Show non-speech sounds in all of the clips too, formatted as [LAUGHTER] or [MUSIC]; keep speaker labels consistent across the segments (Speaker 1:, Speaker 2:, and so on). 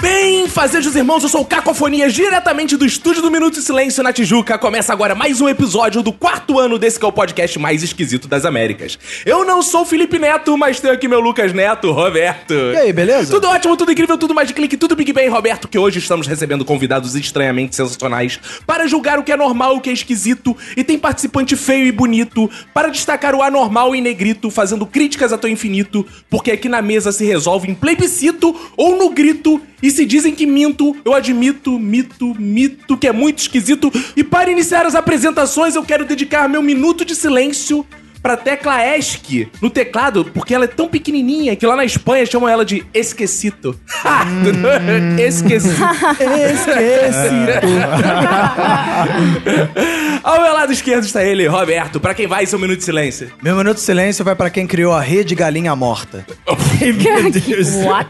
Speaker 1: Bem, fazejos irmãos, eu sou o Cacofonias, diretamente do estúdio do Minuto de Silêncio na Tijuca. Começa agora mais um episódio do quarto ano desse que é o podcast mais esquisito das Américas. Eu não sou o Felipe Neto, mas tenho aqui meu Lucas Neto, Roberto. E
Speaker 2: aí, beleza?
Speaker 1: Tudo ótimo, tudo incrível, tudo mais de clique, tudo Big Bang, Roberto, que hoje estamos recebendo convidados estranhamente sensacionais para julgar o que é normal, o que é esquisito, e tem participante feio e bonito para destacar o anormal e negrito, fazendo críticas até o infinito, porque aqui na mesa se resolve em plebiscito ou no grito, e se dizem que minto, eu admito, mito, mito, que é muito esquisito. E para iniciar as apresentações, eu quero dedicar meu minuto de silêncio pra tecla ESC no teclado, porque ela é tão pequenininha que lá na Espanha chamam ela de esquecito. [LAUGHS] Ha! esquecito. Ao meu lado esquerdo está ele, Roberto. Pra quem vai, seu minuto de silêncio.
Speaker 2: Meu minuto de silêncio vai pra quem criou a rede galinha morta.
Speaker 3: [LAUGHS] Meu What?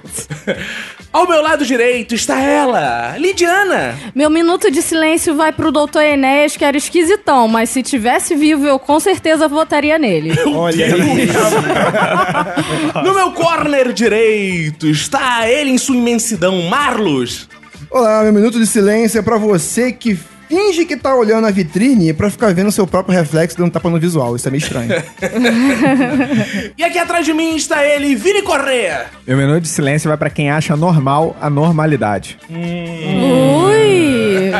Speaker 1: Ao meu lado direito está ela, Lidiana.
Speaker 3: Meu minuto de silêncio vai pro doutor Enéas, que era esquisitão, mas se tivesse vivo, eu com certeza votaria nele.
Speaker 2: Olha [LAUGHS] aí.
Speaker 1: No meu corner direito está ele em sua imensidão, Marlos.
Speaker 4: Olá, meu minuto de silêncio é pra você que finge que tá olhando a vitrine pra ficar vendo seu próprio reflexo dando tapa no visual. Isso é meio estranho.
Speaker 1: E aqui atrás de mim está ele, Vini Correa.
Speaker 5: [LAUGHS] Meu minuto de silêncio vai pra quem acha normal a normalidade.
Speaker 3: Ui!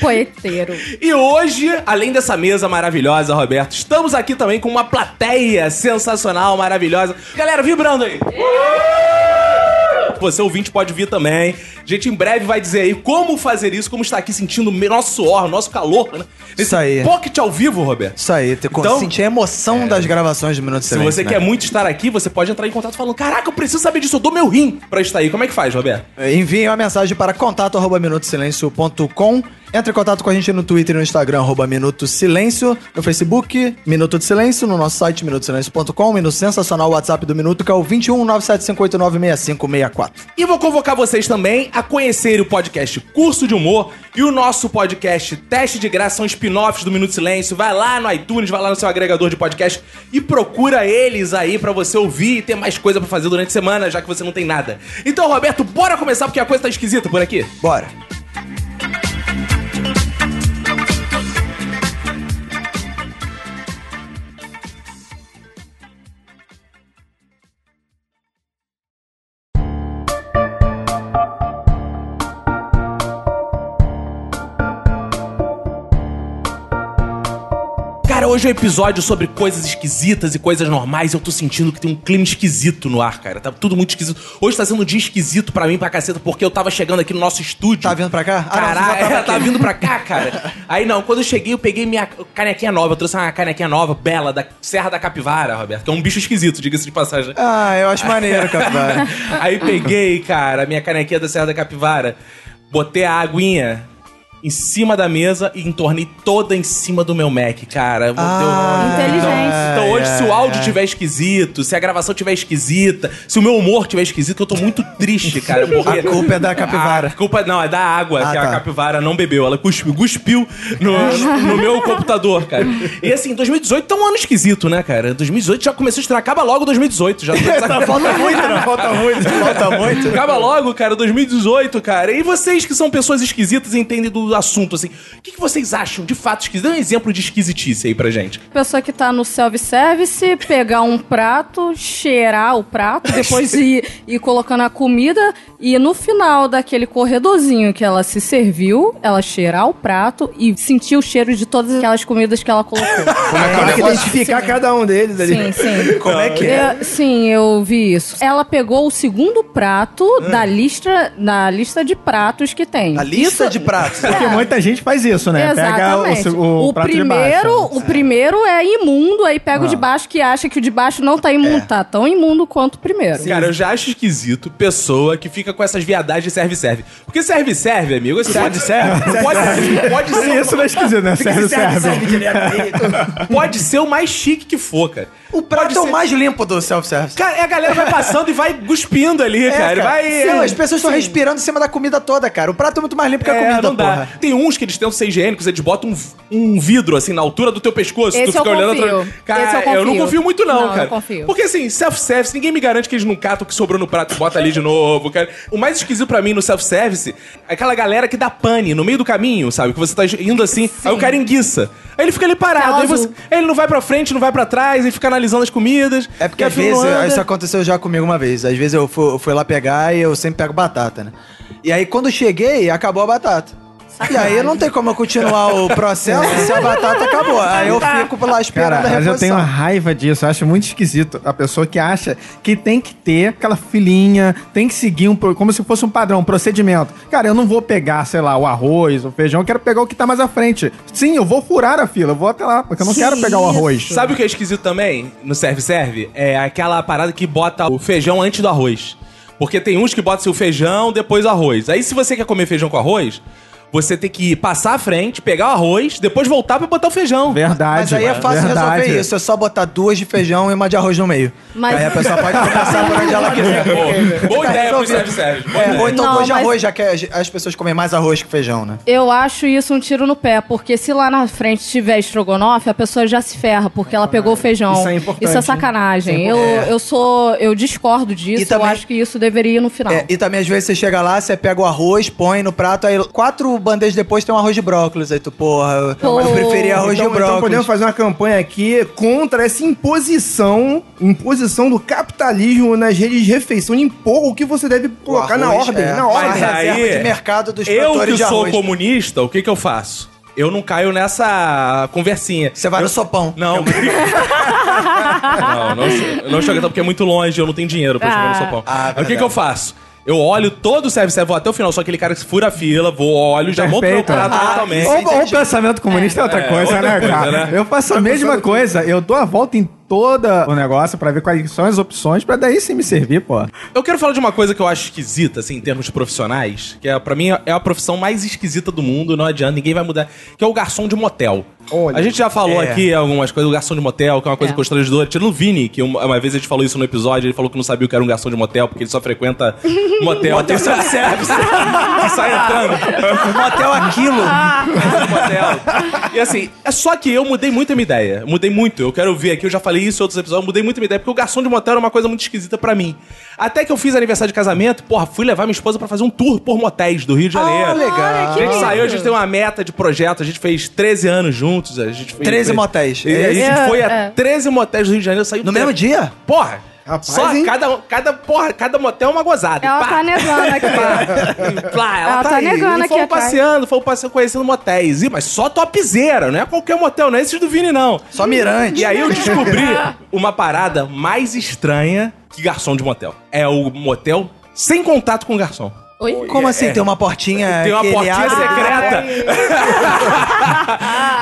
Speaker 3: Poeteiro.
Speaker 1: E hoje, além dessa mesa maravilhosa, Roberto, estamos aqui também com uma plateia sensacional, maravilhosa. Galera, vibrando aí! Você ouvinte pode vir também. A gente em breve vai dizer aí como fazer isso, como está aqui sentindo o nosso suor, nosso calor, né? Nesse
Speaker 2: Isso aí.
Speaker 1: pocket ao vivo, Roberto.
Speaker 2: Isso aí, ter
Speaker 1: Então-
Speaker 2: então, sentir a emoção das gravações do Minuto de
Speaker 1: Se
Speaker 2: Silêncio.
Speaker 1: você
Speaker 2: né?
Speaker 1: quer muito estar aqui, você pode entrar em contato falando: Caraca, eu preciso saber disso, eu dou meu rim pra estar aí. Como é que faz, Roberto?
Speaker 2: Envie uma mensagem para contato.minutosilencio.com. Entre em contato com a gente no Twitter e no Instagram, arroba Minuto Silêncio, no Facebook, Minuto de Silêncio, no nosso site, minutosilêncio.com e no sensacional WhatsApp do Minuto, que é o 21 975896564.
Speaker 1: E vou convocar vocês também a conhecerem o podcast Curso de Humor e o nosso podcast Teste de Graça, são spin-offs do Minuto Silêncio. Vai lá no iTunes, vai lá no seu agregador de podcast e procura eles aí pra você ouvir e ter mais coisa pra fazer durante a semana, já que você não tem nada. Então, Roberto, bora começar porque a coisa tá esquisita por aqui.
Speaker 2: Bora.
Speaker 1: Cara, hoje é um episódio sobre coisas esquisitas e coisas normais. Eu tô sentindo que tem um clima esquisito no ar, cara. Tá tudo muito esquisito. Hoje tá sendo um dia esquisito pra mim, pra caceta, porque eu tava chegando aqui no nosso estúdio.
Speaker 2: Tá vindo pra cá? Ah, não, você já
Speaker 1: Caralho,
Speaker 2: tava
Speaker 1: ela [LAUGHS]
Speaker 2: aqui.
Speaker 1: tá vindo pra cá, cara. Aí não, quando eu cheguei, eu peguei minha canequinha nova. Eu trouxe uma canequinha nova, bela, da Serra da Capivara, Roberto. Que é um bicho esquisito, diga-se de
Speaker 2: [LAUGHS]
Speaker 1: passagem.
Speaker 2: Ah, eu acho
Speaker 1: [LAUGHS]
Speaker 2: maneiro, capivara.
Speaker 1: Aí peguei, cara, a minha canequinha da Serra da Capivara, botei a aguinha em cima da mesa e entornei toda em cima do meu Mac, cara.
Speaker 2: Ah, é.
Speaker 1: Então-
Speaker 3: inteligente.
Speaker 1: Então hoje, se o áudio tiver esquisito, se a gravação tiver esquisita, se o meu humor tiver esquisito, eu tô muito triste, cara. Porque
Speaker 2: [LAUGHS] A culpa é da capivara.
Speaker 1: A culpa não, é da água
Speaker 2: Ah,
Speaker 1: que a
Speaker 2: tá.
Speaker 1: capivara não bebeu. Ela cuspiu, cuspiu no, no meu computador, cara. E assim, 2018 tá um ano esquisito, né, cara? 2018 já começou a estranhar. Acaba logo 2018.
Speaker 2: [LAUGHS]
Speaker 1: Já tá
Speaker 2: Falta muito, não? Falta
Speaker 1: [LAUGHS]
Speaker 2: muito. Falta muito.
Speaker 1: Acaba logo, cara, 2018, cara. E vocês que são pessoas esquisitas e entendem do assunto, assim, o que, que vocês acham de fato esquisito? Dê um exemplo de esquisitice aí pra gente.
Speaker 3: Pessoa que tá no self-service, pegar um prato, cheirar o prato, depois ir, ir colocando a comida e no final daquele corredorzinho que ela se serviu, ela cheirar o prato e sentir o cheiro de todas aquelas comidas que ela colocou.
Speaker 1: é
Speaker 4: Tem que identificar cada um deles ali.
Speaker 3: Sim, sim.
Speaker 2: Como é que é?
Speaker 3: Eu- sim, eu vi isso. Ela pegou o segundo prato da lista, na lista de pratos que tem.
Speaker 2: A lista né? de pratos.
Speaker 5: Porque muita gente faz isso, né?
Speaker 3: É. Exatamente.
Speaker 5: Pega o, o, prato de baixo.
Speaker 3: primeiro, o primeiro é imundo, aí pega o de baixo que acha que o de baixo não tá imundo, tá tão imundo quanto o primeiro.
Speaker 1: Cara, eu já acho esquisito pessoa que fica com essas viadagens de serve-serve. Porque serve-serve, amigo, esse pode serve. Pode, pode ser
Speaker 5: Isso não [LAUGHS] é esquisito, né? Serve, serve.
Speaker 1: Pode ser o mais chique que for, cara.
Speaker 2: O prato
Speaker 1: Pode
Speaker 2: é o
Speaker 1: ser-
Speaker 2: mais limpo do self-service.
Speaker 1: Cara, é a galera vai passando e vai cuspindo ali, É, cara.
Speaker 2: É, cara.
Speaker 1: Vai.
Speaker 2: Sim, as pessoas estão respirando em cima da comida toda, cara. O prato é muito mais limpo que a
Speaker 1: É,
Speaker 2: comida,
Speaker 1: não dá.
Speaker 2: porra.
Speaker 1: Tem uns que eles tentam ser higiênicos, eles botam um, um vidro, assim, na altura do teu pescoço.
Speaker 3: Esse
Speaker 1: tu fica
Speaker 3: eu
Speaker 1: olhando
Speaker 3: confio.
Speaker 1: atrás. Cara,
Speaker 3: Esse eu
Speaker 1: eu,
Speaker 3: confio.
Speaker 1: não confio muito, não,
Speaker 3: Não, eu
Speaker 1: cara.
Speaker 3: confio.
Speaker 1: Porque, assim, self-service, ninguém me garante que eles não catam o que sobrou no prato e botam ali de novo, cara. O mais esquisito pra mim no self-service é aquela galera que dá pane no meio do caminho, sabe? Que você tá indo assim, aí o cara enguiça. Aí ele fica ali parado.
Speaker 3: Tela
Speaker 1: Aí você-
Speaker 3: azul.
Speaker 1: ele não vai pra frente, não vai pra trás, ele fica analisando as comidas.
Speaker 2: É porque
Speaker 1: e a
Speaker 2: às
Speaker 1: fila
Speaker 2: vezes,
Speaker 1: não anda.
Speaker 2: isso aconteceu já comigo uma vez. Às vezes eu fui, eu fui lá pegar e eu sempre pego batata, né? E aí quando eu cheguei, acabou a batata. E aí não tem como eu continuar o processo se a batata acabou. Aí eu fico lá esperando
Speaker 5: Cara,
Speaker 2: a
Speaker 5: mas
Speaker 2: reposição.
Speaker 5: eu tenho uma raiva disso. Eu acho muito esquisito a pessoa que acha que tem que ter aquela filinha, tem que seguir um, pro- como se fosse um padrão, um procedimento. Cara, eu não vou pegar, sei lá, o arroz, o feijão, eu quero pegar o que tá mais à frente. Sim, eu vou furar a fila, eu vou até lá, porque eu não
Speaker 3: Que
Speaker 5: quero pegar o
Speaker 3: isso?
Speaker 5: arroz.
Speaker 1: Sabe o que é esquisito também no serve-serve? É aquela parada que bota o feijão antes do arroz. Porque tem uns que botam assim, o feijão, depois o arroz. Aí se você quer comer feijão com arroz, você tem que passar à frente, pegar o arroz, depois voltar pra botar o feijão.
Speaker 5: Verdade.
Speaker 2: Mas aí é fácil
Speaker 5: verdade.
Speaker 2: resolver isso. É só botar duas de feijão e uma de arroz no meio.
Speaker 3: Mas-
Speaker 2: Aí a
Speaker 1: [LAUGHS]
Speaker 2: pessoa pode passar por onde ela quiser.
Speaker 1: Boa,
Speaker 2: [LAUGHS]
Speaker 1: boa
Speaker 2: Tá
Speaker 1: ideia pro
Speaker 2: resolvido.
Speaker 1: serve-serve. boa
Speaker 2: É,
Speaker 1: ideia.
Speaker 2: ou então
Speaker 3: Não,
Speaker 2: dois de
Speaker 3: mas-
Speaker 2: arroz, já que as- as pessoas comem mais arroz que feijão, né?
Speaker 3: Eu acho isso um tiro no pé, porque se lá na frente tiver estrogonofe, a pessoa já se ferra, porque ela pegou o feijão.
Speaker 5: Isso é importante,
Speaker 3: Isso é sacanagem. eu, eu sou. Eu discordo disso,
Speaker 2: E também-
Speaker 3: eu acho que isso deveria ir no final.
Speaker 2: É, e também, às vezes, você chega lá, você pega o arroz, põe no prato, aí quatro bandejas depois tem um arroz de brócolis. Aí tu, porra, eu-
Speaker 3: Pô.
Speaker 2: eu preferia é arroz
Speaker 4: Então, então
Speaker 2: de brócolis.
Speaker 4: podemos fazer uma campanha aqui contra essa imposição, imposição do capitalismo nas redes de refeição, de impor o que você deve colocar na
Speaker 2: arroz,
Speaker 4: ordem,
Speaker 2: é.
Speaker 4: na ordem.
Speaker 1: Mas
Speaker 2: a reserva
Speaker 1: aí,
Speaker 2: de mercado dos
Speaker 1: eu
Speaker 2: produtores
Speaker 1: que
Speaker 2: de
Speaker 1: sou
Speaker 2: arroz.
Speaker 1: comunista, o que que eu faço? Eu não caio nessa conversinha.
Speaker 2: Você vai
Speaker 1: eu...
Speaker 2: no sopão.
Speaker 1: Não.
Speaker 2: [LAUGHS]
Speaker 1: não, não, che- não chega até porque é muito longe, eu não tenho dinheiro pra chegar no
Speaker 3: Ah.
Speaker 1: São Paulo.
Speaker 2: Ah,
Speaker 1: Aí o que,
Speaker 2: verdade.
Speaker 1: que eu faço? Eu olho todo o serve-serve, vou até o final, só aquele cara que fura a fila, vou, olho, já monto meu
Speaker 5: Perfeito.
Speaker 1: prato
Speaker 2: Ah,
Speaker 1: totalmente.
Speaker 2: isso aí.
Speaker 5: Ou, ou o pensamento comunista é, outra
Speaker 1: É,
Speaker 5: coisa,
Speaker 1: outra
Speaker 5: né,
Speaker 1: coisa,
Speaker 5: cara?
Speaker 1: né?
Speaker 5: Eu faço a mesma coisa, eu dou a volta em todo o negócio pra ver quais são as opções, pra daí sim me servir, pô.
Speaker 1: Eu quero falar de uma coisa que eu acho esquisita, assim, em termos profissionais, que é, pra mim é a profissão mais esquisita do mundo, não adianta, ninguém vai mudar, que é o garçom de motel. a gente já falou
Speaker 2: é.
Speaker 1: aqui algumas coisas, o garçom de motel, que é uma coisa
Speaker 3: É.
Speaker 1: constrangedora. Tirando o Vini, que uma, uma vez a gente falou isso no episódio, ele falou que não sabia o que era um garçom de motel, porque ele só [LAUGHS] frequenta motel. motel [LAUGHS] self-service. que sai entrando.
Speaker 2: Motel aquilo.
Speaker 1: motel. E assim, é só que eu mudei muito a minha ideia. Mudei muito. Eu quero ver aqui, eu já falei isso em outros episódios, eu mudei muito a minha ideia, porque o garçom de motel era uma coisa muito esquisita pra mim. Até que eu fiz aniversário de casamento, porra, fui levar minha esposa pra fazer um tour por motéis do Rio de Janeiro.
Speaker 2: Ah, legal.
Speaker 3: Olha
Speaker 1: A
Speaker 3: É, que
Speaker 1: gente
Speaker 3: lindo.
Speaker 1: saiu, a gente tem uma meta de projeto, a gente fez 13 anos juntos, a gente fez...
Speaker 2: 13
Speaker 1: fez-
Speaker 2: motéis.
Speaker 1: E aí a gente
Speaker 3: É,
Speaker 1: foi a
Speaker 3: é.
Speaker 1: 13 motéis do Rio de Janeiro, saiu...
Speaker 2: No mesmo dia?
Speaker 1: Porra!
Speaker 4: Rapaz,
Speaker 1: só
Speaker 4: hein?
Speaker 1: cada, cada, porra, cada motel é uma gozada.
Speaker 3: Ela
Speaker 1: Pá.
Speaker 3: tá negando [LAUGHS] aqui.
Speaker 1: Plá, ela,
Speaker 3: Ela
Speaker 1: tá,
Speaker 3: tá
Speaker 1: aí.
Speaker 3: negando
Speaker 1: E
Speaker 3: aqui
Speaker 1: fomos
Speaker 3: atrás.
Speaker 1: passeando, fomos passeando, conhecendo motéis. Ih, mas só topzera, não é qualquer motel, não é esses do Vini, não.
Speaker 2: Só mirante.
Speaker 1: E aí eu
Speaker 3: [LAUGHS]
Speaker 1: descobri uma parada mais estranha que garçom de motel. É o motel sem contato com o garçom.
Speaker 3: Oi?
Speaker 2: Como assim? Tem uma portinha
Speaker 1: é. Tem uma
Speaker 2: que ele
Speaker 1: portinha
Speaker 2: abre?
Speaker 1: secreta.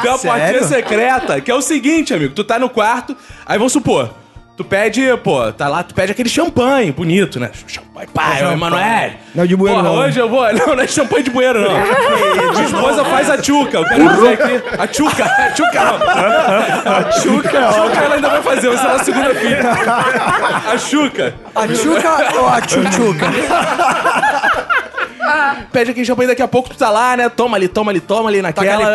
Speaker 1: Tem uma portinha
Speaker 2: sério?
Speaker 1: secreta, que é o seguinte, amigo. Tu tá no quarto, aí vamos supor. Tu pede, pô, tá lá, tu pede aquele champanhe bonito, né? Champanhe, pai, é o Emanuel.
Speaker 4: Não é de bueiro,
Speaker 1: Porra,
Speaker 4: não.
Speaker 1: hoje eu vou... [LAUGHS] Não, não é champanhe de bueiro, não. Minha esposa faz a tchuca. Eu quero dizer aqui... A tchuca, [LAUGHS] a tchuca não. A tchuca, a tchuca ela ainda vai fazer, vai ser na segunda filha. A tchuca.
Speaker 2: A tchuca ou a tchutchuca?
Speaker 1: pede aquele champanhe, daqui a pouco tu tá lá, né? Toma ali, toma ali, toma ali naquela.
Speaker 2: ali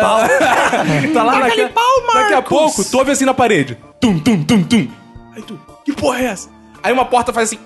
Speaker 1: [LAUGHS]
Speaker 2: pau.
Speaker 1: tá lá naquela. daqui a pouco, tu ouve assim na parede. Tum, tum, tum, tum. Aí tu, que porra é essa? Aí uma porta faz assim.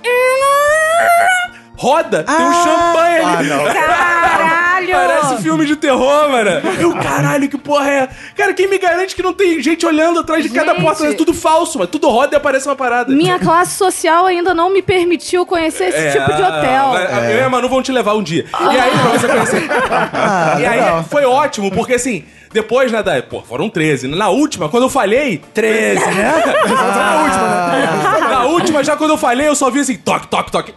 Speaker 1: Roda, tem um champanhe
Speaker 2: Ah,
Speaker 1: ali.
Speaker 2: não.
Speaker 3: Caralho!
Speaker 1: [LAUGHS] Parece filme de terror, mano. Eu, caralho, que porra é? Cara, quem me garante que não tem gente olhando atrás de cada
Speaker 3: Gente.
Speaker 1: porta? É tudo falso, mano. Tudo roda e aparece uma parada.
Speaker 3: Minha classe social ainda não me permitiu conhecer esse
Speaker 1: É,
Speaker 3: tipo de hotel.
Speaker 1: mas Eu e a Manu vão te levar um dia. E aí, pra
Speaker 3: [LAUGHS]
Speaker 1: você conhecer.
Speaker 3: Ah,
Speaker 1: e aí, foi ótimo, porque assim, depois, né, da, pô, foram 13. Na última, quando eu falhei. 13, né?
Speaker 3: [LAUGHS] Ah.
Speaker 1: na última, né? Na última, já quando eu falei, eu só vi assim, toque, toque, toque.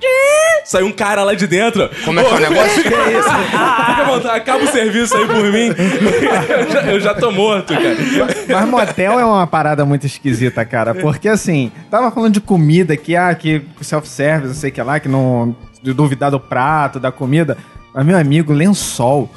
Speaker 1: Saiu um cara lá de dentro. [LAUGHS]
Speaker 6: Como é que é o negócio?
Speaker 1: Aí Fica à vontade, acaba o serviço aí por mim. [LAUGHS] Eu já, eu já tô morto, cara.
Speaker 5: Mas motel é uma parada muito esquisita, cara. Porque assim, tava falando de comida que, ah, que self-service, não sei o que lá, que não. de duvidar do prato, da comida. Mas, meu amigo, lençol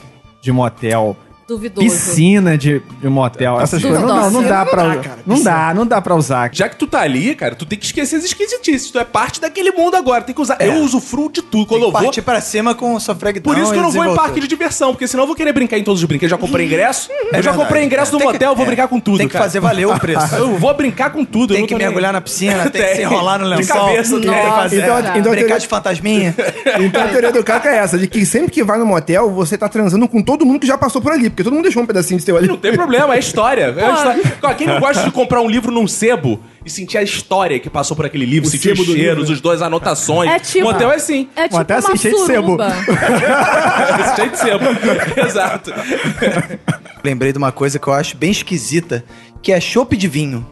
Speaker 5: de motel.
Speaker 3: Duvidoso.
Speaker 5: Piscina de, de motel. Essas coisas. Não, não, não dá pra. Não dá, não dá pra usar.
Speaker 1: Já que tu tá ali, cara, tu tem que esquecer as esquisitices. Tu é parte daquele mundo agora, tem que
Speaker 3: É.
Speaker 1: usar. Eu uso fruto de tudo. Quando eu vou.
Speaker 2: Partir pra cima com sua fragmentão.
Speaker 1: Por isso que eu não
Speaker 2: e
Speaker 1: vou em
Speaker 2: desenvoltura.
Speaker 1: parque de diversão, porque senão eu vou querer brincar em todos os brinquedos. Já comprei ingresso, eu já
Speaker 2: é verdade.
Speaker 1: comprei ingresso no
Speaker 2: Tem que-
Speaker 1: motel, eu vou
Speaker 2: é,
Speaker 1: brincar com tudo,
Speaker 2: Tem que
Speaker 1: cara.
Speaker 2: fazer valer o preço.
Speaker 1: [LAUGHS] Eu vou brincar com tudo. eu
Speaker 2: Tem
Speaker 1: não
Speaker 2: que
Speaker 1: tô nem aí. É,
Speaker 2: mergulhar na
Speaker 1: [LAUGHS]
Speaker 2: piscina, tem que se enrolar no lençol.
Speaker 1: De cabeça,
Speaker 2: tem que
Speaker 1: né?
Speaker 2: fazer,
Speaker 4: Então- então eu
Speaker 2: brincar
Speaker 4: teria-
Speaker 2: de fantasminha.
Speaker 4: Então a teoria do Caco é essa, de que sempre que vai no motel, você tá transando com todo mundo que já passou por ali, porque todo mundo deixou um pedacinho de seu ali.
Speaker 1: Não tem problema, é história. É história. Cara, Quem não gosta de comprar um livro num sebo e sentir a história que passou por aquele livro,
Speaker 4: O
Speaker 1: sentir os
Speaker 4: sebo do
Speaker 1: cheiros,
Speaker 2: né?
Speaker 4: livro.
Speaker 1: os dois anotações.
Speaker 3: É tipo-
Speaker 1: Motel é
Speaker 2: [LAUGHS]
Speaker 1: assim.
Speaker 3: É tipo
Speaker 5: até
Speaker 3: uma
Speaker 5: assim, cheio de sebo.
Speaker 3: suruba.
Speaker 1: Esse jeito de
Speaker 2: [LAUGHS]
Speaker 1: sebo. [LAUGHS] Exato.
Speaker 2: É, Lembrei de uma coisa que eu acho bem esquisita, que é chopp de vinho.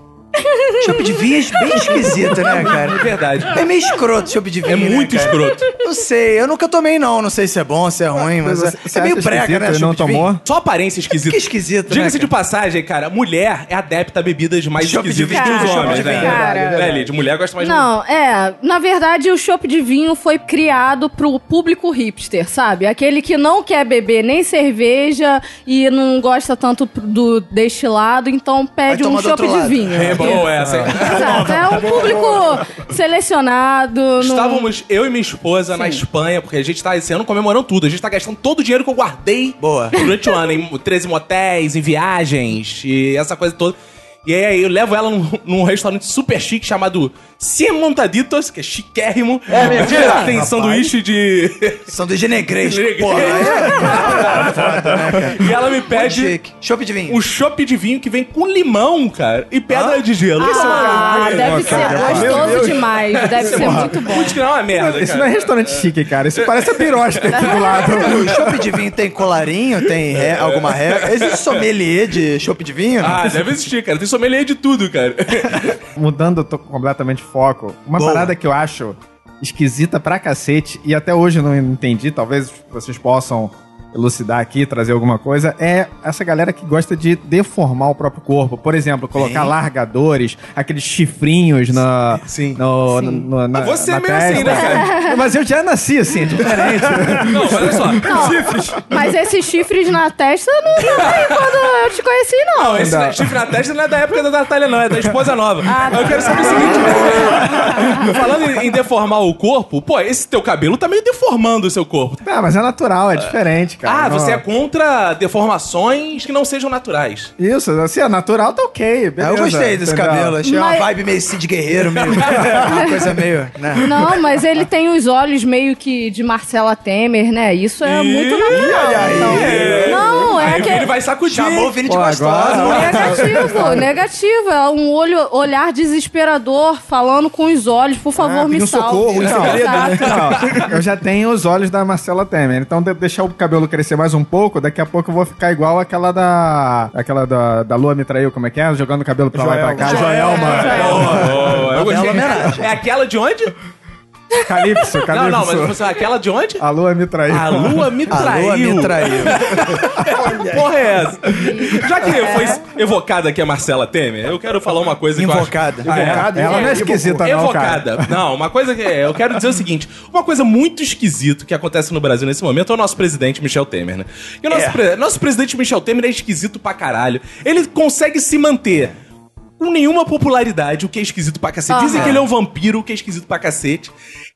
Speaker 2: chopp de vinho é bem esquisito, né,
Speaker 1: É
Speaker 2: cara?
Speaker 1: verdade.
Speaker 2: É meio escroto chopp de vinho,
Speaker 1: É muito
Speaker 2: né, cara?
Speaker 1: escroto.
Speaker 2: Não sei, eu nunca tomei não, não sei se é bom, se é ruim, mas, é- é, meio brega, né?
Speaker 5: Não
Speaker 2: chopp de vinho.
Speaker 5: tomou?
Speaker 1: Só aparência esquisita.
Speaker 2: Que esquisito, né,
Speaker 1: Diga-se de
Speaker 2: cara?
Speaker 1: passagem, cara, mulher é adepta a bebidas mais
Speaker 2: Chope de
Speaker 1: esquisitas que
Speaker 3: vinho,
Speaker 1: os
Speaker 3: chope
Speaker 1: homens,
Speaker 3: de
Speaker 1: né?
Speaker 3: vinho, cara.
Speaker 1: É, Lid, mulher gosta mais de
Speaker 3: Não, é. Na verdade, o chopp de vinho foi criado pro público hipster, sabe? Aquele que não quer beber nem cerveja e não gosta tanto do destilado, então pede um
Speaker 2: tomar do
Speaker 3: chopp
Speaker 2: outro
Speaker 3: de
Speaker 2: lado.
Speaker 3: vinho.
Speaker 1: É bom essa. hein?
Speaker 3: Exato, é um público selecionado. não-
Speaker 1: Estávamos eu e minha esposa na Espanha, porque a gente tá esse ano comemorando tudo. A gente tá gastando todo o dinheiro que eu guardei
Speaker 2: Boa.
Speaker 1: durante o ano, em 13 motéis, em viagens e essa coisa toda. E aí eu levo ela num, num restaurante super chique chamado Cien Montaditos, que é chiquérrimo. É mentira! Tem sanduíche de...
Speaker 2: Sanduíche negresco,
Speaker 1: Negresco.
Speaker 2: porra. é foda, né, cara?
Speaker 1: [LAUGHS] e ela me
Speaker 2: Muito
Speaker 1: pede...
Speaker 2: chique. Chopp de vinho.
Speaker 1: um chopp de vinho que vem com limão, cara, e pedra de gelo. Isso é uma
Speaker 3: Ah,
Speaker 1: caralho.
Speaker 3: deve ser
Speaker 5: Meu
Speaker 3: gostoso
Speaker 5: Deus.
Speaker 3: demais. Deve ser
Speaker 1: [LAUGHS]
Speaker 3: muito bom.
Speaker 1: Putz, que não é uma merda,
Speaker 5: Isso não é
Speaker 1: cara.
Speaker 5: restaurante chique, cara. Isso parece a pirosca aqui
Speaker 1: [LAUGHS]
Speaker 5: do lado.
Speaker 2: O chopp de vinho tem colarinho? Tem ré- alguma regra? Existe sommelier de chopp de vinho?
Speaker 1: Ah, deve existir, cara. Tem sommelier de tudo, cara.
Speaker 5: mudando to- completamente de foco, uma
Speaker 2: Boa.
Speaker 5: parada que eu acho esquisita pra cacete e até hoje eu não entendi, talvez vocês possam elucidar aqui, trazer alguma coisa, é essa galera que gosta de deformar o próprio corpo. Por exemplo, colocar largadores, aqueles chifrinhos na...
Speaker 2: Sim.
Speaker 5: no- no- na
Speaker 1: Você
Speaker 5: na
Speaker 1: é meio assim, né, cara?
Speaker 5: Mas eu já nasci assim, diferente.
Speaker 1: [LAUGHS] [LAUGHS] Não, mas olha só.
Speaker 3: Não, mas esses chifres na testa eu não vi quando eu te conheci, não.
Speaker 1: Não, esse
Speaker 5: Não.
Speaker 1: chifre na testa não é da época da Natália, não. É da esposa nova.
Speaker 3: Ah, tá.
Speaker 1: Eu quero saber o seguinte. [LAUGHS] Falando em, em deformar o corpo, pô, esse teu cabelo tá meio deformando o seu corpo.
Speaker 5: ah, mas é natural, é diferente, cara.
Speaker 1: Ah,
Speaker 5: Não-
Speaker 1: você é contra deformações que não sejam naturais.
Speaker 5: Isso, assim, é natural tá ok,
Speaker 2: Ah,
Speaker 5: beleza.
Speaker 2: eu gostei desse
Speaker 5: entendeu?
Speaker 2: cabelo. Achei uma
Speaker 3: Mas-
Speaker 2: vibe meio Cid Guerreiro, meio. uma coisa meio. Né?
Speaker 3: Não, mas ele tem os olhos meio que de Marcela Temer, né? Isso é muito natural. então. Não, é
Speaker 1: Aí
Speaker 3: que
Speaker 1: ele vai sacudir.
Speaker 2: Chamou o Vini de né?
Speaker 5: Pô,
Speaker 2: gostosa.
Speaker 5: agora-
Speaker 3: negativo, negativo, é um olho, olhar desesperador falando com os olhos, por favor, me
Speaker 4: Ah, pedindo
Speaker 3: salve.
Speaker 4: socorro, em
Speaker 3: Exato.
Speaker 4: segredo, né?
Speaker 5: Não, eu já tenho os olhos da Marcela Temer. Então, de deixar o cabelo crescer mais um pouco, daqui a pouco eu vou ficar igual aquela da. Aquela da, da Lua me traiu, como é que é? Jogando o cabelo pra lá e pra cá.
Speaker 1: Ah,
Speaker 3: É,
Speaker 5: Joelma.
Speaker 3: Joelma.
Speaker 1: Oh, eu gostei.
Speaker 2: homenagem.
Speaker 1: É aquela de onde?
Speaker 5: Calypso,
Speaker 4: Tá
Speaker 5: Calypso.
Speaker 1: Não, não, mas você, aquela de onde?
Speaker 5: A Lua me
Speaker 4: [LAUGHS]
Speaker 5: traiu.
Speaker 1: A lua me
Speaker 2: A
Speaker 1: traiu.
Speaker 2: lua me traiu.
Speaker 1: Que porra é essa? Já que foi evocada aqui a Marcela Temer, eu quero falar uma coisa
Speaker 2: Invocada.
Speaker 1: que eu acho... Ah, é?
Speaker 5: Ela não é esquisita, não, cara.
Speaker 1: Evocada. Não, uma coisa que é, eu quero dizer o seguinte: uma coisa muito esquisita que acontece no Brasil nesse momento é o nosso presidente Michel Temer, né? E o nosso, pre- nosso presidente Michel Temer é esquisito pra caralho. Ele consegue se manter com nenhuma popularidade, o que é esquisito pra cacete. Dizem
Speaker 3: Aham.
Speaker 1: que ele é um vampiro, o que é esquisito pra cacete.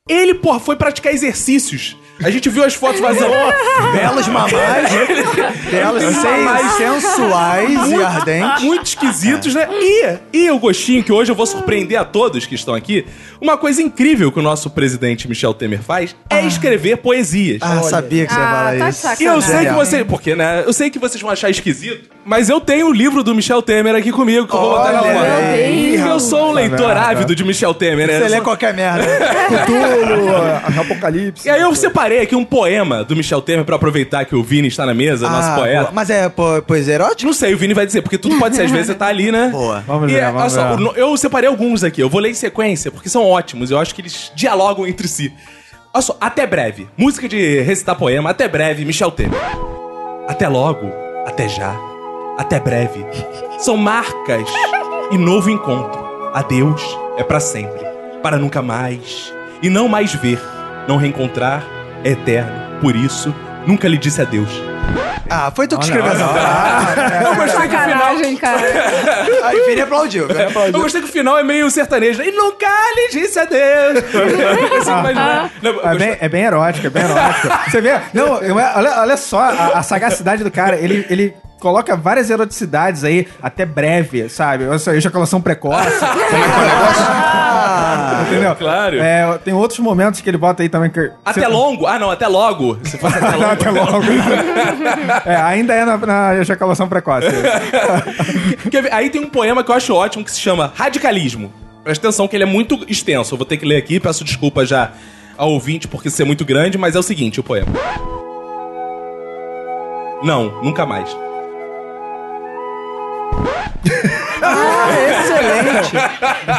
Speaker 1: Ele, porra, foi praticar exercícios. A gente viu as fotos vazando.
Speaker 2: Belos mamais. belos seios sensuais e ardentes.
Speaker 1: muito esquisitos, né? E, e o gostinho que hoje eu vou surpreender a todos que estão aqui. Uma coisa incrível que o nosso presidente Michel Temer faz é escrever poesias.
Speaker 2: Ah, sabia que você ia
Speaker 3: Ah,
Speaker 2: falar
Speaker 3: tá de
Speaker 2: isso.
Speaker 3: sacanagem.
Speaker 1: E eu sei que
Speaker 2: Genial.
Speaker 1: vocês. Porque, né? Eu sei que vocês vão achar esquisito, mas eu tenho o livro do Michel Temer aqui comigo, que eu vou botar na
Speaker 2: Olha tá
Speaker 1: foto.
Speaker 3: aí,
Speaker 1: Porque Eu sou um leitor
Speaker 5: merda.
Speaker 1: ávido de Michel Temer, né?
Speaker 2: Você
Speaker 1: Eu
Speaker 2: lê
Speaker 1: sou-
Speaker 2: qualquer merda.
Speaker 4: Cthulhu, a- Apocalipse.
Speaker 1: E aí eu separei aqui um poema do Michel Temer pra aproveitar que o Vini está na mesa, nosso
Speaker 2: Ah,
Speaker 1: poeta.
Speaker 2: boa. Mas é po- poesia erótica?
Speaker 1: Não sei, o Vini vai dizer, porque tudo pode ser, às vezes você tá ali, né?
Speaker 2: Boa.
Speaker 5: Vamos
Speaker 1: E,
Speaker 5: ver,
Speaker 1: é,
Speaker 5: vamos
Speaker 1: olha só,
Speaker 5: ver.
Speaker 1: no- eu separei alguns aqui, eu vou ler em sequência, porque são ótimos, eu acho que eles dialogam entre si. Olha só, até breve. Música de recitar poema, até breve, Michel Temer. Até logo, até já, até breve. São marcas e novo encontro. Adeus é pra sempre, para nunca mais. E não mais ver, não reencontrar é eterno. Por isso, nunca lhe disse adeus.
Speaker 2: Ah, foi tu que escreveu essa frase.
Speaker 5: É.
Speaker 1: Eu gostei que o final.
Speaker 3: Sacanagem, cara.
Speaker 2: Aí Vini aplaudiu. Vini aplaudiu.
Speaker 1: Eu gostei que o final é meio sertanejo. E nunca lhe disse adeus.
Speaker 5: [LAUGHS]
Speaker 1: Assim, mas- não, eu
Speaker 5: É
Speaker 1: gostei-
Speaker 5: bem, é bem erótico, é bem erótico. Você vê? Não, eu- é, olha, olha só a, a sagacidade do cara. Ele, ele coloca várias eroticidades aí, até breve, sabe? Olha só, ejaculação precoce.
Speaker 1: [LAUGHS]
Speaker 5: sabe? Um
Speaker 2: Ah,
Speaker 5: negócio- entendeu?
Speaker 1: Claro.
Speaker 5: É, tem outros momentos que ele bota aí também que...
Speaker 1: Até
Speaker 5: Você-
Speaker 1: longo? Ah, não, até logo. Se fosse até logo.
Speaker 5: [LAUGHS] Até logo. [LAUGHS] é, ainda é na, na ejaculação precoce.
Speaker 1: [LAUGHS] Quer ver? Aí tem um poema que eu acho ótimo que se chama Radicalismo. Presta atenção que ele é muito extenso. Eu vou ter que ler aqui, peço desculpa já ao ouvinte porque isso é muito grande, mas é o seguinte, o poema. Não, nunca mais.
Speaker 2: Excelente.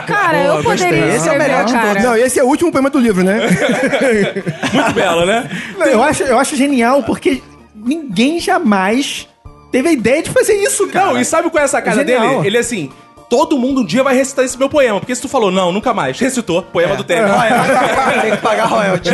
Speaker 3: Cara, eu poderia
Speaker 2: Esse é o
Speaker 3: escrever,
Speaker 2: melhor de
Speaker 3: cara.
Speaker 2: todos.
Speaker 4: Não, esse é o último poema do livro, né?
Speaker 1: Muito belo, né?
Speaker 5: [LAUGHS] Não, eu, acho, eu acho genial, porque ninguém jamais teve a ideia de fazer isso, cara.
Speaker 1: Não, e sabe qual é a sacada
Speaker 5: Genial.
Speaker 1: dele? Ele é assim... Todo mundo um dia vai recitar esse meu poema, porque se tu falou não, nunca mais, recitou, poema do é. tempo.
Speaker 2: [LAUGHS]
Speaker 3: [LAUGHS]
Speaker 2: Tem que pagar royalty.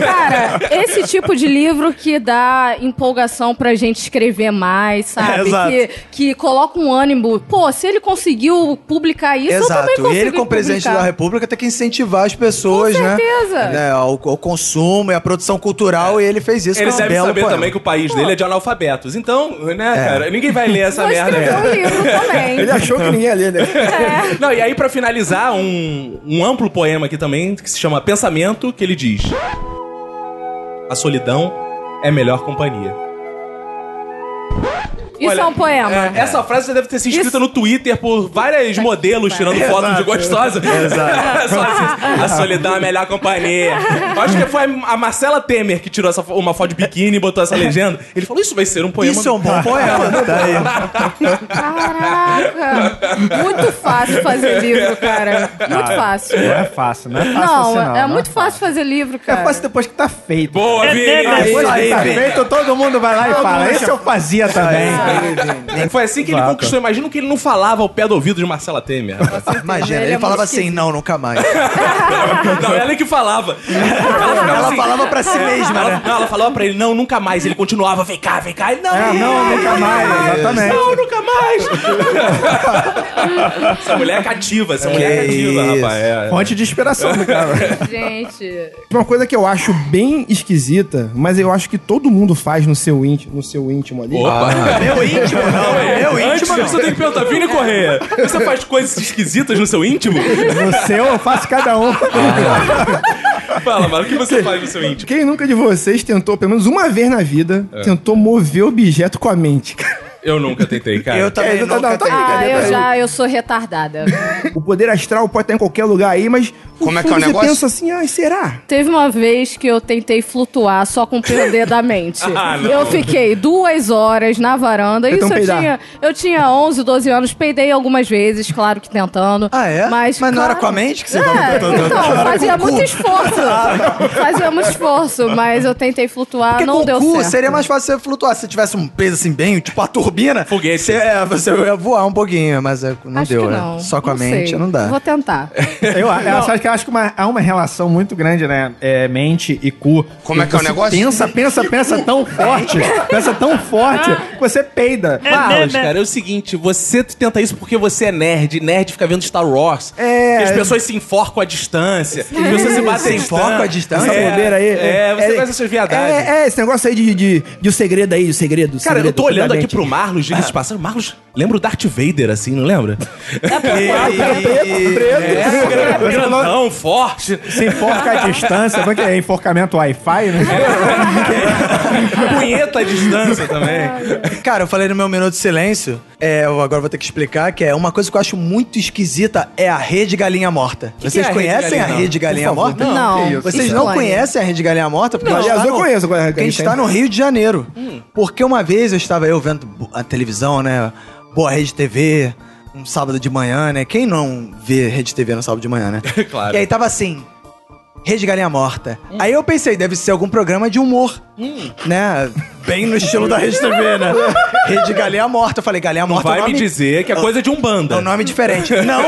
Speaker 3: Cara, esse tipo de livro que dá empolgação pra gente escrever mais,
Speaker 2: É,
Speaker 3: sabe?
Speaker 2: exato.
Speaker 3: que, que coloca um ânimo. Pô, se ele conseguiu publicar isso, eu também
Speaker 2: Exato.
Speaker 3: consigo
Speaker 2: E ele, como presidente
Speaker 3: publicar.
Speaker 2: da República, tem que incentivar as pessoas,
Speaker 3: Com
Speaker 2: né?
Speaker 3: certeza.
Speaker 2: né, ao, ao consumo e à produção cultural, e ele fez isso
Speaker 1: Ele
Speaker 2: com um
Speaker 1: deve
Speaker 2: belo
Speaker 1: saber
Speaker 2: poema.
Speaker 1: também que o país dele é de analfabetos. Então, né, cara, ninguém vai ler essa
Speaker 3: Vou
Speaker 1: merda.
Speaker 3: escrever um livro
Speaker 1: [LAUGHS]
Speaker 4: Ele
Speaker 3: também.
Speaker 4: achou que ninguém ia ler, né?
Speaker 1: Não, e aí pra finalizar, um, um amplo poema aqui também, que se chama Pensamento, que ele diz: A solidão é a melhor companhia.
Speaker 3: Isso
Speaker 1: Olha,
Speaker 3: é um poema.
Speaker 1: É, Essa frase já deve ter sido escrita
Speaker 3: Isso- É.
Speaker 1: no Twitter por vários modelos tirando fotos de
Speaker 2: [LAUGHS]
Speaker 1: gostosa. [LAUGHS] Exato. a solidão é a melhor companhia. Eu Acho que foi a Marcela Temer que tirou essa, fo- uma foto de biquíni e botou essa legenda. Ele falou: Isso vai ser um poema.
Speaker 2: Isso é um bom poema. tá aí.
Speaker 3: Caraca. Muito fácil fazer livro, cara. Muito fácil.
Speaker 5: Não é fácil, não é fácil
Speaker 3: Não,
Speaker 5: assim,
Speaker 3: é,
Speaker 5: não,
Speaker 3: é
Speaker 5: não
Speaker 3: muito fácil fazer livro,
Speaker 5: É
Speaker 3: cara.
Speaker 5: fácil depois que tá feito.
Speaker 1: [LAUGHS] Boa,
Speaker 3: É
Speaker 1: Vini!
Speaker 3: né?
Speaker 6: é
Speaker 5: Depois
Speaker 1: Isso aí,
Speaker 5: que tá
Speaker 1: Vini.
Speaker 5: feito, todo mundo vai lá e fala. Esse eu fazia também.
Speaker 1: Foi assim que ele
Speaker 5: Exato.
Speaker 1: conquistou. Imagino que ele não falava ao pé do ouvido de
Speaker 3: [LAUGHS]
Speaker 1: Marcela Temer.
Speaker 2: Imagina,
Speaker 3: Ele
Speaker 2: ele,
Speaker 3: é muito
Speaker 2: falava assim,
Speaker 3: esquisito.
Speaker 2: não,
Speaker 4: [LAUGHS]
Speaker 2: nunca mais.
Speaker 1: Não, ela assim. é que falava.
Speaker 2: Ela falava pra si mesma,
Speaker 1: Ela,
Speaker 2: né?
Speaker 1: não, ela falava pra ele, não, nunca mais. Ele continuava, vem cá, vem cá. Ele, não,
Speaker 5: É, não, nunca mais. Exatamente.
Speaker 1: não, nunca mais. [LAUGHS] essa mulher é cativa, essa mulher é
Speaker 2: Que
Speaker 1: cativa,
Speaker 2: isso.
Speaker 1: rapaz. é.
Speaker 5: [LAUGHS] Fonte de inspiração do cara.
Speaker 3: Gente.
Speaker 4: [LAUGHS] Uma coisa que eu acho bem esquisita, mas eu acho que todo mundo faz no seu íntimo, no seu íntimo ali.
Speaker 1: Opa.
Speaker 2: Meu íntimo, não. Meu íntimo.
Speaker 1: é. Antes você tem que perguntar, Vini tá Correia, você faz coisas esquisitas no seu íntimo?
Speaker 5: No seu, eu faço cada
Speaker 6: [LAUGHS]
Speaker 5: um.
Speaker 1: Fala, mano, o que você faz no seu íntimo?
Speaker 4: Quem nunca de vocês tentou, pelo menos uma vez na vida,
Speaker 6: É.
Speaker 4: tentou mover objeto com a mente? cara?
Speaker 1: Eu nunca tentei, cara.
Speaker 2: Eu também
Speaker 4: É, não,
Speaker 2: nunca
Speaker 4: não, tá
Speaker 2: tenho.
Speaker 3: Ah,
Speaker 4: brincadeira,
Speaker 3: eu
Speaker 4: tá
Speaker 3: já, eu sou retardada.
Speaker 4: O poder astral pode estar em qualquer lugar aí, mas. no
Speaker 6: Como é que é
Speaker 4: fundo
Speaker 6: o negócio?
Speaker 4: Você pensa assim, ai, será?
Speaker 3: Teve uma vez que eu tentei flutuar só com o
Speaker 1: [LAUGHS]
Speaker 3: perder da mente.
Speaker 1: Ah, não.
Speaker 3: eu fiquei duas horas na varanda. Isso
Speaker 4: Tentou
Speaker 2: um
Speaker 3: eu
Speaker 4: peidar.
Speaker 3: tinha, eu tinha 11, 12 anos. Peidei algumas vezes, claro que tentando.
Speaker 2: Ah, é?
Speaker 3: Mas,
Speaker 2: Mas não
Speaker 3: claro-
Speaker 2: era com a mente que você
Speaker 3: É,
Speaker 2: tava tentando?
Speaker 3: então, fazia muito esforço. fazia muito esforço, mas eu tentei flutuar,
Speaker 2: Ah, Porque
Speaker 3: Ah, não
Speaker 2: com
Speaker 3: deu
Speaker 2: o cu
Speaker 3: certo.
Speaker 2: seria mais fácil você flutuar. Se tivesse um peso assim bem, tipo a turbina.
Speaker 1: Foguete.
Speaker 2: Você, é, você ia voar um pouquinho, mas é, não
Speaker 3: Acho
Speaker 2: deu,
Speaker 3: que
Speaker 2: né?
Speaker 3: não.
Speaker 2: Só com a
Speaker 3: Não
Speaker 2: mente
Speaker 3: sei.
Speaker 2: não dá.
Speaker 3: Vou tentar.
Speaker 5: Eu, eu acho que eu acho que uma- há uma relação muito grande, né? É, mente e cu.
Speaker 6: Como é que é o
Speaker 5: Você
Speaker 6: negócio?
Speaker 5: Pensa, pensa, pensa tão forte. pensa tão forte que você peida.
Speaker 1: Mas, cara, Ah. é o seguinte, você tenta isso porque você é nerd, e nerd fica vendo Star Wars.
Speaker 4: É.
Speaker 1: Que as pessoas se enforcam à distância, as pessoas se batem
Speaker 2: Se enforcam à distância.
Speaker 4: Essa
Speaker 1: É,
Speaker 4: bobeira aí.
Speaker 1: é, você faz essas viadagens.
Speaker 4: É, é, esse negócio aí de, de, de o segredo aí, o segredo. o
Speaker 1: Cara, eu
Speaker 4: segredo,
Speaker 1: tô olhando aqui
Speaker 4: cuidadente.
Speaker 1: pro Marlos, diga de passagem. Marlos, lembra o Darth Vader, assim, não lembra? É [LAUGHS]
Speaker 2: E-
Speaker 1: né? Grandão, forte.
Speaker 5: Se enforca à distância, porque é enforcamento Wi-Fi, né?
Speaker 1: [LAUGHS] Punheta à distância também.
Speaker 2: [LAUGHS] Cara, eu falei no meu minuto de silêncio, é, eu agora vou ter que explicar, que é uma coisa que eu acho muito esquisita é a rede galinha morta. Vocês
Speaker 1: que é a rede
Speaker 2: conhecem a
Speaker 1: galinha?
Speaker 2: rede galinha morta?
Speaker 3: Não. que isso.
Speaker 2: É, Vocês não
Speaker 3: Explane.
Speaker 2: conhecem a rede galinha morta? Porque
Speaker 4: Não.
Speaker 2: ela
Speaker 4: Aliás,
Speaker 2: está
Speaker 4: eu
Speaker 2: no-
Speaker 4: conheço agora a
Speaker 2: Porque a gente
Speaker 4: galinha. Hum.
Speaker 2: está no Rio de Janeiro. Porque uma vez eu estava eu vendo a televisão, né? Boa Rede TV,
Speaker 4: [LAUGHS]
Speaker 2: um sábado de manhã, né? Quem não vê Rede TV no sábado de manhã, né?
Speaker 1: [LAUGHS] Claro.
Speaker 2: E aí tava assim. Rede Galinha Morta.
Speaker 4: Hum.
Speaker 2: Aí eu pensei, deve ser algum programa de humor,
Speaker 4: [LAUGHS]
Speaker 2: né? Bem no estilo da Rede TV, né? Rede Galinha Morta. Eu falei, Galinha
Speaker 1: Não
Speaker 2: Morta é
Speaker 1: vai
Speaker 2: o
Speaker 1: me
Speaker 2: nome-
Speaker 1: dizer que é coisa de um
Speaker 2: é um
Speaker 1: banda.
Speaker 5: [LAUGHS]
Speaker 2: nome diferente. Não!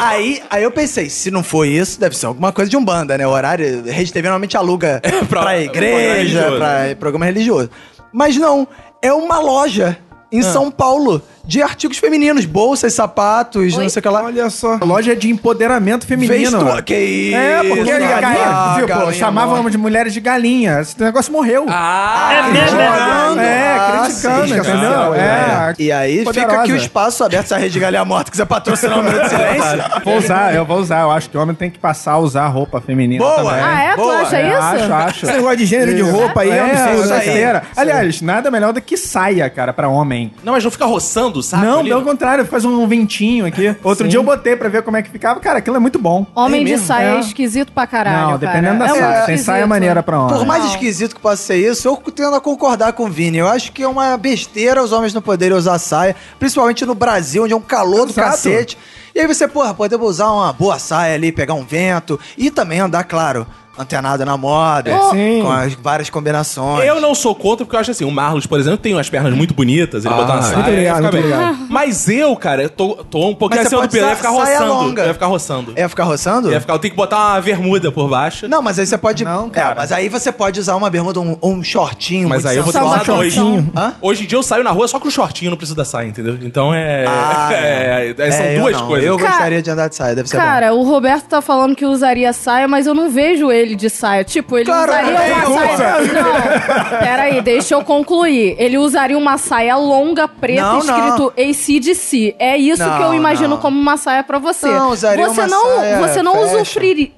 Speaker 2: aí, aí eu pensei, se não for isso, deve ser alguma coisa de Umbanda, né? O horário, Rede TV
Speaker 5: [LAUGHS]
Speaker 2: normalmente aluga
Speaker 5: É
Speaker 2: pra, igreja,
Speaker 1: religioso.
Speaker 5: né?
Speaker 2: pra programa religioso. Mas não, é uma loja
Speaker 5: Ah.
Speaker 2: em São Paulo de artigos femininos, bolsas, sapatos,
Speaker 3: Oi.
Speaker 2: não sei o que lá.
Speaker 4: Olha só.
Speaker 5: A loja é de empoderamento
Speaker 1: é
Speaker 5: feminino.
Speaker 2: Vestu- Que isso?
Speaker 5: É, porque a galinha,
Speaker 2: Ah,
Speaker 5: viu, pô,
Speaker 2: galinha
Speaker 5: chamavam
Speaker 2: morta.
Speaker 5: de mulheres de galinha. Esse negócio morreu.
Speaker 1: Ah,
Speaker 6: É mesmo, é?
Speaker 2: Olha,
Speaker 5: é,
Speaker 2: ah,
Speaker 5: criticando,
Speaker 2: sim,
Speaker 5: entendeu? É,
Speaker 2: E aí fica
Speaker 5: poderosa.
Speaker 2: aqui o espaço aberto se a Rede Galinha Morta quiser patrocinar o Minuto
Speaker 5: [LAUGHS]
Speaker 2: de Silêncio.
Speaker 5: Vou usar, eu vou usar. Eu acho que o homem tem que passar a usar roupa feminina
Speaker 2: Boa!
Speaker 5: também.
Speaker 3: Ah, é?
Speaker 2: né? Boa,
Speaker 3: tu acha
Speaker 5: É,
Speaker 3: isso? [LAUGHS]
Speaker 5: Acho, acho.
Speaker 4: Esse negócio de gênero de roupa aí é,
Speaker 5: É,
Speaker 4: um absurdo,
Speaker 5: usa
Speaker 4: né, cara?
Speaker 5: esteira. Aliás, nada melhor do que saia, cara, pra homem.
Speaker 1: Não, mas não fica roçando, sabe?
Speaker 5: não, pelo contrário, faz um ventinho aqui. Outro dia eu botei pra ver como é que ficava. Cara, aquilo é muito bom.
Speaker 3: Homem
Speaker 5: É
Speaker 3: de
Speaker 5: mesmo?
Speaker 3: saia é
Speaker 5: É.
Speaker 3: esquisito pra caralho.
Speaker 5: Não,
Speaker 3: cara.
Speaker 5: dependendo da saia.
Speaker 3: muito
Speaker 5: Tem saia
Speaker 3: esquisito. né?
Speaker 5: maneira pra homem.
Speaker 2: Por mais
Speaker 3: Não.
Speaker 2: esquisito que possa ser isso, eu tendo a concordar com o Vini. Eu acho que é uma besteira os homens não poderem usar saia, principalmente no Brasil, onde é um calor do
Speaker 5: Exato.
Speaker 2: cacete. E aí você, porra, poder usar uma boa saia ali, pegar um vento e também andar, claro, antenado na moda,
Speaker 5: sim.
Speaker 2: com as várias combinações.
Speaker 1: É, Eu não sou contra, porque eu acho assim, o Marlos, por exemplo, tem umas pernas muito bonitas, ele
Speaker 4: Ah,
Speaker 1: botou uma
Speaker 4: muito
Speaker 1: saia. é
Speaker 4: obrigado,
Speaker 1: fica
Speaker 4: muito
Speaker 1: bem.
Speaker 4: obrigado.
Speaker 1: Mas eu, cara, eu tô, tô um pouquinho
Speaker 2: Mas você
Speaker 1: acima do
Speaker 2: pode
Speaker 1: Pedro, eu ia
Speaker 2: usar
Speaker 1: ficar
Speaker 2: saia
Speaker 1: roçando.
Speaker 2: longa.
Speaker 1: Eu ia ficar roçando.
Speaker 2: É ficar roçando?
Speaker 1: Eu ia ficar, eu tenho que botar uma bermuda por baixo.
Speaker 2: Não, mas aí você pode.
Speaker 5: Não,
Speaker 2: É,
Speaker 5: cara.
Speaker 2: mas aí você pode usar uma bermuda, um, um shortinho.
Speaker 1: Mas
Speaker 2: muito
Speaker 1: aí eu vou ter que
Speaker 2: sensual.
Speaker 1: usar dois.
Speaker 3: shortinho.
Speaker 2: Hã?
Speaker 1: Hoje em dia eu saio na rua só com shortinho, não preciso da saia, entendeu? Então é.
Speaker 2: Ah,
Speaker 1: [LAUGHS] é- é- são
Speaker 2: É, eu
Speaker 1: duas
Speaker 2: não.
Speaker 1: coisas.
Speaker 2: Eu
Speaker 3: Cara-
Speaker 2: gostaria de andar de saia, deve ser é bom.
Speaker 3: Cara, o Roberto tá falando que usaria saia, mas eu não vejo ele de saia. Tipo, ele
Speaker 2: Claro,
Speaker 3: usaria
Speaker 2: não
Speaker 3: uma
Speaker 2: tem
Speaker 3: saia. Não, peraí, deixa eu concluir. Ele usaria uma saia longa, preta,
Speaker 2: Não,
Speaker 3: escrito ACDC. É isso
Speaker 2: Não,
Speaker 3: que eu imagino
Speaker 2: não.
Speaker 3: como uma saia pra você.
Speaker 2: Não, usaria
Speaker 3: você
Speaker 2: uma
Speaker 3: não,
Speaker 2: saia
Speaker 3: Você não
Speaker 2: fashion.
Speaker 3: usufruiri-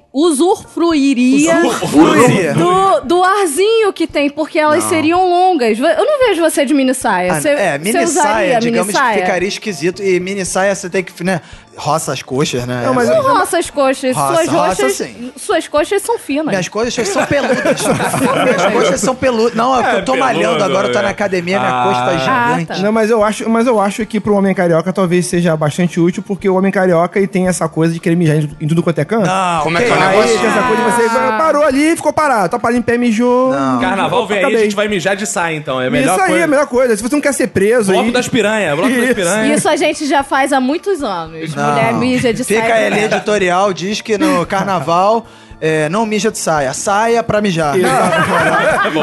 Speaker 3: usufruiria.
Speaker 2: Usufruiria.
Speaker 3: Do, do arzinho que tem, porque elas seriam longas. Eu não vejo você de mini saia.
Speaker 2: Ah,
Speaker 3: Você,
Speaker 2: é, mini
Speaker 3: você usaria
Speaker 2: saia,
Speaker 3: mini
Speaker 2: digamos
Speaker 3: saia?
Speaker 2: que ficaria esquisito. E mini saia você tem que, né? Roça as coxas, né?
Speaker 4: Não, mas
Speaker 2: Essas-
Speaker 3: Não roça as coxas.
Speaker 2: Roça,
Speaker 3: suas,
Speaker 2: roça,
Speaker 3: roxas-
Speaker 2: sim.
Speaker 3: suas coxas são finas.
Speaker 2: Minhas
Speaker 3: [LAUGHS]
Speaker 2: coxas são peludas. minhas coxas são peludas. Não, é porque eu tô
Speaker 1: peludo,
Speaker 2: malhando agora, eu tô na
Speaker 1: é.
Speaker 2: academia, minha
Speaker 1: Ah.
Speaker 2: coxa tá
Speaker 3: Ah,
Speaker 2: gigante.
Speaker 3: tá.
Speaker 4: Não, mas eu acho, mas eu acho que pro homem carioca talvez seja bastante útil, porque o homem carioca ele tem essa coisa de querer mijar em em tudo quanto é canto.
Speaker 2: Não,
Speaker 7: Como é que é o
Speaker 4: Aí
Speaker 7: negócio?
Speaker 4: tem essa coisa de você parou ali, ficou parado, tá parado em pé, mijou.
Speaker 1: Carnaval vem aí,
Speaker 4: Acabei.
Speaker 1: a gente vai mijar de saia, então. É a melhor
Speaker 4: Isso aí é
Speaker 1: coisa.
Speaker 4: a melhor coisa. Se você não quer ser preso
Speaker 1: Bloco
Speaker 4: aí,
Speaker 1: das piranha, bloco das
Speaker 4: Isso.
Speaker 1: piranha.
Speaker 3: Isso a gente já faz há muitos anos. Mulher mija de
Speaker 2: Fica
Speaker 3: saia.
Speaker 2: a linha editorial, diz
Speaker 3: [LAUGHS]
Speaker 2: que no carnaval é, não mija de saia. Saia pra mijar.
Speaker 1: É bom.
Speaker 4: um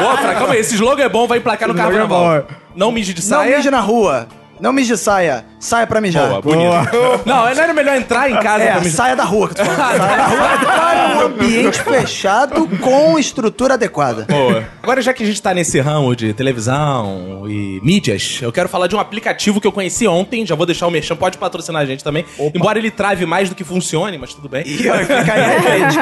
Speaker 1: Boa, Fran, calma aí. Esse slogan é bom, vai emplacar no
Speaker 5: Slogan é
Speaker 1: carnaval. Não mije de
Speaker 2: Não
Speaker 1: saia.
Speaker 2: mija na rua. Não mija de saia. Saia pra mijar.
Speaker 1: Boa, bonito. Não, não era melhor entrar em casa pra
Speaker 2: É,
Speaker 1: mijar.
Speaker 2: saia da rua que tu fala. Saia da
Speaker 1: [LAUGHS]
Speaker 2: rua para um ambiente fechado com estrutura adequada.
Speaker 1: Boa. Agora, já que a gente tá nesse ramo de televisão e mídias, eu quero falar de um aplicativo que eu conheci ontem. Já vou deixar o Merchan, pode patrocinar a gente também. Embora ele trave mais do que funcione, mas tudo bem.
Speaker 2: E aí [LAUGHS] fica aí a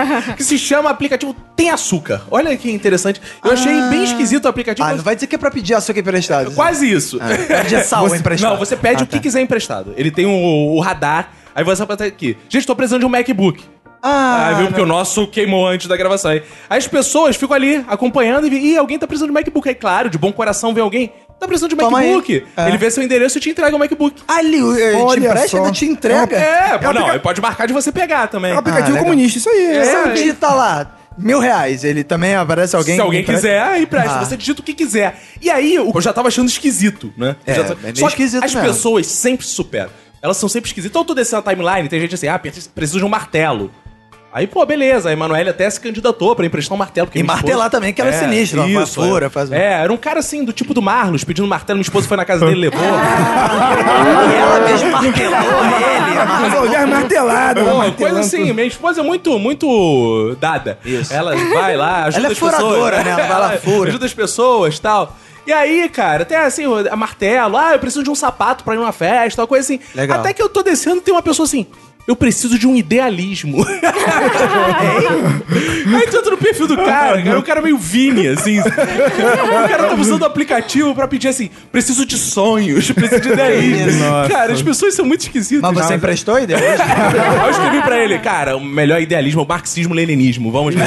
Speaker 2: crítica.
Speaker 1: Que se chama aplicativo Tem Açúcar. Olha que interessante. Eu achei bem esquisito o aplicativo.
Speaker 2: Ah, não vai dizer que é pra pedir açúcar emprestado.
Speaker 1: Tipo Quase isso.
Speaker 2: Ah, Pede sal
Speaker 1: Você-
Speaker 2: emprestado.
Speaker 1: Não, você pede
Speaker 2: Ah,
Speaker 1: o que quiser emprestado. Ele tem o, o radar. Aí você pode aqui. Gente, tô precisando de um MacBook.
Speaker 2: Ah,
Speaker 1: Ah, viu? Porque o nosso queimou antes da gravação. Aí Aí as pessoas ficam ali acompanhando e vi- Ih, alguém tá precisando de MacBook. Aí, claro, de bom coração vem alguém. Tá precisando de
Speaker 2: Toma aí.
Speaker 1: MacBook.
Speaker 2: É.
Speaker 1: Ele vê seu endereço e te entrega o MacBook.
Speaker 2: Ali, eh, te
Speaker 4: Olha
Speaker 2: empresta e
Speaker 4: só.
Speaker 2: ainda te entrega.
Speaker 1: É, pô, não, ele pode marcar de você pegar também.
Speaker 4: é um aplicativo
Speaker 2: legal.
Speaker 4: comunista, isso aí.
Speaker 2: Se eu
Speaker 1: é.
Speaker 2: digita lá mil reais, ele também aparece alguém.
Speaker 1: Se alguém
Speaker 2: que empresta?
Speaker 1: quiser, aí presta.
Speaker 2: Ah.
Speaker 1: Você digita o que quiser. E aí, eu já tava achando esquisito, né?
Speaker 2: É,
Speaker 1: Já tá-
Speaker 2: é meio
Speaker 1: Só que
Speaker 2: esquisito
Speaker 1: as
Speaker 2: mesmo.
Speaker 1: pessoas sempre se superam. Elas são sempre esquisitas. Então, tu descendo a timeline, tem gente assim, ah, preciso preciso de um martelo. Aí, pô, beleza. A Emanuele até se candidatou pra emprestar um martelo. porque
Speaker 2: E
Speaker 1: minha
Speaker 2: martelar também, que ela é sinistra, ela
Speaker 1: isso,
Speaker 2: fura,
Speaker 1: é.
Speaker 2: faz um-
Speaker 1: É, era um cara assim, do tipo do Marlos, pedindo martelo. Minha esposa foi na casa dele, levou.
Speaker 2: [LAUGHS] E ela
Speaker 1: [LAUGHS]
Speaker 2: mesmo martelou ele.
Speaker 4: Resolver é martelado.
Speaker 1: Pô,
Speaker 4: martelando
Speaker 1: coisa assim,
Speaker 4: tudo.
Speaker 1: minha esposa é muito, muito dada.
Speaker 2: Isso.
Speaker 1: Ela vai lá, ajuda
Speaker 2: Ela é
Speaker 1: as pessoas.
Speaker 2: furadora, né? Ela vai lá,
Speaker 1: [LAUGHS]
Speaker 2: fura.
Speaker 1: Ajuda as pessoas tal. E aí, cara, até assim, a martelo, ah, eu preciso de um sapato pra ir numa festa, uma coisa assim.
Speaker 2: Legal.
Speaker 1: Até que eu tô descendo tem uma pessoa assim. Eu preciso de um idealismo. [LAUGHS] Aí tu entra no perfil do cara, cara, o cara meio Vini, assim. [LAUGHS] O cara tá usando o aplicativo pra pedir assim: preciso de sonhos, preciso de
Speaker 2: [LAUGHS]
Speaker 1: idealismo. Cara, as pessoas são muito esquisitas.
Speaker 2: Mas é você
Speaker 1: Não,
Speaker 2: emprestou e
Speaker 1: [LAUGHS]
Speaker 2: deu?
Speaker 1: eu escrevi pra ele, cara, o melhor idealismo é o marxismo-leninismo. Vamos
Speaker 5: [LAUGHS]
Speaker 1: lá.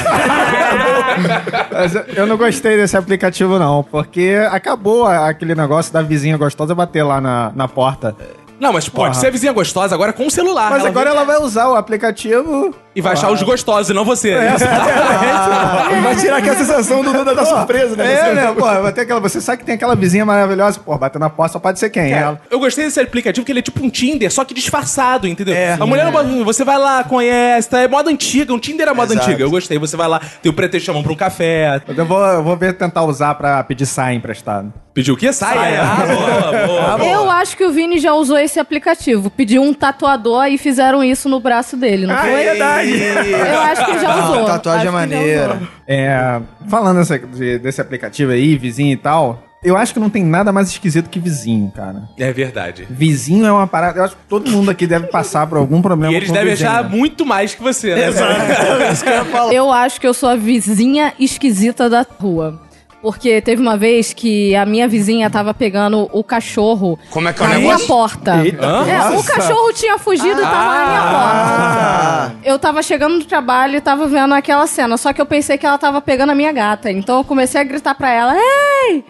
Speaker 5: Mas eu- eu não gostei desse aplicativo, não, porque acabou a- aquele negócio da vizinha gostosa bater lá na, na porta.
Speaker 1: Não, mas pode
Speaker 5: Porra.
Speaker 1: ser a vizinha gostosa agora é com o celular.
Speaker 5: Mas
Speaker 1: Ela
Speaker 5: agora
Speaker 1: vem
Speaker 5: ela vai usar o aplicativo.
Speaker 1: E vai achar os gostosos e não você.
Speaker 5: É,
Speaker 1: [LAUGHS]
Speaker 4: Vai tirar aqui a sensação do Duda da surpresa, né?
Speaker 5: É, né? Pô, vai ter aquela, você sabe que tem aquela vizinha maravilhosa. Pô, batendo na porta, só pode ser quem? Ela.
Speaker 1: É, Eu gostei desse aplicativo que ele é tipo um Tinder, só que disfarçado, entendeu?
Speaker 2: É.
Speaker 1: a mulher, não bota- você vai lá, conhece, tá? é moda antiga, um Tinder é moda
Speaker 2: Exato.
Speaker 1: antiga. Eu gostei, você vai lá, tem o pretexto chamam pra um café.
Speaker 5: Eu vou, eu vou ver, tentar usar pra pedir saia emprestado.
Speaker 1: Pediu o quê? Sai. Ah, boa, boa.
Speaker 2: tá
Speaker 3: Eu acho que o Vini já usou esse aplicativo. Pediu um tatuador e fizeram isso no braço dele, não
Speaker 1: É
Speaker 3: foi? Eu acho que ele já usou.
Speaker 2: Ah, tatuagem
Speaker 3: Acho que ele já
Speaker 2: maneira.
Speaker 3: usou.
Speaker 5: É, falando essa- de- desse aplicativo aí, vizinho e tal, eu acho que não tem nada mais esquisito que vizinho, cara.
Speaker 1: É verdade.
Speaker 5: Vizinho é uma parada. Eu acho que todo mundo aqui deve passar por algum problema.
Speaker 1: E eles
Speaker 5: com
Speaker 1: devem
Speaker 5: vizinho,
Speaker 1: achar
Speaker 5: né?
Speaker 1: muito mais que você, né? [LAUGHS]
Speaker 3: Eu acho que eu sou a vizinha esquisita da rua. Porque teve uma vez que a minha vizinha tava pegando o cachorro
Speaker 6: Como é que é o
Speaker 3: na minha
Speaker 6: negócio?
Speaker 3: porta. É, o cachorro tinha fugido e tava na
Speaker 2: Ah.
Speaker 3: minha porta. Eu tava chegando do trabalho e tava vendo aquela cena, só que eu pensei que ela tava pegando a minha gata. Então eu comecei a gritar pra ela: "Ei!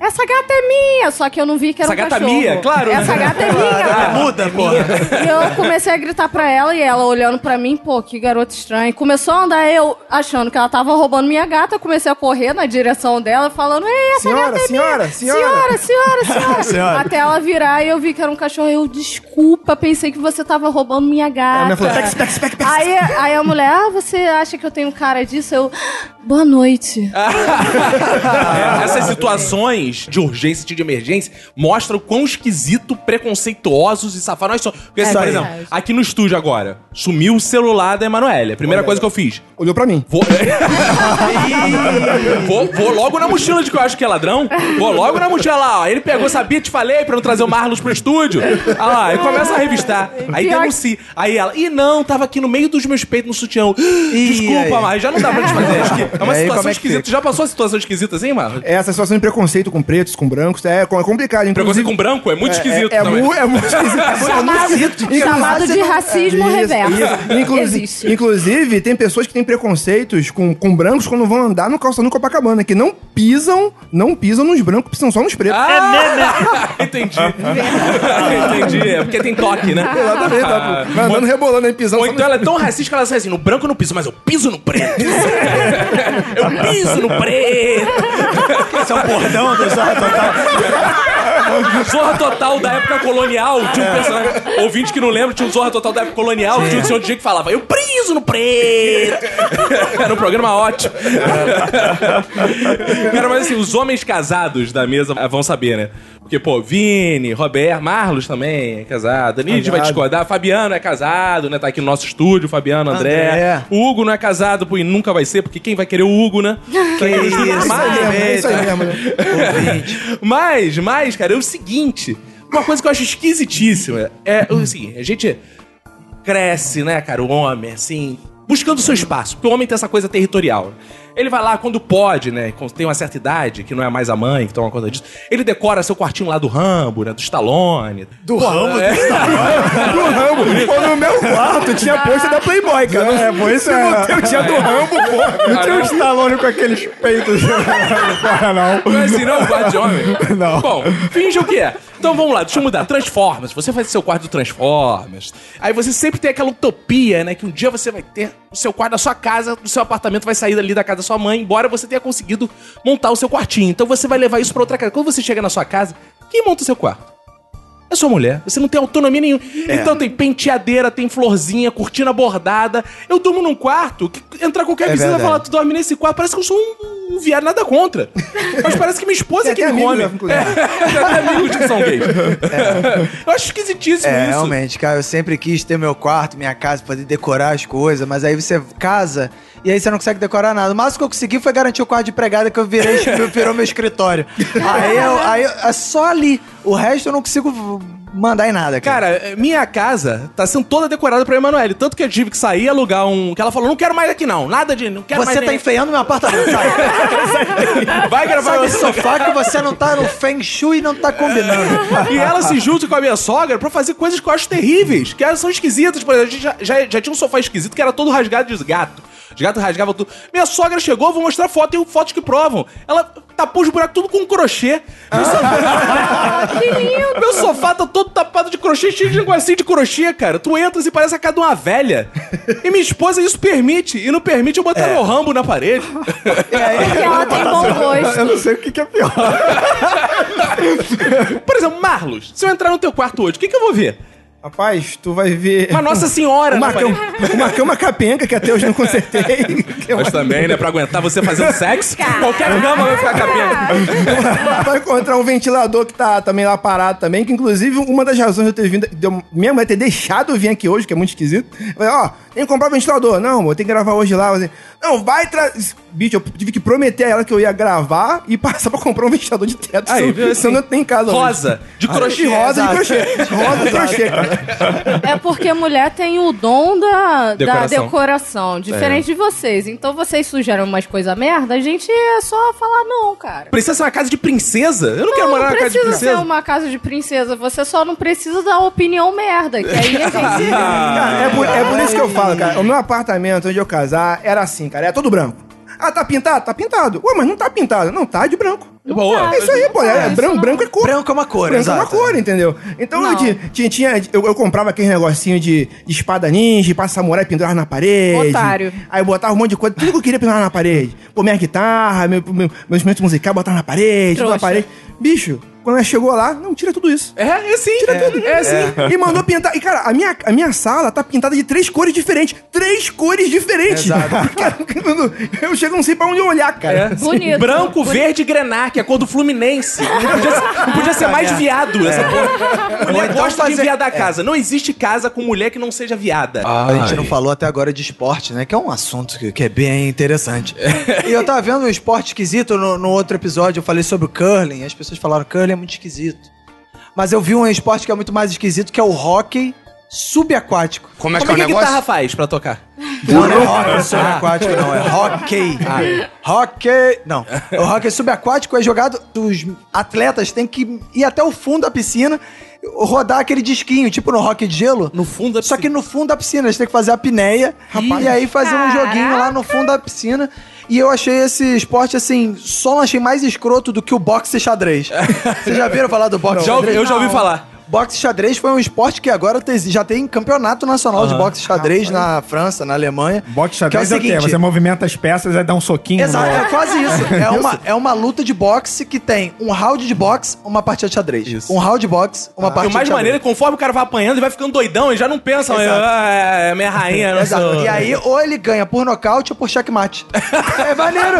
Speaker 3: Essa gata é minha!" Só que eu não vi que era
Speaker 1: Essa
Speaker 3: um
Speaker 1: gata é
Speaker 3: cachorro.
Speaker 1: minha, claro.
Speaker 3: Essa gata é minha.
Speaker 1: muda, porra.
Speaker 3: E eu comecei a gritar pra ela e ela olhando pra mim, pô, que garota estranha. Começou a andar eu achando que ela tava roubando minha gata, eu comecei a correr na direção dela, falando: "Ei, essa
Speaker 4: Senhora,
Speaker 3: gata é
Speaker 4: senhora,
Speaker 3: minha.
Speaker 4: senhora."
Speaker 3: senhora,
Speaker 1: [LAUGHS]
Speaker 3: senhora, senhora, Até ela virar e eu vi que era um cachorro, eu desculpa, pensei que você tava roubando minha
Speaker 4: A
Speaker 3: gata.
Speaker 4: mulher falou, "Tex, tex, tex, tex."
Speaker 3: Aí, aí a mulher, ah, você acha que eu tenho cara disso? Eu, boa noite.
Speaker 1: É, Essas situações de urgência e de emergência mostram quão esquisito, preconceituosos e safados nós somos. Porque, assim,
Speaker 3: É
Speaker 1: por
Speaker 3: verdade.
Speaker 1: exemplo, aqui no estúdio agora, sumiu o celular da Emanuele. A primeira coisa que eu fiz.
Speaker 4: Olhou pra mim.
Speaker 1: Vou... [LAUGHS] vou, vou logo na mochila de que eu acho que é ladrão. Vou logo na mochila lá, ó. Ele pegou, sabia, te falei pra não trazer o Marlos pro estúdio. Ah lá, aí começa a revistar. Aí
Speaker 3: Pior-
Speaker 1: denuncia. Aí ela, ih, não, tava aqui no meio dos meus peitos no sutiã. Desculpa,
Speaker 2: aí?
Speaker 1: Marlos, já não dá pra desfazer. Acho que É uma
Speaker 2: E aí, como
Speaker 1: situação
Speaker 2: é que
Speaker 1: esquisita.
Speaker 2: fica?
Speaker 1: Tu já passou uma situação esquisita assim, Marlos?
Speaker 4: É, Essa situação de preconceito com pretos, com brancos, é, é complicado.
Speaker 1: Preconceito
Speaker 4: inclusive-
Speaker 1: com branco é muito esquisito
Speaker 4: É, é,
Speaker 1: também.
Speaker 4: mu- é muito esquisito. É muito
Speaker 3: Chamado-
Speaker 4: esquisito.
Speaker 3: chamado de
Speaker 4: Inclusive,
Speaker 3: racismo
Speaker 4: isso,
Speaker 3: reverso.
Speaker 4: isso. Inclusive,
Speaker 3: Existe.
Speaker 4: inclusive, tem pessoas que têm preconceitos com, com brancos quando vão andar no calçadão Copacabana, que não pisam, não pisam nos brancos, pisam só nos pretos.
Speaker 1: Ah, [LAUGHS] entendi. entendi. É porque tem toque, né?
Speaker 4: Exatamente, tá, pô. Vai andando rebolando aí, pisando
Speaker 1: Ou
Speaker 4: só
Speaker 1: então
Speaker 4: nos-
Speaker 1: ela é tão racista que ela sai assim, no branco eu não piso, mas eu piso no preto. [LAUGHS] eu piso no preto.
Speaker 7: Esse é o bordão do Zorra Total.
Speaker 1: Zorra Total da época colonial. Tinha um personagem, ouvinte que não lembra, tinha um Zorra Total da época colonial. Tinha um senhor de jeito que falava, eu piso no preto. [LAUGHS] Era um programa ótimo. Cara, mas assim, os homens casados da mesa ah, vão saber, né? Porque, pô, Vini, Robert, Marlos também é casado. Nid vai discordar. Fabiano é casado, né? Tá aqui no nosso estúdio, Fabiano, André.
Speaker 2: André.
Speaker 1: O Hugo não é casado, pô, e nunca vai ser, porque quem vai querer o Hugo, né? Que
Speaker 2: isso,
Speaker 4: É isso aí mesmo, né?
Speaker 1: tá? mas, mas, cara, é o seguinte. Uma coisa que eu acho esquisitíssima é o seguinte, a gente cresce, né, cara, o homem, assim, buscando seu espaço, porque o homem tem essa coisa territorial. Ele vai lá quando pode, né? Quando tem uma certa idade, que não é mais a mãe, que toma conta disso. Ele decora seu quartinho lá do Rambo, né? Do Stallone. é.
Speaker 7: Do ramo
Speaker 4: Do Rambo. Pô, no meu quarto tinha
Speaker 3: Ah.
Speaker 4: pôster da Playboy, cara. É, pô, isso é... Não tem o
Speaker 1: [LAUGHS]
Speaker 4: dia do Rambo, pô.
Speaker 5: Não tinha um Stallone com aqueles peitos. Porra, não.
Speaker 1: Não é assim, não, o quarto de homem?
Speaker 5: Não.
Speaker 1: Bom, finge o que é. Então vamos lá, deixa eu mudar. Transformers. Você faz seu quarto do Transformers. Aí você sempre tem aquela utopia, né? Que um dia você vai ter o seu quarto da sua casa, do seu apartamento, vai sair dali da casa da sua mãe, embora você tenha conseguido montar o seu quartinho. Então você vai levar isso pra outra casa. Quando você chega na sua casa, quem monta o seu quarto? É sua mulher. Você não tem autonomia nenhuma.
Speaker 2: É.
Speaker 1: Então tem penteadeira, tem florzinha, cortina bordada. Eu durmo num quarto, que entrar qualquer vizinha vai
Speaker 2: É verdade.
Speaker 1: falar, tu dorme nesse quarto. Parece que eu sou um, um viado, nada
Speaker 2: [LAUGHS]
Speaker 1: contra. Mas parece que minha esposa é
Speaker 4: Tem
Speaker 1: que
Speaker 4: até
Speaker 1: me
Speaker 4: amigo
Speaker 1: come.
Speaker 4: mesmo, inclusive.
Speaker 1: É, [LAUGHS] tem até amigos que são gays. Eu acho esquisitíssimo
Speaker 2: É,
Speaker 1: isso.
Speaker 2: realmente, cara, eu sempre quis ter meu quarto, minha casa, poder decorar as coisas, mas aí você casa e aí você não consegue decorar nada. O máximo que eu consegui foi garantir o quarto de empregada que eu virei, virou meu escritório. Aí, eu, aí eu- é só ali. O resto eu não consigo mandar em nada, cara.
Speaker 1: Cara, eh, minha casa tá sendo toda decorada pra Emanuele. Tanto que eu tive que sair e alugar um. Que ela falou: não quero mais aqui, não. Nada de. Não quero
Speaker 2: você
Speaker 1: mais
Speaker 2: tá enfeiando meu apartamento, sai.
Speaker 1: Vai gravar
Speaker 2: Sai
Speaker 1: o
Speaker 2: desse sofá que você não tá no Feng Shui e não tá combinando.
Speaker 1: [LAUGHS] E ela se junta com a minha sogra pra fazer coisas que eu acho terríveis, que elas são esquisitas. Por exemplo, a gente já, já, já tinha um sofá esquisito que era todo rasgado de gato. Os gatos rasgavam tudo. Minha sogra chegou, vou mostrar foto, e fotos que provam. Ela tapou os buracos tudo com um crochê. Meu sofá... que lindo! Meu sofá tá todo tapado de crochê, cheio de negocinho de crochê, cara. Tu entras e parece a casa de uma velha. E minha esposa isso permite. E não permite eu botar meu rambo na parede.
Speaker 3: Porque ela tem bom gosto.
Speaker 5: Eu não sei o que, que é pior.
Speaker 1: Por exemplo, Marlos, se eu entrar no teu quarto hoje, o que, que eu vou ver?
Speaker 4: Rapaz, tu vai ver.
Speaker 1: Uma Nossa Senhora,
Speaker 4: uma,
Speaker 1: na
Speaker 4: cama,
Speaker 1: parede.
Speaker 4: uma cama capenga que até hoje não consertei. Que é uma-
Speaker 1: Mas também, né, pra aguentar você fazendo sexo, qualquer cama vai ficar capenga.
Speaker 4: [LAUGHS] Vai encontrar um ventilador que tá também lá parado também, que inclusive uma das razões de eu ter vindo, de eu, minha mulher ter deixado eu vir aqui hoje, que é muito esquisito. Eu Falei, ó, tem que comprar um ventilador. Não, amor, tem que gravar hoje lá. Eu falei, não, vai trazer. Bicho, eu tive que prometer a ela que eu ia gravar e [LAUGHS] passar pra comprar um ventilador de teto.
Speaker 1: Aí,
Speaker 4: senão-
Speaker 1: assim,
Speaker 4: senão eu não tem em casa hoje.
Speaker 1: Rosa, de crochê.
Speaker 4: De rosa de crochê. Rosa de crochê, cara.
Speaker 3: É porque mulher tem o dom da decoração, da
Speaker 1: Decoração.
Speaker 3: decoração diferente de vocês. Então vocês sugerem umas coisas merda, a gente é só falar não, cara.
Speaker 1: Precisa ser uma casa de princesa? Eu não, quero
Speaker 3: não
Speaker 1: morar na casa de
Speaker 3: precisa ser
Speaker 1: princesa.
Speaker 3: uma casa de princesa, você só não precisa dar opinião merda, que aí a gente...
Speaker 4: Cara, é, por, é por isso que eu falo, cara. O meu apartamento onde eu casar era assim, cara. Era todo branco. Ah, tá pintado? Tá pintado. Ué, mas não tá pintado. Não, tá de branco.
Speaker 1: Boa.
Speaker 4: É isso aí, pô. É,
Speaker 3: isso
Speaker 4: branco,
Speaker 3: não.
Speaker 4: branco é cor.
Speaker 2: Branco é uma cor,
Speaker 4: branco é uma
Speaker 2: exato.
Speaker 4: cor, entendeu? Então eu,
Speaker 3: Não.
Speaker 4: ti- ti- tinha, eu, eu comprava aquele negocinho de, de espada ninja, e passa samurai, pendurava na parede.
Speaker 3: Otário.
Speaker 4: Aí eu botava um monte de coisa, tudo que eu queria pendurava na parede. Pô, minha guitarra, meu, meu, meus instrumentos musicais, botava na parede, tudo na
Speaker 3: Trouxa.
Speaker 4: parede. Bicho, quando ela chegou lá, não, tira tudo isso.
Speaker 1: É, é sim. é, é sim.
Speaker 4: assim, E mandou pintar. E, cara, a minha, a minha sala tá pintada de três cores diferentes. Três cores diferentes. [LAUGHS] Cara, eu chego não sei pra onde olhar, cara.
Speaker 1: É.
Speaker 3: Bonito.
Speaker 1: Branco,
Speaker 3: Bonito.
Speaker 1: verde e grená, que é a cor do Fluminense. Não podia ser, não podia ser mais viado essa porra. Mulher
Speaker 2: É. então
Speaker 1: gosta de
Speaker 2: fazer-
Speaker 1: viadar a casa. Não existe casa com mulher que não seja viada.
Speaker 2: A gente não falou até agora de esporte, né? Que é um assunto que, que é bem interessante.
Speaker 1: É.
Speaker 2: e eu tava vendo um esporte esquisito no, no outro episódio, eu falei sobre o curling, as pessoas falaram curling é muito esquisito. Mas eu vi um esporte que é muito mais esquisito, que é o hockey subaquático.
Speaker 1: Como é que, a guitarra faz pra tocar?
Speaker 2: Não, não é hockey subaquático, não. É hockey. Hockey. Não. O hockey subaquático é jogado. Os atletas têm que ir até o fundo da piscina, rodar aquele disquinho, tipo no hockey de gelo.
Speaker 1: No fundo é da
Speaker 2: Só que no fundo da piscina, eles têm que fazer a apneia e aí fazer um joguinho lá no fundo da piscina. E eu achei esse esporte, assim, só não achei mais escroto do que o
Speaker 1: [LAUGHS]
Speaker 2: boxe xadrez. Vocês já viram falar do boxe
Speaker 1: Já ouvi-
Speaker 2: xadrez?
Speaker 1: eu já ouvi
Speaker 2: Não.
Speaker 1: falar.
Speaker 2: Boxe xadrez foi um esporte que agora tem- já tem campeonato nacional
Speaker 1: Ah.
Speaker 2: de boxe xadrez na França, na Alemanha.
Speaker 5: Boxe
Speaker 2: que é o
Speaker 5: xadrez é o quê?
Speaker 2: seguinte,
Speaker 5: Você movimenta as peças, aí dá um soquinho. no
Speaker 2: Exato, é
Speaker 5: outro.
Speaker 2: quase isso.
Speaker 5: [LAUGHS]
Speaker 2: É uma, é uma luta de boxe que tem um round de boxe, uma partida de xadrez. Um round de boxe, uma
Speaker 1: E
Speaker 2: partida
Speaker 1: o mais
Speaker 2: de xadrez.
Speaker 1: maneiro é que conforme o cara vai apanhando, ele vai ficando doidão e já não pensa,
Speaker 2: Exato.
Speaker 1: ah, é minha rainha, não
Speaker 2: [LAUGHS] Exato.
Speaker 1: sou...
Speaker 2: E aí, ou ele ganha por nocaute ou por [LAUGHS] checkmate. é maneiro.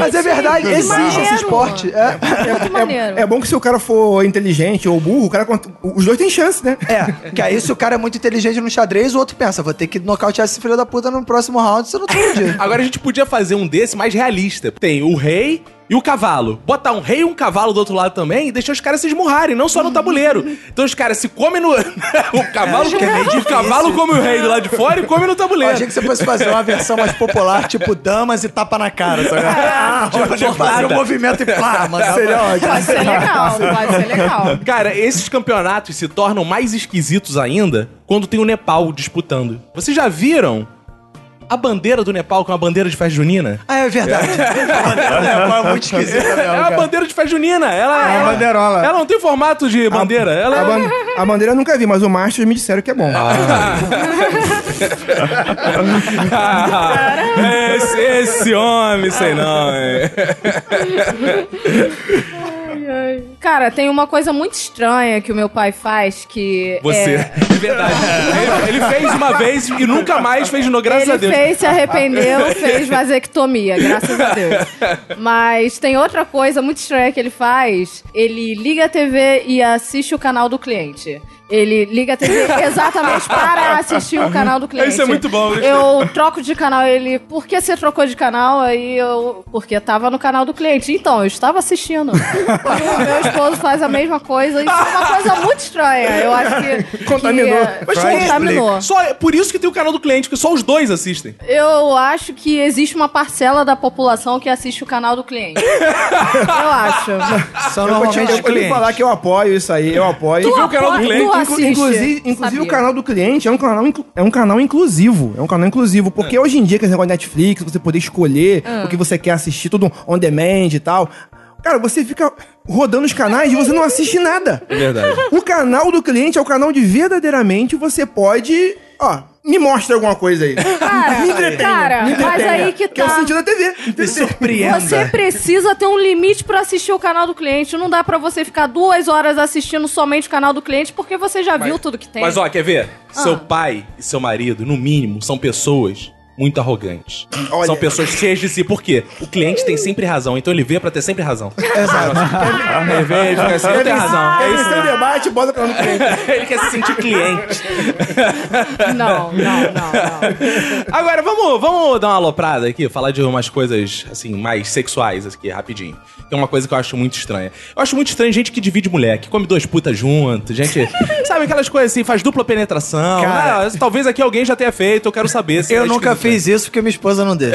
Speaker 2: Mas é verdade, existe esse
Speaker 3: maneiro.
Speaker 2: esporte. É.
Speaker 3: Muito maneiro.
Speaker 4: É, é bom que se o cara for inteligente ou burro, o cara cont- os dois têm chance, né?
Speaker 2: É, que aí se o cara é muito inteligente no xadrez, o outro pensa, vou ter que nocautear esse filho da puta no próximo round, você não tem [LAUGHS] dia.
Speaker 1: Agora a gente podia fazer um desse mais realista. Tem o rei e o cavalo. Botar um rei e um cavalo do outro lado também e deixar os caras se esmurrarem, não só no tabuleiro. Então os caras se comem no. [LAUGHS] o cavalo,
Speaker 2: acho que é meio
Speaker 1: o cavalo come o rei do lado de fora e come no
Speaker 2: Eu
Speaker 1: tabuleiro.
Speaker 2: achei que você fosse fazer uma versão mais popular, tipo damas e tapa na cara, sabe? [LAUGHS] Ah, tipo, fazer um
Speaker 1: tortada.
Speaker 2: movimento e [LAUGHS] pá, mandar uma-
Speaker 3: Pode ser legal, pode ser legal.
Speaker 1: Cara, esses campeonatos se tornam mais esquisitos ainda quando tem o Nepal disputando. Vocês já viram a bandeira do Nepal com a bandeira de festa junina?
Speaker 2: Ah, é verdade. [LAUGHS] é muito esquisito.
Speaker 1: É a bandeira de festa junina. Ela,
Speaker 5: É
Speaker 1: ela-
Speaker 5: uma bandeirola.
Speaker 1: ela não tem formato de bandeira. ela é
Speaker 4: A, ban- a bandeira eu nunca vi, mas o Masters me disseram que é bom.
Speaker 1: Ah, [LAUGHS] esse, esse homem, sei não. é.
Speaker 3: Cara, tem uma coisa muito estranha que o meu pai faz que.
Speaker 1: Você.
Speaker 3: é,
Speaker 1: De verdade. Ele, ele fez uma vez e nunca mais fez de novo, graças a
Speaker 3: ele
Speaker 1: Deus.
Speaker 3: fez, se
Speaker 1: [LAUGHS]
Speaker 3: arrependeu, fez vasectomia, graças a Deus. Mas tem outra coisa muito estranha que ele faz. Ele liga a TV e assiste o canal do cliente. Ele liga a TV exatamente para assistir o canal do cliente.
Speaker 1: Isso é muito bom, né?
Speaker 3: Eu troco de canal, ele... Por que você trocou de canal? Aí eu... Porque tava no canal do cliente. Então, eu estava assistindo. E o meu esposo faz a mesma coisa. Isso é uma coisa muito estranha. Eu acho que...
Speaker 4: Contaminou.
Speaker 3: que- é,
Speaker 4: Mas
Speaker 3: contaminou.
Speaker 1: Só é por isso que tem o canal do cliente, que só os dois assistem.
Speaker 3: Eu acho que existe uma parcela da população que assiste o canal do cliente. eu acho.
Speaker 2: São
Speaker 4: Eu vou te-
Speaker 2: normalmente
Speaker 4: eu vou te
Speaker 2: clientes.
Speaker 4: falar que eu apoio isso aí, eu apoio.
Speaker 3: Tu
Speaker 1: o canal do
Speaker 3: apoia-
Speaker 1: cliente?
Speaker 3: tu
Speaker 4: Inclu-
Speaker 3: assiste,
Speaker 4: inclusive, inclusive o
Speaker 3: sabia?
Speaker 4: canal do cliente é um canal, inclu- é um canal inclusivo. É um canal inclusivo. Porque
Speaker 3: Ah.
Speaker 4: hoje em dia, que esse negócio de Netflix, você poder escolher o que você quer assistir, tudo on demand e tal. Cara, você fica rodando os canais e você não assiste nada.
Speaker 1: É verdade.
Speaker 4: O canal do cliente é o canal de verdadeiramente você pode. Ó, me mostra alguma coisa aí. me
Speaker 3: Cara,
Speaker 4: entretenha.
Speaker 3: cara,
Speaker 4: me entretenha,
Speaker 3: mas aí que
Speaker 4: é o
Speaker 3: tá.
Speaker 4: sentido da TV.
Speaker 7: Me surpreenda.
Speaker 3: Você precisa ter um limite pra assistir o canal do cliente. Não dá pra você ficar duas horas assistindo somente o canal do cliente porque você já viu tudo que tem.
Speaker 1: Mas ó, quer ver? Seu
Speaker 3: Ah.
Speaker 1: pai e seu marido, no mínimo, são pessoas muito arrogantes.
Speaker 4: Olha.
Speaker 1: São pessoas cheias de si. Por quê? O cliente tem sempre razão, então ele vê pra ter sempre razão. Exato. Ele vê e fica assim, eu tenho razão. né?
Speaker 4: É isso, tem debate, bota pra no cliente.
Speaker 1: Ele quer se sentir cliente.
Speaker 3: Não, não,
Speaker 1: [LAUGHS]
Speaker 3: não,
Speaker 1: Agora, vamos, vamos dar uma aloprada aqui, falar de umas coisas, assim, mais sexuais aqui, rapidinho. Tem uma coisa que eu acho muito estranha. Eu acho muito estranho gente que divide mulher, que come duas putas junto,
Speaker 2: [LAUGHS]
Speaker 1: gente... sabe aquelas coisas assim, faz dupla penetração.
Speaker 2: Cara-
Speaker 1: Ah, talvez aqui alguém já tenha feito, eu quero saber. se
Speaker 2: Eu
Speaker 1: é
Speaker 2: nunca
Speaker 1: esquisito.
Speaker 2: fiz isso porque minha esposa não [LAUGHS] deu.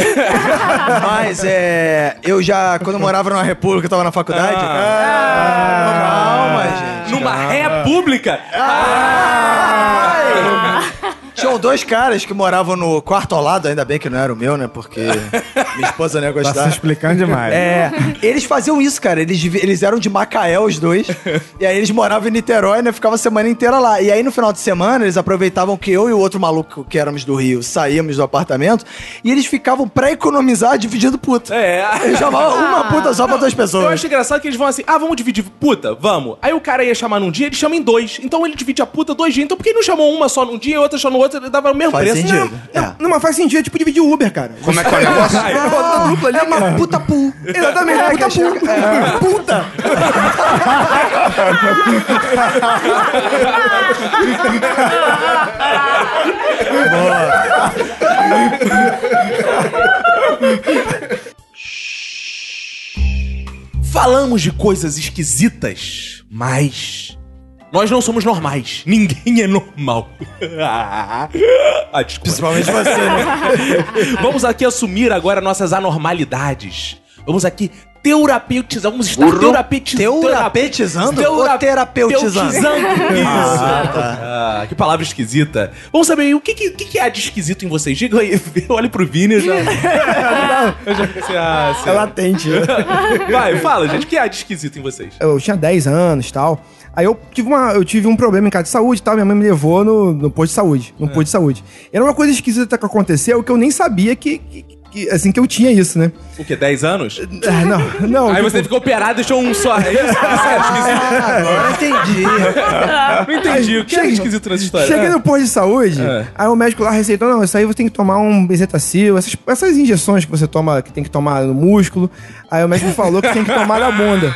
Speaker 2: Mas é. Eu já, quando eu morava numa república, eu tava na faculdade. Ah. Calma, gente. Ah.
Speaker 1: Numa república?
Speaker 2: [LAUGHS] Tinham dois caras que moravam no quarto ao lado, ainda bem que não era o meu, né? Porque minha esposa não ia
Speaker 5: Tá se
Speaker 2: gostar.
Speaker 5: explicando demais.
Speaker 2: É, eles faziam isso, cara. Eles, vi- eles eram de Macaé, os dois. E aí eles moravam em Niterói, né? Ficavam a semana inteira lá. E aí no final de semana, eles aproveitavam que eu e o outro maluco que éramos do Rio saíamos do apartamento. E eles ficavam pra economizar dividindo puta.
Speaker 1: É.
Speaker 2: Eles chamavam uma puta só pra duas pessoas.
Speaker 1: Eu acho engraçado que eles vão assim, ah, vamos dividir, puta, vamos. Aí o cara ia chamar num dia, ele chama em dois. Então ele divide a puta dois dias. Então por que não chamou uma só num dia e outra só no outro? Ele dava o mesmo
Speaker 2: Faz
Speaker 1: preço.
Speaker 2: sentido.
Speaker 4: Não,
Speaker 2: É.
Speaker 4: não, mas faz sentido, é tipo dividir Uber, cara.
Speaker 7: Como é que é o negócio?
Speaker 4: Vai rodar dupla ali, né?
Speaker 2: É uma puta pool.
Speaker 4: Exatamente,
Speaker 2: É,
Speaker 4: puta
Speaker 2: que chega-
Speaker 4: puta.
Speaker 2: é. Puta!
Speaker 1: Falamos de coisas esquisitas, mas nós não somos normais. Ninguém é normal. [LAUGHS] ah, desculpa.
Speaker 2: Principalmente você, né?
Speaker 1: [LAUGHS] Vamos aqui assumir agora nossas anormalidades. Vamos aqui terapeutizar. Vamos estar
Speaker 7: Burro.
Speaker 1: terapeutizando.
Speaker 2: Teurapetizando ou terapeutizando? tá.
Speaker 1: Isso. Ah, que palavra esquisita. Vamos saber aí, o que, que, o que que há de esquisito em vocês? Diga aí, [LAUGHS] olhe pro Vini
Speaker 2: [LAUGHS]
Speaker 1: eu já. eu já pensei, ah,
Speaker 4: É latente.
Speaker 1: sei. [LAUGHS] Vai, fala, gente, o que há de esquisito em vocês?
Speaker 4: eu tinha 10 anos e tal. Aí eu tive, uma, eu tive um problema em casa de saúde e tal. Minha mãe me levou no, no posto de saúde. No posto de saúde. Era uma coisa esquisita que aconteceu que eu nem sabia que, que- que- assim, que eu tinha isso, né?
Speaker 1: O quê? 10 anos?
Speaker 4: Ah, [LAUGHS] Não, não.
Speaker 1: Aí
Speaker 4: tipo,
Speaker 1: você ficou operado e deixou um só. É Isso, isso é esquisito.
Speaker 2: Agora entendi.
Speaker 1: Não entendi. O que é de esquisito nessa história?
Speaker 4: Cheguei no posto de saúde,
Speaker 1: É.
Speaker 4: aí o médico lá receitou, não, isso aí você tem que tomar um bezetacil, essas, essas injeções que você toma, que tem que tomar no músculo. Aí o médico falou que tem que tomar na [LAUGHS] bunda.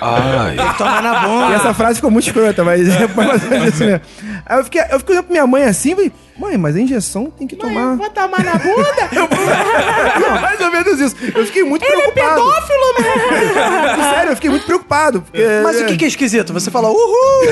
Speaker 2: Tem que tomar na bunda.
Speaker 4: E essa frase ficou muito escrota, mas é mais ou menos isso mesmo. Aí eu fiquei, eu fiquei olhando pra minha mãe assim, falei, mãe, mas a injeção tem que tomar. Vou tomar na bunda? Não, mais ou menos isso. Eu fiquei muito preocupado. Ele é pedófilo, mano! Sério, eu fiquei muito preocupado. Porque,
Speaker 2: Mas o que, que é esquisito? Você fala, uhul!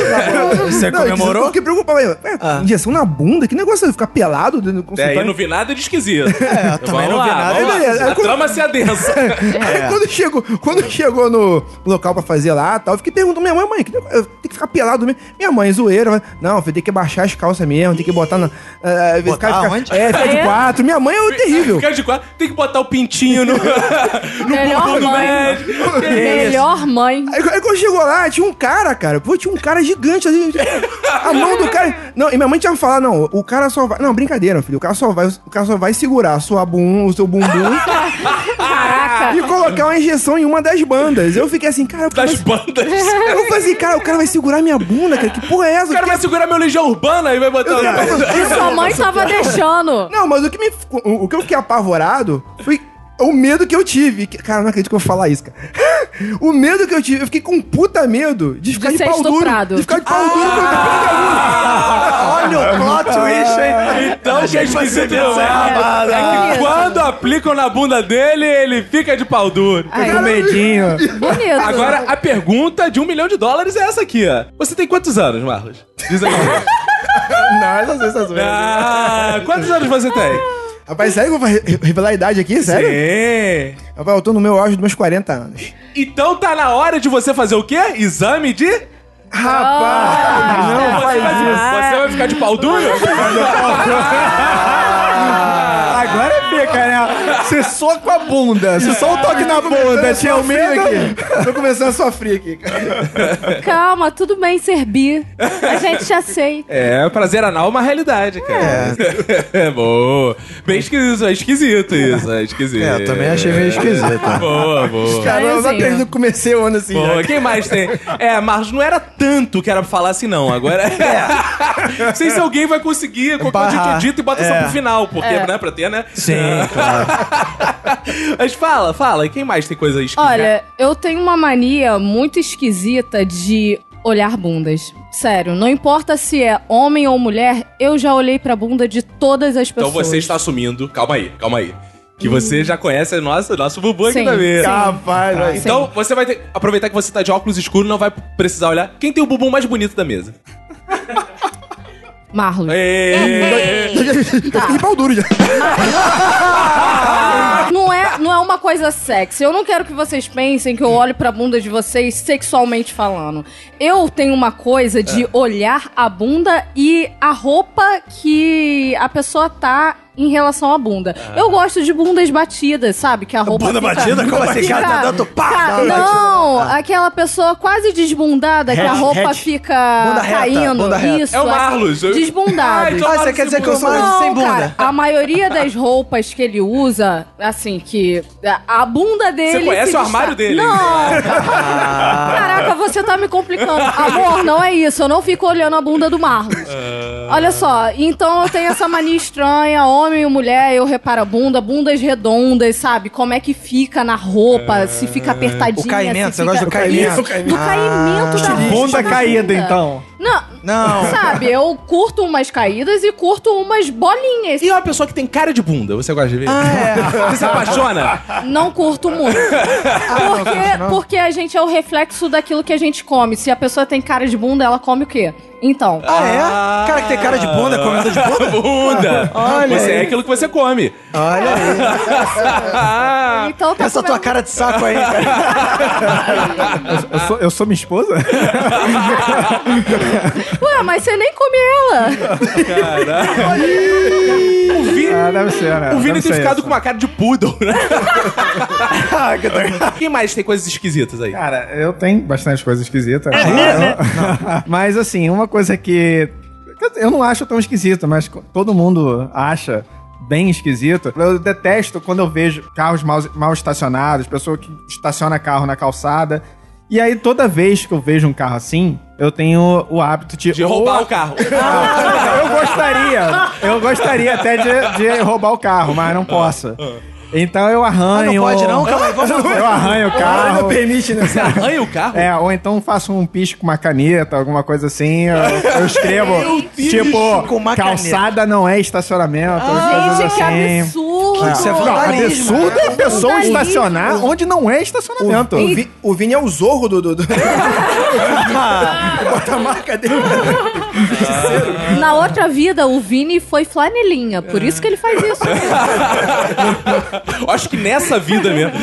Speaker 2: na boca. [LAUGHS] Você
Speaker 4: Não, é Eu
Speaker 2: comemorou? Ah.
Speaker 4: fiquei preocupado. Mas, ué, Injeção um na bunda? Que negócio é ficar pelado
Speaker 1: É,
Speaker 4: dentro do
Speaker 1: eu
Speaker 4: consultório?
Speaker 1: não vi nada de esquisito. É, eu
Speaker 2: também não vi nada.
Speaker 4: Beleza,
Speaker 1: A
Speaker 4: aí quando-
Speaker 1: trama se adensa.
Speaker 4: Aí quando chegou, quando chegou no local pra fazer lá tal, eu fiquei perguntando minha mãe, mãe, que negócio- eu tenho que ficar pelado mesmo. Minha mãe, zoeira, ela, não, filho, tem que baixar as calças mesmo, tem que botar na. eh,
Speaker 2: Botar
Speaker 4: ficar- ficar-
Speaker 2: onde?
Speaker 4: É, ficar de
Speaker 3: É?
Speaker 4: quatro. Minha mãe é
Speaker 2: [LAUGHS]
Speaker 4: terrível.
Speaker 1: Fica de quatro, tem que botar o pintinho no, [LAUGHS] no
Speaker 3: Melhor
Speaker 1: botão do
Speaker 3: mãe.
Speaker 1: médico.
Speaker 3: não. Melhor mãe.
Speaker 4: Aí, aí quando chegou lá, tinha um cara, cara. Pô, tinha um cara gigante ali. A mão do cara. Não, e minha mãe tinha falado, não, o cara só vai. Não, brincadeira, filho. O cara só vai, o cara só vai segurar a sua bum, o seu bumbum
Speaker 3: Caraca.
Speaker 4: e colocar uma injeção em uma das bandas. Eu fiquei assim, cara, eu
Speaker 1: Das
Speaker 4: falei,
Speaker 1: bandas.
Speaker 3: [LAUGHS]
Speaker 4: eu falei assim, cara, o cara vai segurar minha bunda, cara. Que porra é essa?
Speaker 1: O cara vai segurar meu legião urbana e vai botar.
Speaker 4: é
Speaker 3: E sua mãe tava
Speaker 4: [LAUGHS]
Speaker 3: deixando.
Speaker 4: Não, mas o que, me, o, o que eu fiquei apavorado foi o medo que eu tive. Que- Cara, eu não acredito que eu vou falar isso, cara. [LAUGHS] O medo que eu tive, eu fiquei com um puta medo de ficar de,
Speaker 3: ser
Speaker 4: pau
Speaker 3: estuprado. Ah!
Speaker 4: duro. De ficar de pau duro com
Speaker 2: Olha o plot twist, hein?
Speaker 1: [LAUGHS] Então, que é esquisito não é.
Speaker 2: Abada.
Speaker 1: É que
Speaker 3: Isso.
Speaker 1: quando aplicam na bunda dele, ele fica de pau duro.
Speaker 3: Aí,
Speaker 5: Medinho.
Speaker 3: bonito.
Speaker 1: Agora, a pergunta de um milhão de dólares é essa aqui, ó. Você tem quantos anos, Marlos? Diz aí.
Speaker 4: Não, essas vezes, essas vezes.
Speaker 1: ah, [LAUGHS] quantos anos você tem?
Speaker 4: Rapaz, sério que eu vou re- revelar a idade aqui? Sério?
Speaker 1: Sim.
Speaker 4: Rapaz, eu tô no meu auge dos meus 40 anos.
Speaker 1: Então tá na hora de você fazer o quê? Exame de.
Speaker 3: Ah!
Speaker 4: Rapaz,
Speaker 2: Ah,
Speaker 4: não
Speaker 1: Você
Speaker 4: faz
Speaker 1: vai-
Speaker 2: [LAUGHS]
Speaker 4: isso.
Speaker 1: Você vai ficar de pau duro?
Speaker 5: Agora é pica, né? Você só com a bunda. Você só
Speaker 4: Ah,
Speaker 5: o toque na bunda. Tinha o medo aqui.
Speaker 4: né? Tô começando a sofrer aqui, cara.
Speaker 3: Calma, tudo bem ser bi. A gente já aceita.
Speaker 1: É, prazer anal é uma realidade, cara. [LAUGHS] É. boa. Bem esquisito, é esquisito isso, é esquisito.
Speaker 2: É, eu também achei meio esquisito.
Speaker 1: Boa, boa.
Speaker 4: Cara, eu não
Speaker 3: Estranhozinho.
Speaker 4: acredito que comecei o ano assim.
Speaker 1: Boa,
Speaker 4: já.
Speaker 1: quem mais tem? É, Marcos, não era tanto que era pra falar assim, não. Agora é. Não sei se alguém vai conseguir colocar o dito
Speaker 2: Barrar.
Speaker 1: e dito e bota só pro final, porque,
Speaker 3: É.
Speaker 1: né, pra ter, né?
Speaker 2: É. Sim, claro.
Speaker 1: Mas fala, fala, quem mais tem coisa esquisita?
Speaker 3: Olha, eu tenho uma mania muito esquisita de olhar bundas. Sério, não importa se é homem ou mulher, eu já olhei pra bunda de todas as
Speaker 1: Então
Speaker 3: pessoas.
Speaker 1: você está assumindo. Calma aí, calma aí. Que você já conhece o nosso, nosso bubu aqui
Speaker 3: Sim,
Speaker 1: também.
Speaker 3: sim.
Speaker 4: Rapaz, vai.
Speaker 1: Então você vai ter. Aproveitar que você tá de óculos escuros, não vai precisar olhar. Quem tem o bumbum mais bonito da mesa?
Speaker 3: Marlos.
Speaker 1: Ê,
Speaker 4: E pau duro já.
Speaker 3: Não é, não é uma coisa sexy. Eu não quero que vocês pensem que eu olho pra bunda de vocês sexualmente falando. Eu tenho uma coisa
Speaker 7: É.
Speaker 3: de olhar a bunda e a roupa que a pessoa tá em relação à bunda. Eu gosto de bundas batidas, sabe? Que a roupa
Speaker 7: É. bunda
Speaker 3: fica-
Speaker 7: batida? Como assim?
Speaker 3: fica-
Speaker 7: Cara, tá dando pá,
Speaker 3: Cara,
Speaker 7: dá uma
Speaker 3: não, Ah. aquela pessoa quase desbundada que a
Speaker 7: Hatch,
Speaker 3: roupa
Speaker 7: hatch.
Speaker 3: fica
Speaker 2: Bunda reta,
Speaker 3: caindo.
Speaker 2: bunda reta.
Speaker 3: Isso,
Speaker 1: É o
Speaker 3: assim,
Speaker 1: Marlos. então Eu-
Speaker 3: Desbundado.
Speaker 1: [LAUGHS] Ai,
Speaker 2: Ah, você quer dizer que eu sou mais sem bunda?
Speaker 3: Cara, a maioria das roupas que ele usa, assim, que a- a bunda dele.
Speaker 1: Você conhece
Speaker 3: se
Speaker 1: o armário
Speaker 3: destaca.
Speaker 1: dele? Ah.
Speaker 3: Não!
Speaker 2: Ah,
Speaker 3: Caraca, você tá me complicando. Amor, não é isso. Eu não fico olhando a bunda do Marlos.
Speaker 1: Ah.
Speaker 3: Olha só, então eu tenho essa mania estranha, homem e mulher, eu reparo a bunda, bundas redondas, sabe? Como é que fica na roupa, se
Speaker 1: Ah.
Speaker 3: fica apertadinha.
Speaker 2: O
Speaker 3: se
Speaker 2: caimento, você
Speaker 3: fica...
Speaker 2: gosta do caimento? Ah,
Speaker 3: Isso, Do caimento da roupa.
Speaker 5: Bunda
Speaker 3: da bunda.
Speaker 5: caída, então.
Speaker 3: Não,
Speaker 2: Não.
Speaker 3: Sabe, eu curto umas caídas e curto umas bolinhas.
Speaker 1: E uma pessoa que tem cara de bunda, você gosta de ver?
Speaker 2: Ah, é.
Speaker 1: [LAUGHS] Você se apaixona?
Speaker 3: Não curto muito. Porque, porque a gente é o reflexo daquilo que a gente come. Se a pessoa tem cara de bunda, ela come o quê? Então.
Speaker 2: Ah, é? Cara que tem cara de bunda, comendo de [LAUGHS] bunda?
Speaker 1: [LAUGHS] Bunda!
Speaker 2: Olha
Speaker 1: você
Speaker 2: aí.
Speaker 1: é aquilo que você come.
Speaker 2: Olha aí.
Speaker 3: então tá
Speaker 2: Essa tua
Speaker 3: comendo-
Speaker 2: cara de saco aí, cara.
Speaker 5: Eu sou, eu sou minha esposa?
Speaker 3: Ué, mas você nem come ela.
Speaker 1: [LAUGHS] o Vini,
Speaker 5: [LAUGHS] Ah, deve ser, né?
Speaker 1: o Vini
Speaker 5: Deve
Speaker 1: tem
Speaker 5: ser
Speaker 1: ficado
Speaker 5: isso.
Speaker 1: com uma cara de poodle,
Speaker 2: [LAUGHS]
Speaker 1: né? Quem mais tem coisas esquisitas aí?
Speaker 5: Cara, eu tenho bastante coisa esquisita. [LAUGHS] Eu- mas assim, uma coisa que. Eu não acho tão esquisita, mas co- todo mundo acha bem esquisito. Eu detesto quando eu vejo carros mal, mal estacionados, pessoa que estaciona carro na calçada. E aí, toda vez que eu vejo um carro assim, eu tenho o hábito de.
Speaker 1: De roubar
Speaker 5: ou-
Speaker 1: o carro.
Speaker 5: Ah, eu gostaria. Eu gostaria até de, de roubar o carro, mas não posso. Então eu arranho.
Speaker 2: Ah, não pode não? Calma aí, vamos-
Speaker 5: Eu arranho o
Speaker 4: Não
Speaker 5: carro.
Speaker 4: permite, né?
Speaker 1: Você arranha o carro?
Speaker 5: É, ou então faço um picho com uma caneta, alguma coisa assim. Eu, eu escrevo, tipo,
Speaker 2: com uma
Speaker 5: calçada não é estacionamento. essas
Speaker 3: Gente,
Speaker 5: coisas
Speaker 3: que
Speaker 5: assim.
Speaker 3: absurdo.
Speaker 2: Isso é
Speaker 5: Não,
Speaker 2: vandalismo.
Speaker 5: absurdo é a pessoa
Speaker 3: Vandalismo.
Speaker 5: estacionar onde não é estacionamento.
Speaker 4: O, Vi- o Vini é o zorro
Speaker 3: [LAUGHS]
Speaker 4: do. do, [LAUGHS] do... Bota a marca dele.
Speaker 3: Na outra vida, o Vini foi flanelinha. Por isso que ele faz isso.
Speaker 1: Acho que nessa vida mesmo. [LAUGHS]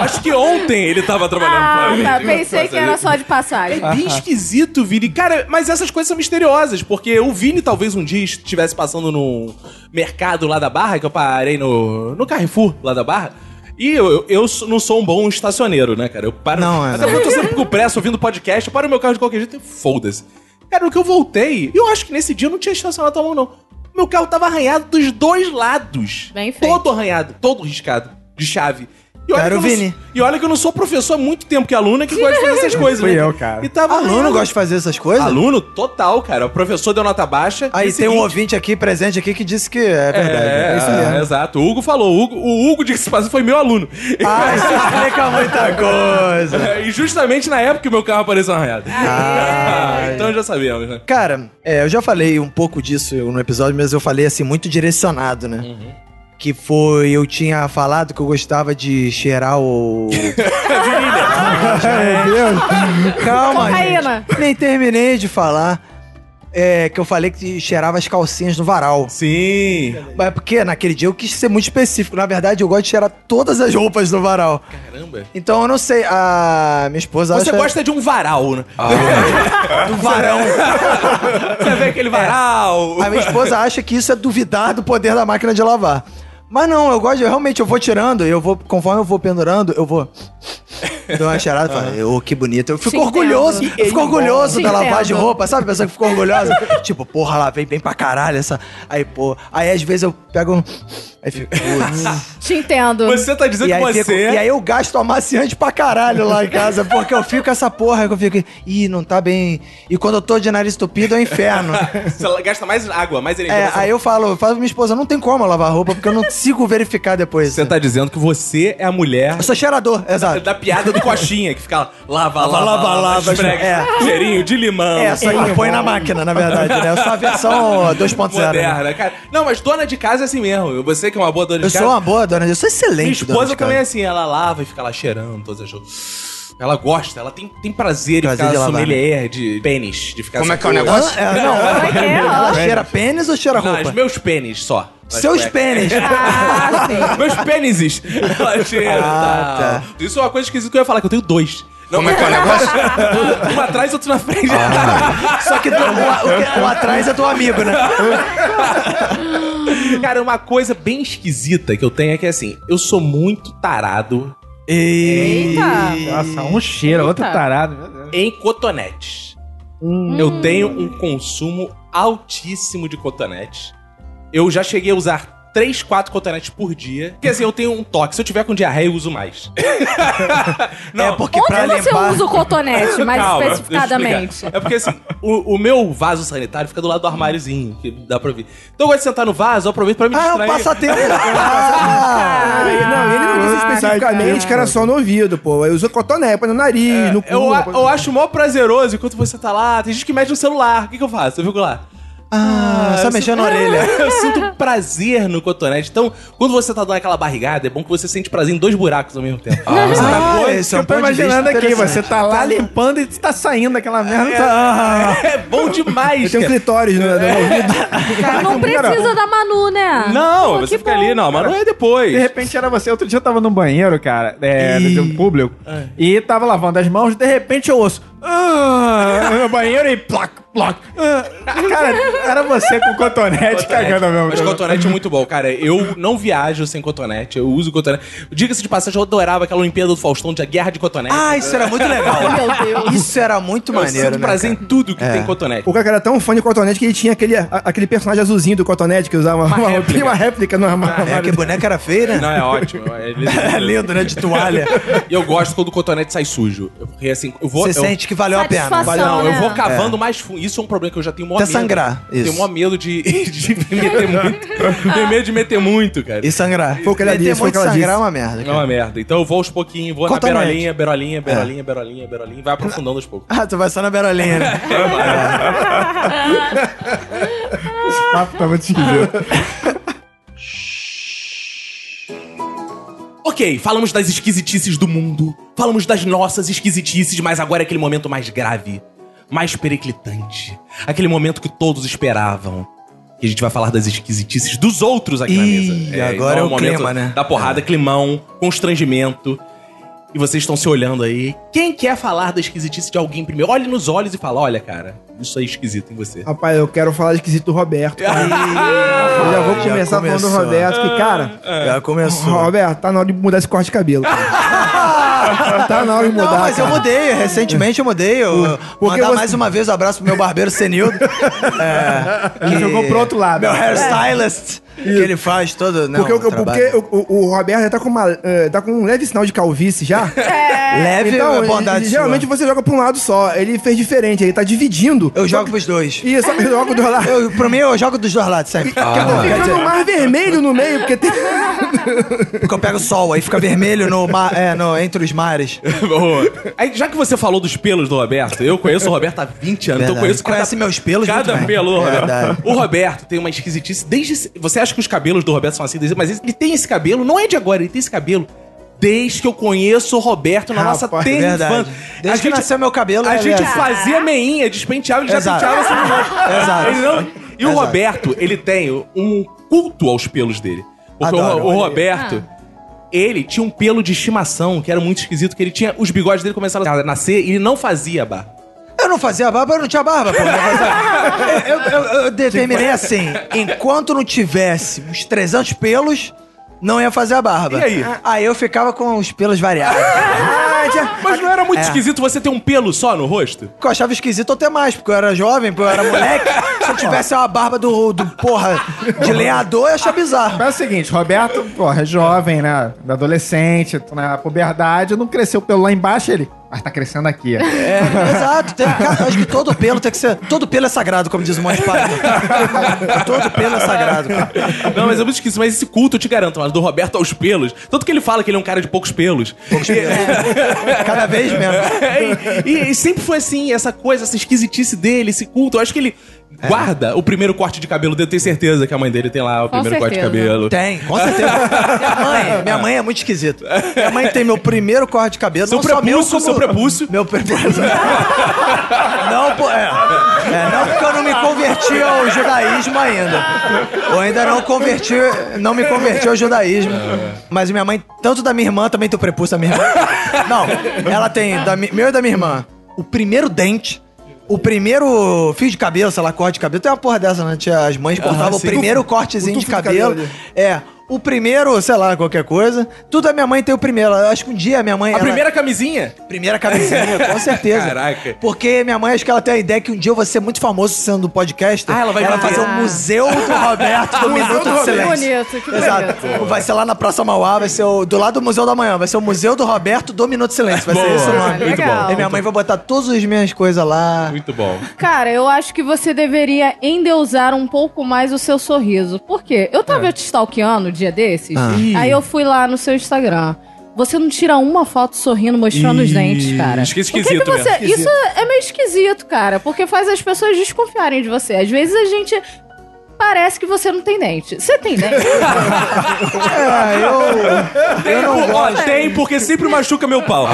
Speaker 1: Acho que ontem ele tava
Speaker 3: ah,
Speaker 1: trabalhando. pra
Speaker 3: tá.
Speaker 1: mim.
Speaker 3: Pensei que era só de passagem.
Speaker 1: É bem esquisito, Vini. Cara, mas essas coisas são misteriosas, porque o Vini talvez um dia estivesse passando num mercado lá da Barra, que eu parei no, no Carrefour lá da Barra. E eu, eu- eu sou- não sou um bom estacioneiro, né, cara? Eu paro.
Speaker 2: Não, é,
Speaker 1: Até
Speaker 2: não.
Speaker 1: porque eu tô sempre com pressa ouvindo podcast, eu paro meu carro de qualquer jeito e foda-se. Cara, no que eu voltei, eu acho que nesse dia eu não tinha estacionado tão longo, não. Meu carro tava arranhado dos dois lados.
Speaker 3: Bem feito.
Speaker 1: Todo arranhado, todo riscado, de chave. E
Speaker 2: Cara,
Speaker 1: que eu
Speaker 2: o
Speaker 1: não-
Speaker 2: Vini.
Speaker 1: e olha que eu não sou professor há muito tempo que aluno é que gosta de fazer essas coisas.
Speaker 5: Fui
Speaker 1: né?
Speaker 5: eu, cara.
Speaker 1: E tava
Speaker 2: Aluno
Speaker 1: arranhando.
Speaker 2: gosta de fazer essas coisas?
Speaker 1: Aluno total, cara. O professor deu nota baixa.
Speaker 2: Aí
Speaker 1: Dia
Speaker 2: tem um
Speaker 1: seguinte-
Speaker 2: ouvinte aqui, presente aqui, que disse que é verdade.
Speaker 1: É,
Speaker 2: É, isso
Speaker 1: ah,
Speaker 2: mesmo.
Speaker 1: exato. O Hugo falou. O Hugo, o Hugo de que se passa foi meu aluno. [LAUGHS] É,
Speaker 2: Ah, isso explica muita coisa.
Speaker 1: e justamente na época que o meu carro apareceu arranhado. Ah,
Speaker 2: é.
Speaker 1: então já sabíamos, né?
Speaker 2: Cara, é, eu já falei um pouco disso no episódio, mas eu falei assim, muito direcionado, né?
Speaker 1: Uhum.
Speaker 2: Que foi, eu tinha falado que eu gostava de cheirar o. É, Calma, [LAUGHS]
Speaker 3: Cocaína.
Speaker 2: gente. Nem terminei de falar. é, que eu falei que cheirava as calcinhas no varal.
Speaker 1: Sim.
Speaker 2: Mas é porque naquele dia eu quis ser muito específico. Na verdade, eu gosto de cheirar todas as roupas no varal.
Speaker 1: Caramba.
Speaker 2: Então eu não sei, a minha esposa
Speaker 1: Você
Speaker 2: acha-
Speaker 1: gosta de um varal, né? [LAUGHS] Do varão. Ah. Você vê aquele varal.
Speaker 2: A minha esposa acha que isso é duvidar do poder da máquina de lavar. Mas não, eu gosto, eu realmente eu vou tirando, eu vou, conforme eu vou pendurando, eu vou. Dou uma cheirada e falo, "Ô, que bonito. Eu fico
Speaker 3: Te
Speaker 2: orgulhoso,
Speaker 3: entendo.
Speaker 2: eu fico orgulhoso
Speaker 3: Te
Speaker 2: da lavagem de
Speaker 3: entendo.
Speaker 2: roupa, sabe? A pessoa que ficou orgulhosa. tipo, porra, lá vem bem pra caralho essa. Aí, pô. Aí às vezes eu pego um. Aí fico, putz.
Speaker 3: Te entendo.
Speaker 1: Você tá dizendo
Speaker 2: E
Speaker 1: que
Speaker 2: aí,
Speaker 1: você.
Speaker 2: fico- e aí eu gasto amaciante pra caralho lá em casa, porque eu fico essa porra, que eu fico, ih, não tá bem. E quando eu tô de nariz estupido é um inferno.
Speaker 1: Você gasta mais água, mais energia.
Speaker 2: É,
Speaker 1: Você-
Speaker 2: aí eu falo, eu falo pra minha esposa, não tem como eu lavar roupa, porque eu não consigo verificar depois.
Speaker 1: Você tá dizendo que você é a mulher
Speaker 2: Eu sou cheirador, exato.
Speaker 1: É da piada do coxinha, que fica lá, lava, lava, lava,
Speaker 2: Ah. lava,
Speaker 1: lava,
Speaker 2: lava,
Speaker 1: esfrega,
Speaker 2: é.
Speaker 1: cheirinho de limão.
Speaker 2: É, só que põe na máquina, na verdade, né? Eu sou a versão 2.0. né?
Speaker 1: Moderna, cara. Não, mas dona de casa é assim mesmo. Você que é uma boa dona
Speaker 2: Eu
Speaker 1: de casa.
Speaker 2: sou uma boa dona, eu sou
Speaker 1: Minha
Speaker 2: excelente dona
Speaker 1: esposa
Speaker 2: de casa.
Speaker 1: também é assim, ela lava e fica lá cheirando todas as coisas. Ela gosta, ela tem, tem prazer,
Speaker 2: Prazer
Speaker 1: em
Speaker 2: de
Speaker 1: ficar
Speaker 2: lavar, né?
Speaker 1: sommelier de pênis, de ficar
Speaker 7: Como
Speaker 1: assim,
Speaker 7: é que é o
Speaker 1: pô,
Speaker 7: negócio?
Speaker 2: Hã? É, não,
Speaker 3: Como é que é?
Speaker 2: ela cheira pênis ou cheira
Speaker 1: Não, os
Speaker 2: roupa?
Speaker 1: meus pênis só. Mas
Speaker 2: Seus
Speaker 1: é-
Speaker 2: pênis.
Speaker 3: Ah, sim.
Speaker 1: Meus
Speaker 2: [LAUGHS]
Speaker 1: pênises. Ela cheira. tá.
Speaker 2: Ah,
Speaker 1: Isso é uma coisa esquisita que eu ia falar, que eu tenho dois. Não,
Speaker 7: Como é que é o negócio?
Speaker 2: Ah,
Speaker 1: um atrás, outro na frente. Ah.
Speaker 2: Só que do- o, o- o atrás é teu amigo, né?
Speaker 1: [LAUGHS] Cara, uma coisa bem esquisita que eu tenho é que assim, eu sou muito tarado
Speaker 3: Eita.
Speaker 5: Nossa, um cheiro, outro
Speaker 3: Eita.
Speaker 5: tarado. meu Deus.
Speaker 1: em cotonetes.
Speaker 2: Hum.
Speaker 1: Eu tenho um consumo altíssimo de cotonetes. Eu já cheguei a usar 3, 4 cotonetes por dia. Porque assim, eu tenho um toque. Se eu tiver com diarreia, eu uso
Speaker 2: [LAUGHS]
Speaker 1: mais. Não,
Speaker 2: É porque pra
Speaker 3: Onde você
Speaker 2: limpar...
Speaker 3: usa o cotonete, mais
Speaker 1: [LAUGHS] Calma,
Speaker 3: especificadamente?
Speaker 1: deixa eu explicar. É porque assim, o, o meu vaso sanitário fica do lado do armáriozinho, que dá pra ouvir. Então eu gosto de sentar no vaso, eu aproveito pra me
Speaker 2: Ah, é um
Speaker 1: distrair.
Speaker 2: passatempo. Ah,
Speaker 4: Não, ele não
Speaker 3: Ah,
Speaker 4: disse especificamente que era só no ouvido, pô. Aí usou cotoné, põe no
Speaker 5: É,
Speaker 4: nariz, no cu. assim.
Speaker 1: eu, a-
Speaker 4: depois-
Speaker 1: eu acho mó prazeroso enquanto você tá lá. Tem gente que mexe no celular. O que, que eu faço? Eu fico lá.
Speaker 2: ah, só
Speaker 1: eu sinto-
Speaker 2: mexendo na orelha.
Speaker 1: [LAUGHS] Eu sinto prazer no cotonete. Então, quando você tá dando aquela barrigada, é bom que você sente prazer em dois buracos ao mesmo tempo. Você tá
Speaker 2: Ah,
Speaker 1: doido.
Speaker 2: esse é um
Speaker 5: Eu tô
Speaker 2: ponto de vista
Speaker 5: imaginando aqui,
Speaker 2: interessante.
Speaker 5: você tá lá limpando e tá saindo aquela merda. tá,
Speaker 1: [LAUGHS]
Speaker 5: ah.
Speaker 1: É bom demais.
Speaker 4: Ah. Eu tenho um
Speaker 1: cara.
Speaker 4: clitóris no, no
Speaker 3: [LAUGHS]
Speaker 4: ouvido. [LAUGHS]
Speaker 3: Não precisa da Manu, né?
Speaker 1: Não,
Speaker 3: Pô,
Speaker 1: você
Speaker 3: que
Speaker 1: fica
Speaker 3: bom.
Speaker 1: ali, não, mas não é depois.
Speaker 5: De repente era você. Outro dia eu tava no banheiro, cara, é,
Speaker 2: Ih.
Speaker 5: de um público,
Speaker 3: É.
Speaker 5: e tava lavando as mãos, de repente eu ouço. "Ah", no banheiro e plac, plac. ah. Cara, era você com cotonete cagando mesmo.
Speaker 1: Mas cotonete é muito bom, cara. Eu não viajo sem cotonete, eu uso cotonete. Diga-se de passagem, eu adorava aquela Olimpíada do Faustão de a guerra de cotonete.
Speaker 2: Ah, isso era muito legal. Isso era muito
Speaker 1: eu
Speaker 2: maneiro,
Speaker 1: sinto
Speaker 2: né?
Speaker 1: prazer
Speaker 2: cara?
Speaker 1: em tudo que tem cotonete.
Speaker 4: O é cara era tão fã de cotonete que ele tinha aquele, a- aquele personagem azulzinho do cotonete que usava uma, uma,
Speaker 1: réplica.
Speaker 4: réplica. uma réplica no armário.
Speaker 2: É, que boneca era feia,
Speaker 1: Não,
Speaker 2: né?
Speaker 1: é ótimo. É lindo.
Speaker 2: [LAUGHS] É lindo, né? De toalha.
Speaker 1: E eu gosto quando o cotonete sai sujo. Eu- Porque assim, eu vou.
Speaker 2: Você
Speaker 1: eu-
Speaker 2: sente que valeu a pena.
Speaker 3: Satisfação.
Speaker 1: Mas não,
Speaker 3: né?
Speaker 1: eu vou cavando mais fundo. Isso é um problema que eu já tenho mó
Speaker 2: Até
Speaker 1: medo.
Speaker 2: sangrar,
Speaker 1: Tenho
Speaker 2: isso.
Speaker 1: mó medo de, [LAUGHS] de meter muito. tenho medo de meter muito, cara.
Speaker 2: E sangrar.
Speaker 4: Foi o que ela
Speaker 2: Meter
Speaker 4: disse, foi o
Speaker 2: muito
Speaker 4: que ela
Speaker 2: sangrar
Speaker 4: disse.
Speaker 2: é uma merda.
Speaker 1: É uma
Speaker 2: Cara.
Speaker 1: merda. Então eu vou aos pouquinhos, vou
Speaker 2: Cotonete. É.
Speaker 1: na berolinha, berolinha, berolinha, berolinha, berolinha, vai aprofundando aos poucos.
Speaker 2: Ah, tu vai só na berolinha, [LAUGHS] né?
Speaker 5: Esse papo tava
Speaker 2: [LAUGHS]
Speaker 5: esquisito.
Speaker 1: Ok, falamos das esquisitices do mundo, falamos das nossas esquisitices, mas agora é aquele momento mais grave, mais periclitante. Aquele momento que todos esperavam. Que a gente vai falar das esquisitices dos outros aqui na
Speaker 2: Ih,
Speaker 1: mesa.
Speaker 2: agora
Speaker 1: então
Speaker 2: é o
Speaker 1: momento
Speaker 2: clima, né?
Speaker 1: Da porrada, climão, constrangimento. E vocês estão se olhando aí. Quem quer falar da esquisitice de alguém primeiro? Olhe nos olhos e fala: olha, cara, isso aí é esquisito em você.
Speaker 4: Rapaz, eu quero falar de esquisito do
Speaker 1: [LAUGHS]
Speaker 4: Roberto. cara. eu já vou
Speaker 2: Ah, já
Speaker 4: começar falando do
Speaker 2: começou.
Speaker 4: Roberto, que, cara,
Speaker 2: Já começou.
Speaker 4: Roberto, tá na hora de mudar esse corte de
Speaker 2: [LAUGHS]
Speaker 4: cabelo. cara. tá na hora de mudar.
Speaker 2: Não, mas eu
Speaker 4: cara.
Speaker 2: mudei, recentemente eu mudei. Eu
Speaker 4: Porque
Speaker 2: mandar
Speaker 4: você-
Speaker 2: mais uma vez um abraço pro meu barbeiro senildo. [LAUGHS] É,
Speaker 5: Ele jogou pro outro lado.
Speaker 2: Meu hairstylist, que ele faz todo. Não,
Speaker 4: Porque, eu-
Speaker 2: trabalho.
Speaker 4: porque o, o- o Roberto já tá com, uma, eh, tá com um leve sinal de calvície já.
Speaker 2: É. Leve a
Speaker 4: Então,
Speaker 2: bondade.
Speaker 4: ele- geralmente
Speaker 2: sua.
Speaker 4: você joga pra um lado só. Ele fez diferente, ele tá dividindo.
Speaker 2: eu jogo pros [LAUGHS] dois.
Speaker 4: E só que joga do lado.
Speaker 2: Eu, pra mim, eu jogo dos dois lados sempre. Ah, Quer
Speaker 4: Fica
Speaker 2: dizer,
Speaker 4: no mar vermelho no meio, porque tem.
Speaker 2: Porque eu pego o sol, aí fica vermelho no mar, é, no, entre os mares.
Speaker 1: Boa. Aí, já que você falou dos pelos do Roberto, eu conheço o Roberto há 20 anos, então eu
Speaker 2: Verdade.
Speaker 1: conheço
Speaker 2: Conhece meus pelos
Speaker 1: Cada
Speaker 2: muito bem.
Speaker 1: pelo né? do Roberto. [LAUGHS]
Speaker 2: Verdade.
Speaker 1: O Roberto tem uma esquisitice desde. Você acha que os cabelos do Roberto são assim, desde- mas ele tem esse cabelo, não é de agora, ele tem esse cabelo desde que eu conheço o Roberto na
Speaker 2: Rapaz, é
Speaker 1: nossa terra
Speaker 2: verdade.
Speaker 1: infância.
Speaker 2: Desde que nasceu meu cabelo,
Speaker 1: A
Speaker 2: é
Speaker 1: gente
Speaker 2: verdade.
Speaker 1: fazia meinha, despenteava, ele já
Speaker 2: Exato.
Speaker 1: penteava sobre nós.
Speaker 2: [LAUGHS]
Speaker 1: [LAUGHS]
Speaker 2: Exato.
Speaker 1: Ele não- E o
Speaker 2: Exato.
Speaker 1: Roberto, ele tem um culto aos pelos dele. Porque o-
Speaker 2: Adoro,
Speaker 1: o,
Speaker 2: olha aí.
Speaker 1: Roberto... Ele tinha um pelo de estimação que era muito esquisito, que ele tinha. Os bigodes dele começaram a nascer e ele não fazia barba.
Speaker 2: Eu não fazia barba, eu não tinha barba,
Speaker 1: [LAUGHS]
Speaker 2: pô. Eu, eu- eu- eu determinei
Speaker 1: Tipo-
Speaker 2: assim: enquanto não tivesse uns 300 pelos, não ia fazer a barba.
Speaker 1: E aí?
Speaker 2: Aí eu ficava com os pelos variados.
Speaker 1: Mas não era muito
Speaker 2: É.
Speaker 1: esquisito você ter um pelo só no
Speaker 2: [LAUGHS]
Speaker 1: rosto?
Speaker 2: Porque eu achava esquisito eu ter mais, porque eu era jovem, porque eu era moleque. Se eu tivesse uma barba do, do porra de lenhador, eu ia achar bizarro.
Speaker 5: Mas É o seguinte, Roberto, porra, é jovem, né? Adolescente, na puberdade, não cresceu pelo lá embaixo, ele. Mas tá crescendo aqui.
Speaker 2: É, exato. Tem, cara, acho que todo pelo tem que ser. Todo pelo é sagrado, como diz o Monte Python. Todo pelo é sagrado. cara.
Speaker 1: Não, mas eu muito esquisito. Mas esse culto, eu te garanto, mas do Roberto aos pelos. Tanto que ele fala que ele é um cara de poucos pelos. [LAUGHS] Poucos
Speaker 2: Cada vez menos.
Speaker 1: e, e- e sempre foi assim, essa coisa, essa esquisitice dele, esse culto. Eu acho que ele
Speaker 2: É.
Speaker 1: guarda o primeiro corte de cabelo dele. Eu tenho certeza que a mãe dele tem lá o
Speaker 3: Com
Speaker 1: primeiro corte de
Speaker 3: certeza.
Speaker 1: cabelo.
Speaker 2: Tem, com certeza. minha mãe, minha mãe é muito esquisita. Minha mãe tem meu primeiro corte de cabelo.
Speaker 1: Seu
Speaker 2: não só meu,
Speaker 1: prepúcio,
Speaker 2: como-
Speaker 1: seu prepúcio.
Speaker 2: Meu prepúcio. não, pô, é. É, não porque eu não me converti ao judaísmo ainda. Eu ainda não converti, não me converti ao judaísmo. Mas minha mãe, tanto da minha irmã, também tem o prepúcio da minha irmã. Não, ela tem, da, mi- meu e da minha irmã, o primeiro dente. O primeiro fio de cabelo, sei lá, corte de cabelo. Tem uma porra dessa, né? Tinha- As mães cortavam o
Speaker 4: sim.
Speaker 2: primeiro
Speaker 4: Tufo-
Speaker 2: cortezinho
Speaker 4: o
Speaker 2: de
Speaker 4: tufo de
Speaker 2: cabelo.
Speaker 4: cabelo ali.
Speaker 2: É. O primeiro, sei lá, qualquer coisa. Tudo a minha mãe tem o primeiro. Eu acho que um dia a minha mãe.
Speaker 1: A
Speaker 2: ela-
Speaker 1: primeira camisinha?
Speaker 2: Primeira camisinha,
Speaker 1: [LAUGHS]
Speaker 2: com certeza.
Speaker 1: Caraca.
Speaker 2: Porque minha mãe, acho que ela tem a ideia que um dia eu vou ser muito famoso sendo um podcaster.
Speaker 1: Ah, ela vai Ah.
Speaker 2: ela
Speaker 1: virar.
Speaker 2: fazer um museu do
Speaker 1: [LAUGHS]
Speaker 2: Roberto do Minuto do
Speaker 3: Que
Speaker 2: Silêncio.
Speaker 3: bonito, que
Speaker 2: Ah, Exato.
Speaker 3: bonito.
Speaker 2: Vai ser lá na Praça Mauá, vai ser o, do lado do Museu da Manhã, vai ser o Museu do Roberto do Minuto do Silêncio. Vai ser
Speaker 1: Boa.
Speaker 2: isso o nome.
Speaker 3: Ah, Muito legal. bom.
Speaker 2: E minha mãe vai botar todas as minhas coisas lá.
Speaker 1: Muito bom.
Speaker 3: Cara, eu acho que você deveria endeusar um pouco mais o seu sorriso. Por quê? Eu
Speaker 1: É.
Speaker 3: tava te stalkeando um dia desses,
Speaker 1: Ah.
Speaker 3: aí eu fui lá no seu Instagram. Você não tira uma foto sorrindo, mostrando os dentes, cara.
Speaker 1: acho que é
Speaker 3: Por
Speaker 1: esquisito
Speaker 3: que você...
Speaker 1: mesmo.
Speaker 3: Isso é meio esquisito, cara, porque faz as pessoas desconfiarem de você. Às vezes a gente parece que você não tem dente. Você tem
Speaker 2: [LAUGHS]
Speaker 3: dente?
Speaker 2: É, eu. Eu não
Speaker 1: Tem, por- ó,
Speaker 2: gosto. É.
Speaker 1: tem, porque sempre machuca meu pau.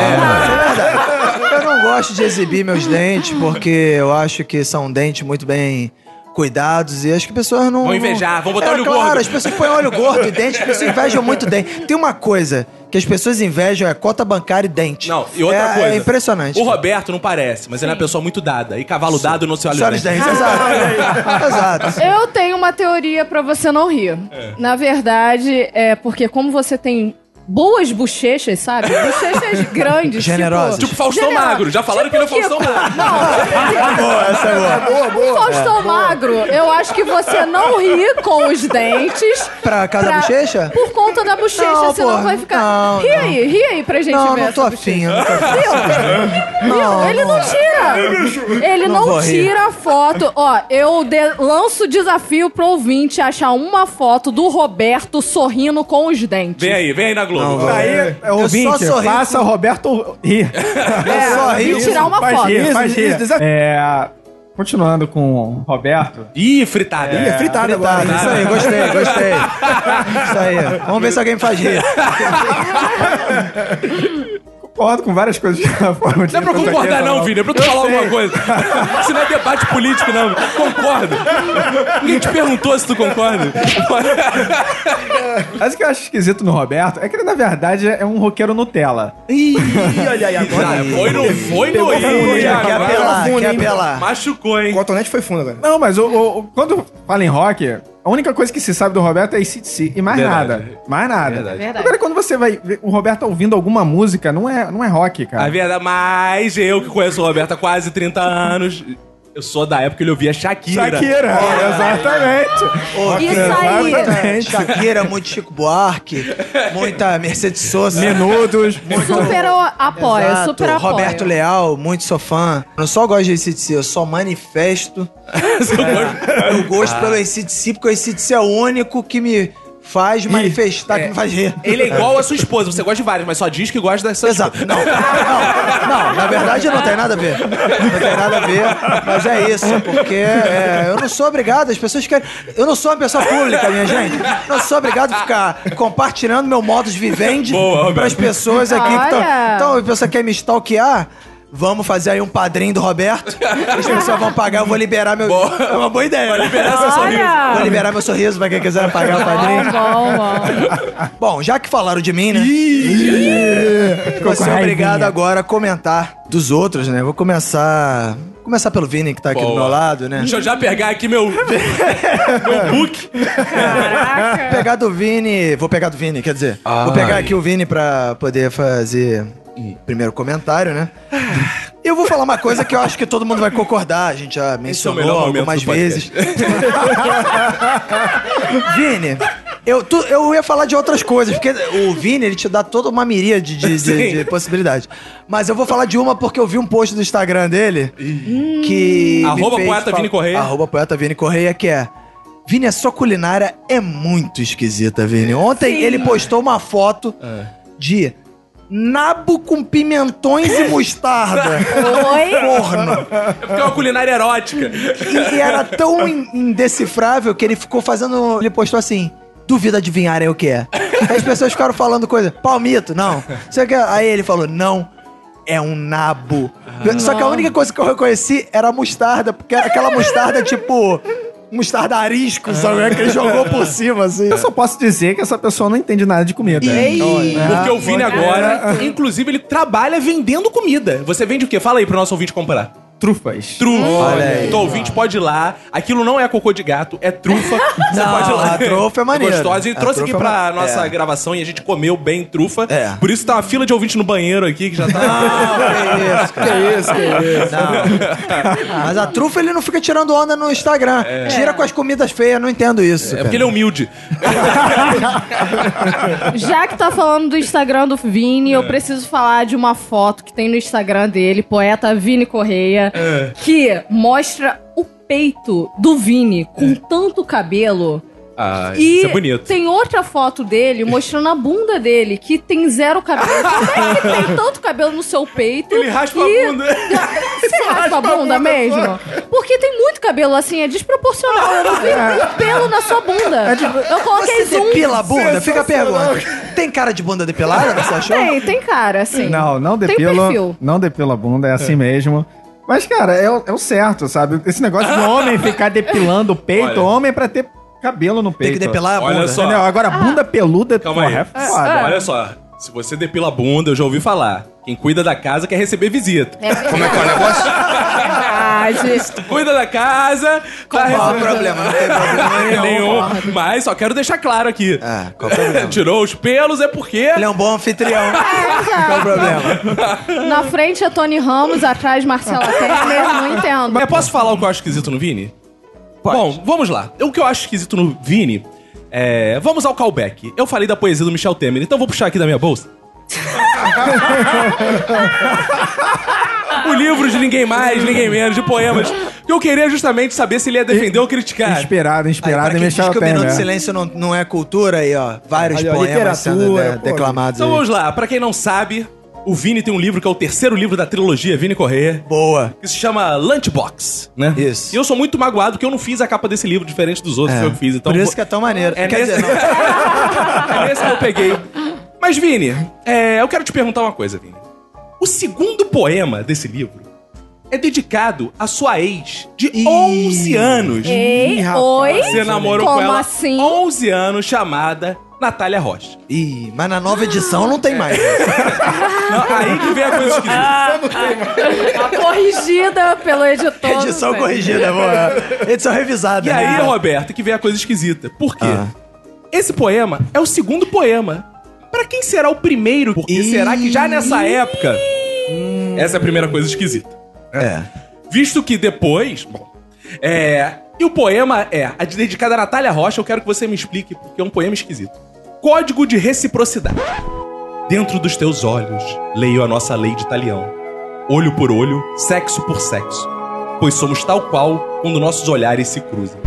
Speaker 2: Eu não gosto de exibir meus dentes, porque eu acho que são dentes muito bem cuidados e acho que as pessoas não.
Speaker 1: Vão invejar, vão botar
Speaker 2: é,
Speaker 1: olho
Speaker 2: claro,
Speaker 1: gordo.
Speaker 2: as pessoas põem olho gordo e dente, as pessoas invejam muito dente. Tem uma coisa que as pessoas invejam é cota bancária e dente.
Speaker 1: Não, e outra
Speaker 2: é,
Speaker 1: coisa.
Speaker 2: É impressionante.
Speaker 1: O Roberto não parece, mas ele é uma pessoa muito dada. E cavalo dado não se olha Ah, os
Speaker 2: Senhoras e
Speaker 1: dentes.
Speaker 2: dentes,
Speaker 1: [LAUGHS]
Speaker 2: exato. exato.
Speaker 3: Eu tenho uma teoria pra você não rir.
Speaker 2: É.
Speaker 3: Na verdade, é porque como você tem boas bochechas, sabe?
Speaker 2: [LAUGHS]
Speaker 3: Bochechas grandes, Tipo
Speaker 2: Generosas.
Speaker 1: Tipo Faustão Magro. Já falaram que ele é Faustão Magro.
Speaker 3: Magro.
Speaker 2: Boa, essa é boa.
Speaker 4: Boa,
Speaker 3: Não,
Speaker 4: boa.
Speaker 3: Faustão Magro, eu acho que você não ri com os dentes.
Speaker 2: Pra cada bochecha?
Speaker 3: Por conta da bochecha,
Speaker 2: Não,
Speaker 3: senão
Speaker 2: porra,
Speaker 3: vai ficar.
Speaker 2: não,
Speaker 3: ri aí, ri aí pra gente
Speaker 2: Não,
Speaker 3: ver.
Speaker 2: não tô
Speaker 3: essa bochecha.
Speaker 2: afim. eu não tô afim.
Speaker 3: Viu?
Speaker 2: Não, É
Speaker 3: ele não tira. Ele
Speaker 2: Não
Speaker 3: não,
Speaker 2: vou rir.
Speaker 3: tira a foto. Ó, eu de- lanço o desafio pro ouvinte achar uma foto do Roberto sorrindo com os dentes.
Speaker 1: Vem aí, vem aí na Globo.
Speaker 5: Aí, é, ouvinte,
Speaker 2: só sorri
Speaker 5: faça
Speaker 2: com-
Speaker 5: Roberto rir.
Speaker 2: Eu só
Speaker 3: vim
Speaker 2: rio.
Speaker 3: É, tirar uma foto.
Speaker 5: rir,
Speaker 4: Isso,
Speaker 5: faz
Speaker 4: isso,
Speaker 5: rir.
Speaker 4: desafio.
Speaker 5: É, continuando com o Roberto.
Speaker 1: Ih, fritada.
Speaker 4: É fritada agora.
Speaker 2: Fritado, isso aí, gostei, gostei. Isso aí. Vamos ver se alguém me faz rir.
Speaker 5: Concordo com várias coisas que ela falou.
Speaker 1: Não é pra concordar, não, Vini. É pra tu falar alguma coisa. Isso não é debate político, não. Concordo. Ninguém te perguntou se tu concorda.
Speaker 5: Mas o que eu acho esquisito no Roberto é que ele, na verdade, é um roqueiro Nutella.
Speaker 4: [LAUGHS] Ih, olha aí, agora.
Speaker 1: Ah, foi no. Foi no.
Speaker 4: fundo,
Speaker 1: Ih,
Speaker 4: já,
Speaker 2: Quer
Speaker 1: agora
Speaker 2: apelar,
Speaker 4: Fundo,
Speaker 2: quer
Speaker 4: hein?
Speaker 2: apelar.
Speaker 1: Machucou,
Speaker 4: O
Speaker 1: hein?
Speaker 4: cotonete foi fundo agora.
Speaker 5: Não, mas o, o- o- quando fala em rock, a única coisa que se sabe do Roberto é ACDC. E mais
Speaker 1: Verdade.
Speaker 5: nada. Mais nada.
Speaker 1: Verdade.
Speaker 3: Verdade.
Speaker 5: Agora, quando você vai ver o Roberto ouvindo alguma música, não é, não é rock,
Speaker 1: A
Speaker 5: cara.
Speaker 1: verdade, mas eu que conheço o Roberto há quase 30 anos. Eu sou da época que ele ouvia Shakira.
Speaker 5: Shakira, exatamente.
Speaker 3: Isso aí.
Speaker 2: Shakira, muito Chico Buarque, muita Mercedes Sosa.
Speaker 5: Menudos. muito-
Speaker 3: Super o- apoio,
Speaker 2: Exato.
Speaker 3: super apoio.
Speaker 2: Roberto Leal, muito sou fã. Eu não só gosto de ACDC, eu
Speaker 1: [LAUGHS]
Speaker 2: só manifesto
Speaker 1: Seu gosto-
Speaker 2: meu gosto pelo ACDC, porque o ACDC é o é único que me faz manifestar que não faz dinheiro.
Speaker 1: Ele é igual a sua esposa, você gosta de várias, mas só diz que gosta dessa
Speaker 2: Exato. Não, não, não, na verdade não tem nada a ver. Não tem nada a ver, mas é isso, porque é, eu não sou obrigado, as pessoas querem. Eu não sou uma pessoa pública, minha gente. Eu não sou obrigado a ficar compartilhando meu modus vivendi para as pessoas aqui que estão.
Speaker 3: Olha.
Speaker 2: Então, a pessoa quer me stalkear. Vamos fazer aí um padrinho do Roberto. As pessoas vão pagar, eu vou liberar meu. É uma boa ideia. Vou liberar
Speaker 3: seu sorriso. Olha.
Speaker 2: Vou liberar meu sorriso pra quem quiser pagar o padrinho.
Speaker 3: Bom, bom, bom.
Speaker 2: Bom, já que falaram de mim, né? Eu Vou ser obrigado agora a comentar dos outros, né? Vou começar. Começar pelo Vini, que tá aqui do meu lado, né?
Speaker 1: Deixa eu já pegar aqui
Speaker 2: [LAUGHS]
Speaker 1: meu, meu book.
Speaker 2: Vou pegar do Vini. Vou pegar do Vini, quer dizer. Vou pegar aqui o Vini pra poder fazer o primeiro comentário, né? Eu vou falar uma coisa que eu acho que todo mundo vai concordar, a gente já mencionou
Speaker 1: é melhor momento
Speaker 2: algumas
Speaker 1: do podcast.
Speaker 2: vezes. Vini, eu, tu- eu ia falar de outras coisas, porque o Vini, ele te dá toda uma miríade de, de, de possibilidades. Mas eu vou falar de uma porque eu vi um post do Instagram dele que. me
Speaker 1: Arroba
Speaker 2: fez
Speaker 1: poeta
Speaker 2: fal-
Speaker 1: Vini Correia.
Speaker 2: Arroba poeta Vini Correia, que é. Vini, a sua culinária é muito esquisita, Vini. Ontem ele postou uma foto de nabo com pimentões e mostarda.
Speaker 3: [LAUGHS] Oi?
Speaker 2: Forno.
Speaker 1: É porque é uma culinária erótica.
Speaker 2: E, e era tão in- indecifrável que ele ficou fazendo. Ele postou assim. Duvida adivinharem o que é. Aí as pessoas ficaram falando coisa. Palmito, não. Só que, aí ele falou, não. É um nabo. Só que a única coisa que eu reconheci era a mostarda, porque era aquela mostarda tipo. Mostarda arisco, sabe? É Que ele jogou por cima, assim.
Speaker 5: Eu só posso dizer que essa pessoa não entende nada de
Speaker 4: É.
Speaker 5: comida.
Speaker 1: Porque o Vini
Speaker 3: É.
Speaker 1: agora, inclusive, ele trabalha vendendo comida. Você vende o quê? Fala aí pro nosso ouvinte comprar.
Speaker 5: Trufas.
Speaker 1: Trufa. Então, ouvinte, pode ir lá. Aquilo não é cocô de gato, é
Speaker 2: [LAUGHS]
Speaker 1: trufa. Você
Speaker 2: Não,
Speaker 1: pode ir lá.
Speaker 2: a trufa é maneira.
Speaker 1: Gostosa. E
Speaker 2: A
Speaker 1: trouxe aqui
Speaker 2: trufa é
Speaker 1: pra
Speaker 2: ma-
Speaker 1: nossa
Speaker 2: é.
Speaker 1: gravação e a gente comeu bem trufa.
Speaker 2: É. Ah,
Speaker 1: Por isso tá uma fila de ouvinte no banheiro aqui que já tá.
Speaker 2: que isso, cara. Que isso, que isso. Mas a trufa ele não fica tirando onda no Instagram. Tira com as comidas feias, não entendo isso.
Speaker 1: [LAUGHS] É porque ele é humilde.
Speaker 3: Já que tá falando do Instagram do Vini,
Speaker 1: É.
Speaker 3: eu preciso falar de uma foto que tem no Instagram dele, poeta Vini Correia,
Speaker 1: É.
Speaker 3: que mostra o peito do Vini com tanto cabelo.
Speaker 1: É. Ah,
Speaker 3: E
Speaker 1: isso é bonito.
Speaker 3: tem outra foto dele mostrando a bunda dele, que tem zero cabelo. Como é que tem tanto cabelo no seu peito?
Speaker 1: Ele raspa
Speaker 3: e-
Speaker 1: a bunda.
Speaker 3: [LAUGHS] Você raspa a bunda mesmo? Porque tem muito cabelo, assim, é desproporcional. Eu não vi um pelo na sua bunda. Eu coloquei
Speaker 2: É. tipo, Você
Speaker 3: zoom.
Speaker 2: depila a bunda? Fica a pergunta. Tem cara de bunda depilada, você achou?
Speaker 3: Tem, tem cara, assim.
Speaker 5: Não, não
Speaker 3: Tem
Speaker 5: depila.
Speaker 3: perfil.
Speaker 5: não depila a bunda, é assim mesmo. Mas, cara, é, o- é o certo, sabe? Esse
Speaker 2: [LAUGHS]
Speaker 5: negócio do homem ficar depilando o peito,
Speaker 1: Olha.
Speaker 5: homem é pra ter cabelo no
Speaker 2: Tem
Speaker 5: peito.
Speaker 2: que depilar a
Speaker 1: Olha
Speaker 2: bunda.
Speaker 1: só.
Speaker 5: Entendeu?
Speaker 4: Ah.
Speaker 5: Agora, bunda peluda,
Speaker 1: Calma aí.
Speaker 5: porra, é foda.
Speaker 1: Olha só. Se você depila a bunda, eu já ouvi falar. Quem cuida da casa quer receber visita.
Speaker 7: Como é que é o negócio?
Speaker 3: Verdade.
Speaker 1: Cuida da casa, tá
Speaker 2: Qual o
Speaker 1: recebendo-
Speaker 2: problema? Não tem problema nenhum.
Speaker 1: [LAUGHS] nenhum. Mas só quero deixar claro aqui.
Speaker 2: Ah, qual o problema?
Speaker 1: Tirou os pelos é porque.
Speaker 2: [LAUGHS] Ele é um bom anfitrião. Qual
Speaker 4: ah,
Speaker 2: o problema?
Speaker 3: Na frente é Tony Ramos, atrás Marcela Temer, não entendo.
Speaker 1: Mas posso falar o que eu acho esquisito no Vini?
Speaker 2: Pode.
Speaker 1: Bom, vamos lá. O que eu acho esquisito no Vini é. Vamos ao callback. Eu falei da poesia do Michel Temer, então vou puxar aqui da minha bolsa.
Speaker 2: [LAUGHS]
Speaker 1: o livro de ninguém mais, ninguém menos, de poemas. Que eu queria justamente saber se ele ia defender ou
Speaker 4: ah.
Speaker 1: criticar.
Speaker 5: Inspirado,
Speaker 2: Aí, pra
Speaker 5: inspirado em
Speaker 2: quem diz
Speaker 5: Michel
Speaker 2: que o Minuto de
Speaker 5: Temer.
Speaker 2: Silêncio não, não é cultura, aí, ó. Vários
Speaker 4: Olha, né? ó,
Speaker 2: poemas sendo
Speaker 4: literatura,
Speaker 2: né,
Speaker 4: pô.
Speaker 2: declamados
Speaker 1: Então
Speaker 2: aí.
Speaker 1: vamos lá, pra quem não sabe, o Vini tem um livro que é o terceiro livro da trilogia Vini Correia.
Speaker 2: Boa.
Speaker 1: que se chama Lunchbox, né?
Speaker 2: Isso.
Speaker 1: E eu sou muito magoado porque eu não fiz a capa desse livro, diferente dos outros
Speaker 2: É.
Speaker 1: que eu fiz. Então
Speaker 2: Por isso
Speaker 1: vou-
Speaker 2: que é tão maneiro.
Speaker 1: É
Speaker 2: Quer
Speaker 1: nesse- [LAUGHS]
Speaker 2: dizer, não.
Speaker 1: é nesse que eu peguei. Mas, Vini, é, eu quero te perguntar uma coisa, Vini. O segundo poema desse livro é dedicado à sua ex de 11 anos.
Speaker 4: É.
Speaker 3: Ei,
Speaker 4: rapaz.
Speaker 3: oi?
Speaker 1: Você namorou
Speaker 3: Como
Speaker 1: com ela Oh.
Speaker 3: assim?
Speaker 1: 11 anos, chamada Natália Rocha.
Speaker 2: Ih, mas na nova edição não tem mais. né?
Speaker 3: Ah.
Speaker 1: Não, aí que vem a coisa esquisita.
Speaker 3: Tá Corrigida pelo
Speaker 2: [LAUGHS]
Speaker 3: editor. não
Speaker 2: Edição
Speaker 3: sei.
Speaker 2: corrigida, boa. Edição revisada.
Speaker 1: E aí,
Speaker 3: tá.
Speaker 2: né?
Speaker 1: Roberto, que vem a coisa esquisita. Por quê?
Speaker 2: Ah.
Speaker 1: Esse poema é o segundo poema. Pra quem será o primeiro? Porque
Speaker 2: Ih.
Speaker 1: será que já nessa época. Essa é a primeira coisa esquisita.
Speaker 2: É.
Speaker 1: Visto que depois. Bom. É. E o poema é a de- dedicada a Natália Rocha. Eu quero que você me explique, porque é um poema esquisito. Código de reciprocidade. Dentro dos teus olhos, leio a nossa lei de talião. Olho por olho, sexo por sexo. Pois somos tal qual quando nossos olhares se cruzam.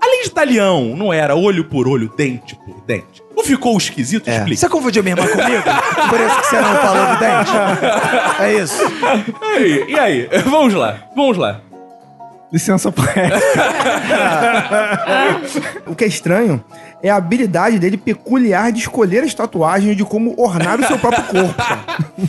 Speaker 1: A lei de talião não era olho por olho, dente por dente. Não ficou esquisito?
Speaker 2: É.
Speaker 1: Explica.
Speaker 2: Você confundiu minha irmã comigo? Por isso que você não falou do dente? É isso.
Speaker 1: [LAUGHS] Aí, e aí? Vamos lá, vamos lá.
Speaker 5: Licença poética.
Speaker 4: [LAUGHS] O que é estranho é a habilidade dele peculiar de escolher as tatuagens de como ornar o seu próprio corpo. cara.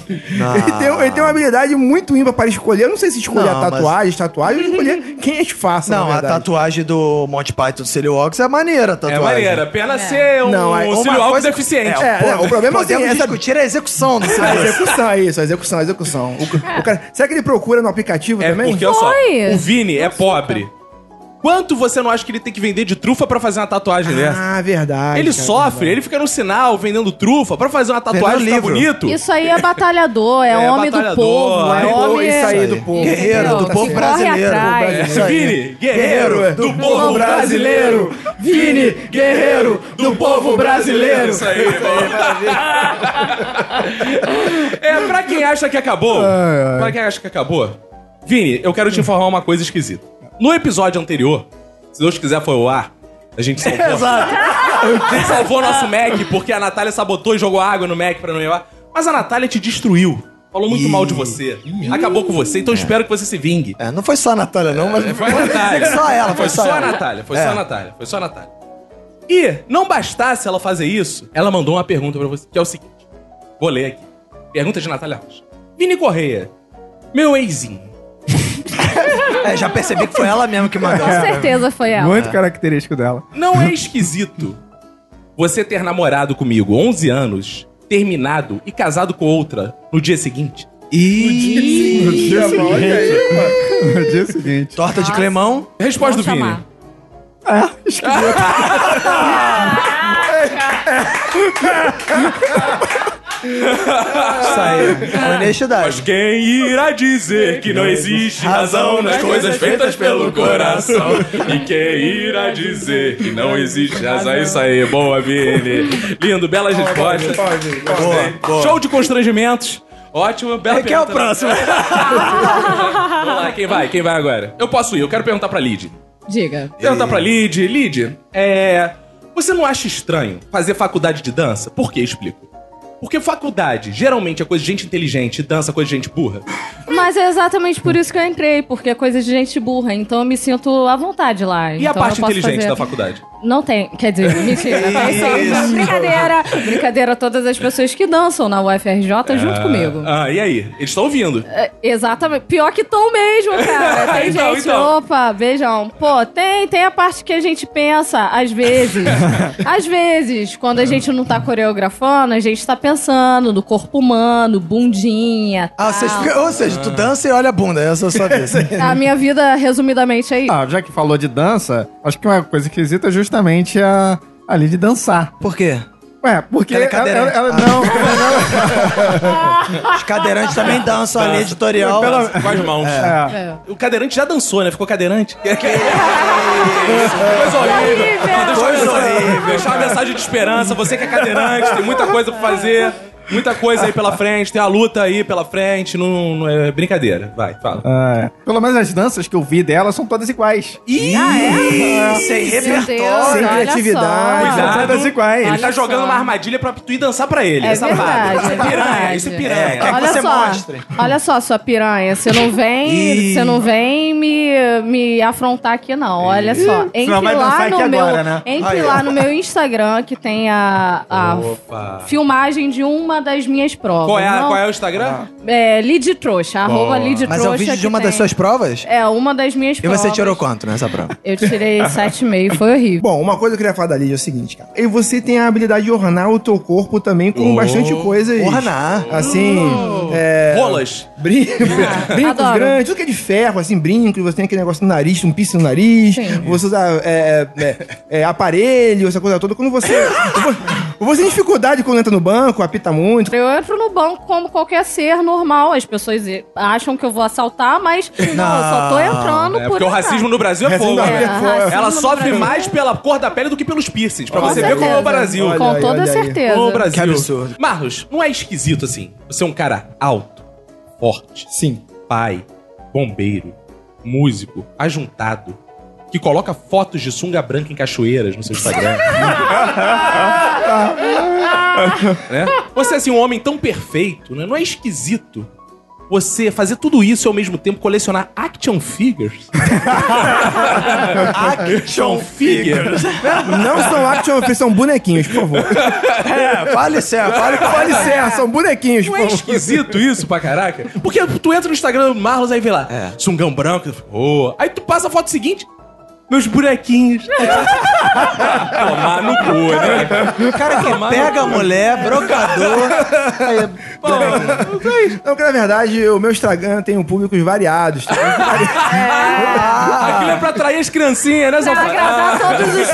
Speaker 4: Ele, tem, um- ele tem uma habilidade muito ímpar para escolher. Eu não sei se escolher
Speaker 2: Não,
Speaker 4: a
Speaker 2: mas-
Speaker 4: tatuagem, as tatuagens, ou escolher quem as faça.
Speaker 1: é
Speaker 2: Não,
Speaker 4: na
Speaker 2: a
Speaker 4: verdade.
Speaker 2: tatuagem do Monty Python do Celio Ox é maneira, a
Speaker 1: É
Speaker 2: tatuagem.
Speaker 1: maneira, pena ser um
Speaker 4: Não, aí, uma
Speaker 1: cílio algo
Speaker 2: coisa-
Speaker 1: deficiente.
Speaker 4: É,
Speaker 2: Pô,
Speaker 4: não, o problema
Speaker 1: um
Speaker 4: é assim,
Speaker 2: podemos
Speaker 4: essa-
Speaker 2: discutir a execução do
Speaker 4: A
Speaker 2: Celio
Speaker 4: execução, é isso, a execução, a execução. O, ca- o cara, será que ele procura no aplicativo
Speaker 1: É
Speaker 4: também?
Speaker 1: porque, olha só,
Speaker 3: Foi.
Speaker 1: o Vini é pobre. Quanto você não acha que ele tem que vender de trufa pra fazer uma tatuagem dessa?
Speaker 4: Ah, verdade.
Speaker 1: Ele
Speaker 4: cara,
Speaker 1: sofre,
Speaker 4: verdade.
Speaker 1: ele fica no sinal vendendo trufa pra fazer uma tatuagem que tá
Speaker 2: livro.
Speaker 1: bonito.
Speaker 3: Isso aí é batalhador, é,
Speaker 1: É,
Speaker 3: homem do
Speaker 1: batalhador,
Speaker 3: povo, é
Speaker 1: é
Speaker 3: homem...
Speaker 4: isso aí do povo.
Speaker 2: Guerreiro, do
Speaker 3: que
Speaker 2: povo
Speaker 3: corre
Speaker 2: brasileiro.
Speaker 3: atrás.
Speaker 2: Isso aí.
Speaker 1: Vini, guerreiro,
Speaker 4: Guerreiro
Speaker 1: do, povo brasileiro.
Speaker 4: Vini, guerreiro do povo brasileiro.
Speaker 1: Isso
Speaker 4: [LAUGHS]
Speaker 1: aí, É, pra quem acha que acabou, pra quem acha que acabou, Vini, eu quero te informar uma coisa esquisita. No episódio anterior, se Deus quiser foi o ar, a
Speaker 4: [LAUGHS]
Speaker 1: gente salvou. Exato. A gente salvou nosso Mac, porque a Natália sabotou e jogou água no Mac pra não ir lá. Mas a Natália te destruiu. Falou muito mal de você. Acabou com você,
Speaker 4: É.
Speaker 1: então eu espero que você se vingue.
Speaker 2: É, não foi só a Natália, não, mas
Speaker 1: É, Foi a Natália.
Speaker 2: só ela, foi só
Speaker 1: a
Speaker 2: ela.
Speaker 1: Natália, foi
Speaker 2: É.
Speaker 1: só a Natália, foi só a Natália. E, não bastasse ela fazer isso, ela mandou uma pergunta pra você, que é o seguinte. Vou ler aqui. Pergunta de Natália Rocha. Vini Correia, meu exinho.
Speaker 2: É, já percebi que foi ela mesmo que mandou.
Speaker 3: Com
Speaker 1: É.
Speaker 3: certeza foi ela.
Speaker 5: Muito característico dela.
Speaker 1: Não é esquisito você ter namorado comigo 11 anos, terminado e casado com outra no dia seguinte?
Speaker 5: No dia seguinte. No dia seguinte.
Speaker 2: Torta de clemão.
Speaker 1: Resposta
Speaker 3: Vamos
Speaker 1: do Vini.
Speaker 3: chamar.
Speaker 2: Isso aí.
Speaker 1: Mas
Speaker 2: Honestidade.
Speaker 1: quem irá dizer que não existe razão nas coisas feitas pelo coração? E quem irá dizer que não existe razão? É isso aí, boa, Vini. Lindo, belas respostas. Gostei. Show de constrangimentos. Ótimo, bela
Speaker 2: Quem é o
Speaker 1: pergunta.
Speaker 2: próximo?
Speaker 1: [LAUGHS] Vamos lá, quem vai? Quem vai agora? Eu posso ir, eu quero perguntar pra Lid.
Speaker 3: Diga.
Speaker 1: Perguntar pra Lid. Lid, é... Você não acha estranho fazer faculdade de dança? Por que? Explico. Porque faculdade geralmente é coisa de gente inteligente, dança é coisa de gente burra.
Speaker 3: Mas é exatamente por isso que eu entrei, porque é coisa de gente burra, então eu me sinto à vontade lá. Então
Speaker 1: E a parte inteligente da faculdade?
Speaker 3: Não tem, quer
Speaker 1: [LAUGHS]
Speaker 3: dizer, mentira, né? tem só brincadeira. Brincadeira a todas as pessoas que dançam na UFRJ junto comigo.
Speaker 1: Ah, e aí? Eles estão ouvindo.
Speaker 3: É, Exatamente. Pior que tão mesmo, cara.
Speaker 1: [LAUGHS]
Speaker 3: Tem
Speaker 1: Então,
Speaker 3: gente,
Speaker 1: então.
Speaker 3: opa, beijão. Pô, tem, tem a parte que a gente pensa, às
Speaker 1: [LAUGHS]
Speaker 3: vezes. às vezes, quando a gente não tá coreografando, a gente tá pensando no corpo humano, bundinha.
Speaker 2: Ah, vocês ficam- ou seja, tu dança e olha a bunda, essa é a sua [LAUGHS] vez.
Speaker 3: A minha vida, resumidamente, é isso.
Speaker 5: Ah, já que falou de dança, acho que uma coisa esquisita é justamente a, a Lid dançar.
Speaker 2: Por quê?
Speaker 5: Ué, porque.
Speaker 2: Ela é cadeirante.
Speaker 5: ela- ela-
Speaker 2: Ah.
Speaker 5: não,
Speaker 2: Os cadeirantes também dançam a linha editorial.
Speaker 1: Com as mãos.
Speaker 5: é.
Speaker 3: É.
Speaker 1: O cadeirante já dançou, né? Ficou cadeirante. [LAUGHS] Que
Speaker 3: Horrível!
Speaker 1: Coisa horrível. Deixar uma mensagem de esperança. Você que é cadeirante, tem muita coisa pra fazer. Muita coisa aí pela frente. Tem a luta aí pela frente. Não, não é brincadeira. Vai, fala.
Speaker 5: Ah, é. Pelo menos as danças que eu vi dela são todas iguais.
Speaker 3: Ah, é?
Speaker 2: Ih, sem Ah, repertório.
Speaker 4: sem criatividade.
Speaker 3: Olha só.
Speaker 5: São todas iguais.
Speaker 1: Ele tá
Speaker 3: Olha
Speaker 1: jogando
Speaker 3: só.
Speaker 1: uma armadilha pra tu ir dançar pra ele.
Speaker 3: É
Speaker 1: essa parada.
Speaker 3: verdade,
Speaker 1: Isso
Speaker 3: é
Speaker 1: é piranha.
Speaker 3: verdade.
Speaker 1: Isso é piranha.
Speaker 2: É,
Speaker 3: Olha
Speaker 2: você
Speaker 3: só,
Speaker 2: mostre.
Speaker 3: olha só, sua piranha, você não vem, você não vem me, me afrontar aqui não. Olha só, entre
Speaker 5: não vai dançar
Speaker 3: lá
Speaker 5: aqui
Speaker 3: no meu,
Speaker 5: agora, né?
Speaker 3: entre
Speaker 2: Aí,
Speaker 3: lá
Speaker 2: ó.
Speaker 3: no meu Instagram que tem a, a
Speaker 1: Opa.
Speaker 3: filmagem de uma das minhas provas.
Speaker 1: Qual é, a-
Speaker 3: não?
Speaker 1: qual é o Instagram?
Speaker 3: É, lead trouxa, arroba lead
Speaker 2: Mas
Speaker 3: trouxa
Speaker 2: é o vídeo
Speaker 3: que
Speaker 2: de uma das
Speaker 3: tem.
Speaker 2: suas provas?
Speaker 3: É uma das minhas
Speaker 2: E
Speaker 3: provas.
Speaker 2: você tirou quanto nessa prova?
Speaker 3: Eu tirei
Speaker 2: [LAUGHS]
Speaker 3: 7,5, foi horrível.
Speaker 4: Bom, uma coisa que eu queria falar da Lídia é o seguinte, cara. E você tem a habilidade de ornar o teu corpo também com
Speaker 1: Oh.
Speaker 4: bastante coisas.
Speaker 2: Ornar. Oh.
Speaker 4: Assim, é,
Speaker 1: Rolas.
Speaker 2: [LAUGHS]
Speaker 4: brin-
Speaker 2: Ah,
Speaker 4: [LAUGHS] brincos
Speaker 3: Adoro.
Speaker 4: grandes, tudo que é de ferro, assim, brincos. Você tem aquele negócio no nariz, um piercing no nariz.
Speaker 3: Sim.
Speaker 4: Você usa é, é, é, aparelho, essa coisa toda. Quando você... você tem dificuldade quando entra no banco, apita muito.
Speaker 3: Eu entro no banco como qualquer ser normal. As pessoas acham que eu vou assaltar,
Speaker 1: [LAUGHS]
Speaker 3: mas não, eu só tô entrando
Speaker 1: É,
Speaker 3: por
Speaker 1: porque o
Speaker 3: entrar.
Speaker 1: racismo no Brasil é
Speaker 4: Racismo
Speaker 1: fogo.
Speaker 4: no
Speaker 1: né?
Speaker 4: Brasil
Speaker 3: É, racismo
Speaker 1: Ela
Speaker 3: no
Speaker 1: sofre
Speaker 3: Brasil.
Speaker 1: mais pela cor da pele do que pelos piercings. Pra
Speaker 3: Com
Speaker 1: você ver
Speaker 3: certeza.
Speaker 1: como é o Brasil.
Speaker 3: Com
Speaker 4: Olha aí,
Speaker 3: toda
Speaker 4: olha aí.
Speaker 3: certeza.
Speaker 1: Como é o Brasil.
Speaker 2: Que absurdo.
Speaker 1: Marlos, não é esquisito assim? Você é um cara alto, forte,
Speaker 4: Sim.
Speaker 1: pai, bombeiro, músico, ajuntado, que coloca fotos de sunga branca em cachoeiras no seu Instagram. né? Você, assim, um homem tão perfeito, né? Não é esquisito você fazer tudo isso e ao mesmo tempo colecionar action figures? action figures?
Speaker 4: Não são action figures, são bonequinhos, por favor.
Speaker 2: [LAUGHS] É, fale certo, fale com
Speaker 4: Fale certo, são bonequinhos,
Speaker 1: Não
Speaker 4: por
Speaker 1: [LAUGHS] é
Speaker 4: favor.
Speaker 1: esquisito isso pra caraca? Porque tu entra no Instagram do Marlos aí vê lá,
Speaker 3: É.
Speaker 1: sungão branco, oh. aí tu passa a foto seguinte,
Speaker 3: [LAUGHS]
Speaker 1: meus bonequinhos. Tomar no cu, né?
Speaker 2: O cara que pega a mulher, brocador.
Speaker 4: Não, porque na verdade o meu Instagram tem um públicos variados. tá?
Speaker 1: [LAUGHS] Aquilo é pra atrair as criancinhas, né,
Speaker 3: Ah. Pra
Speaker 1: safado?
Speaker 3: agradar todos
Speaker 1: [LAUGHS]
Speaker 3: os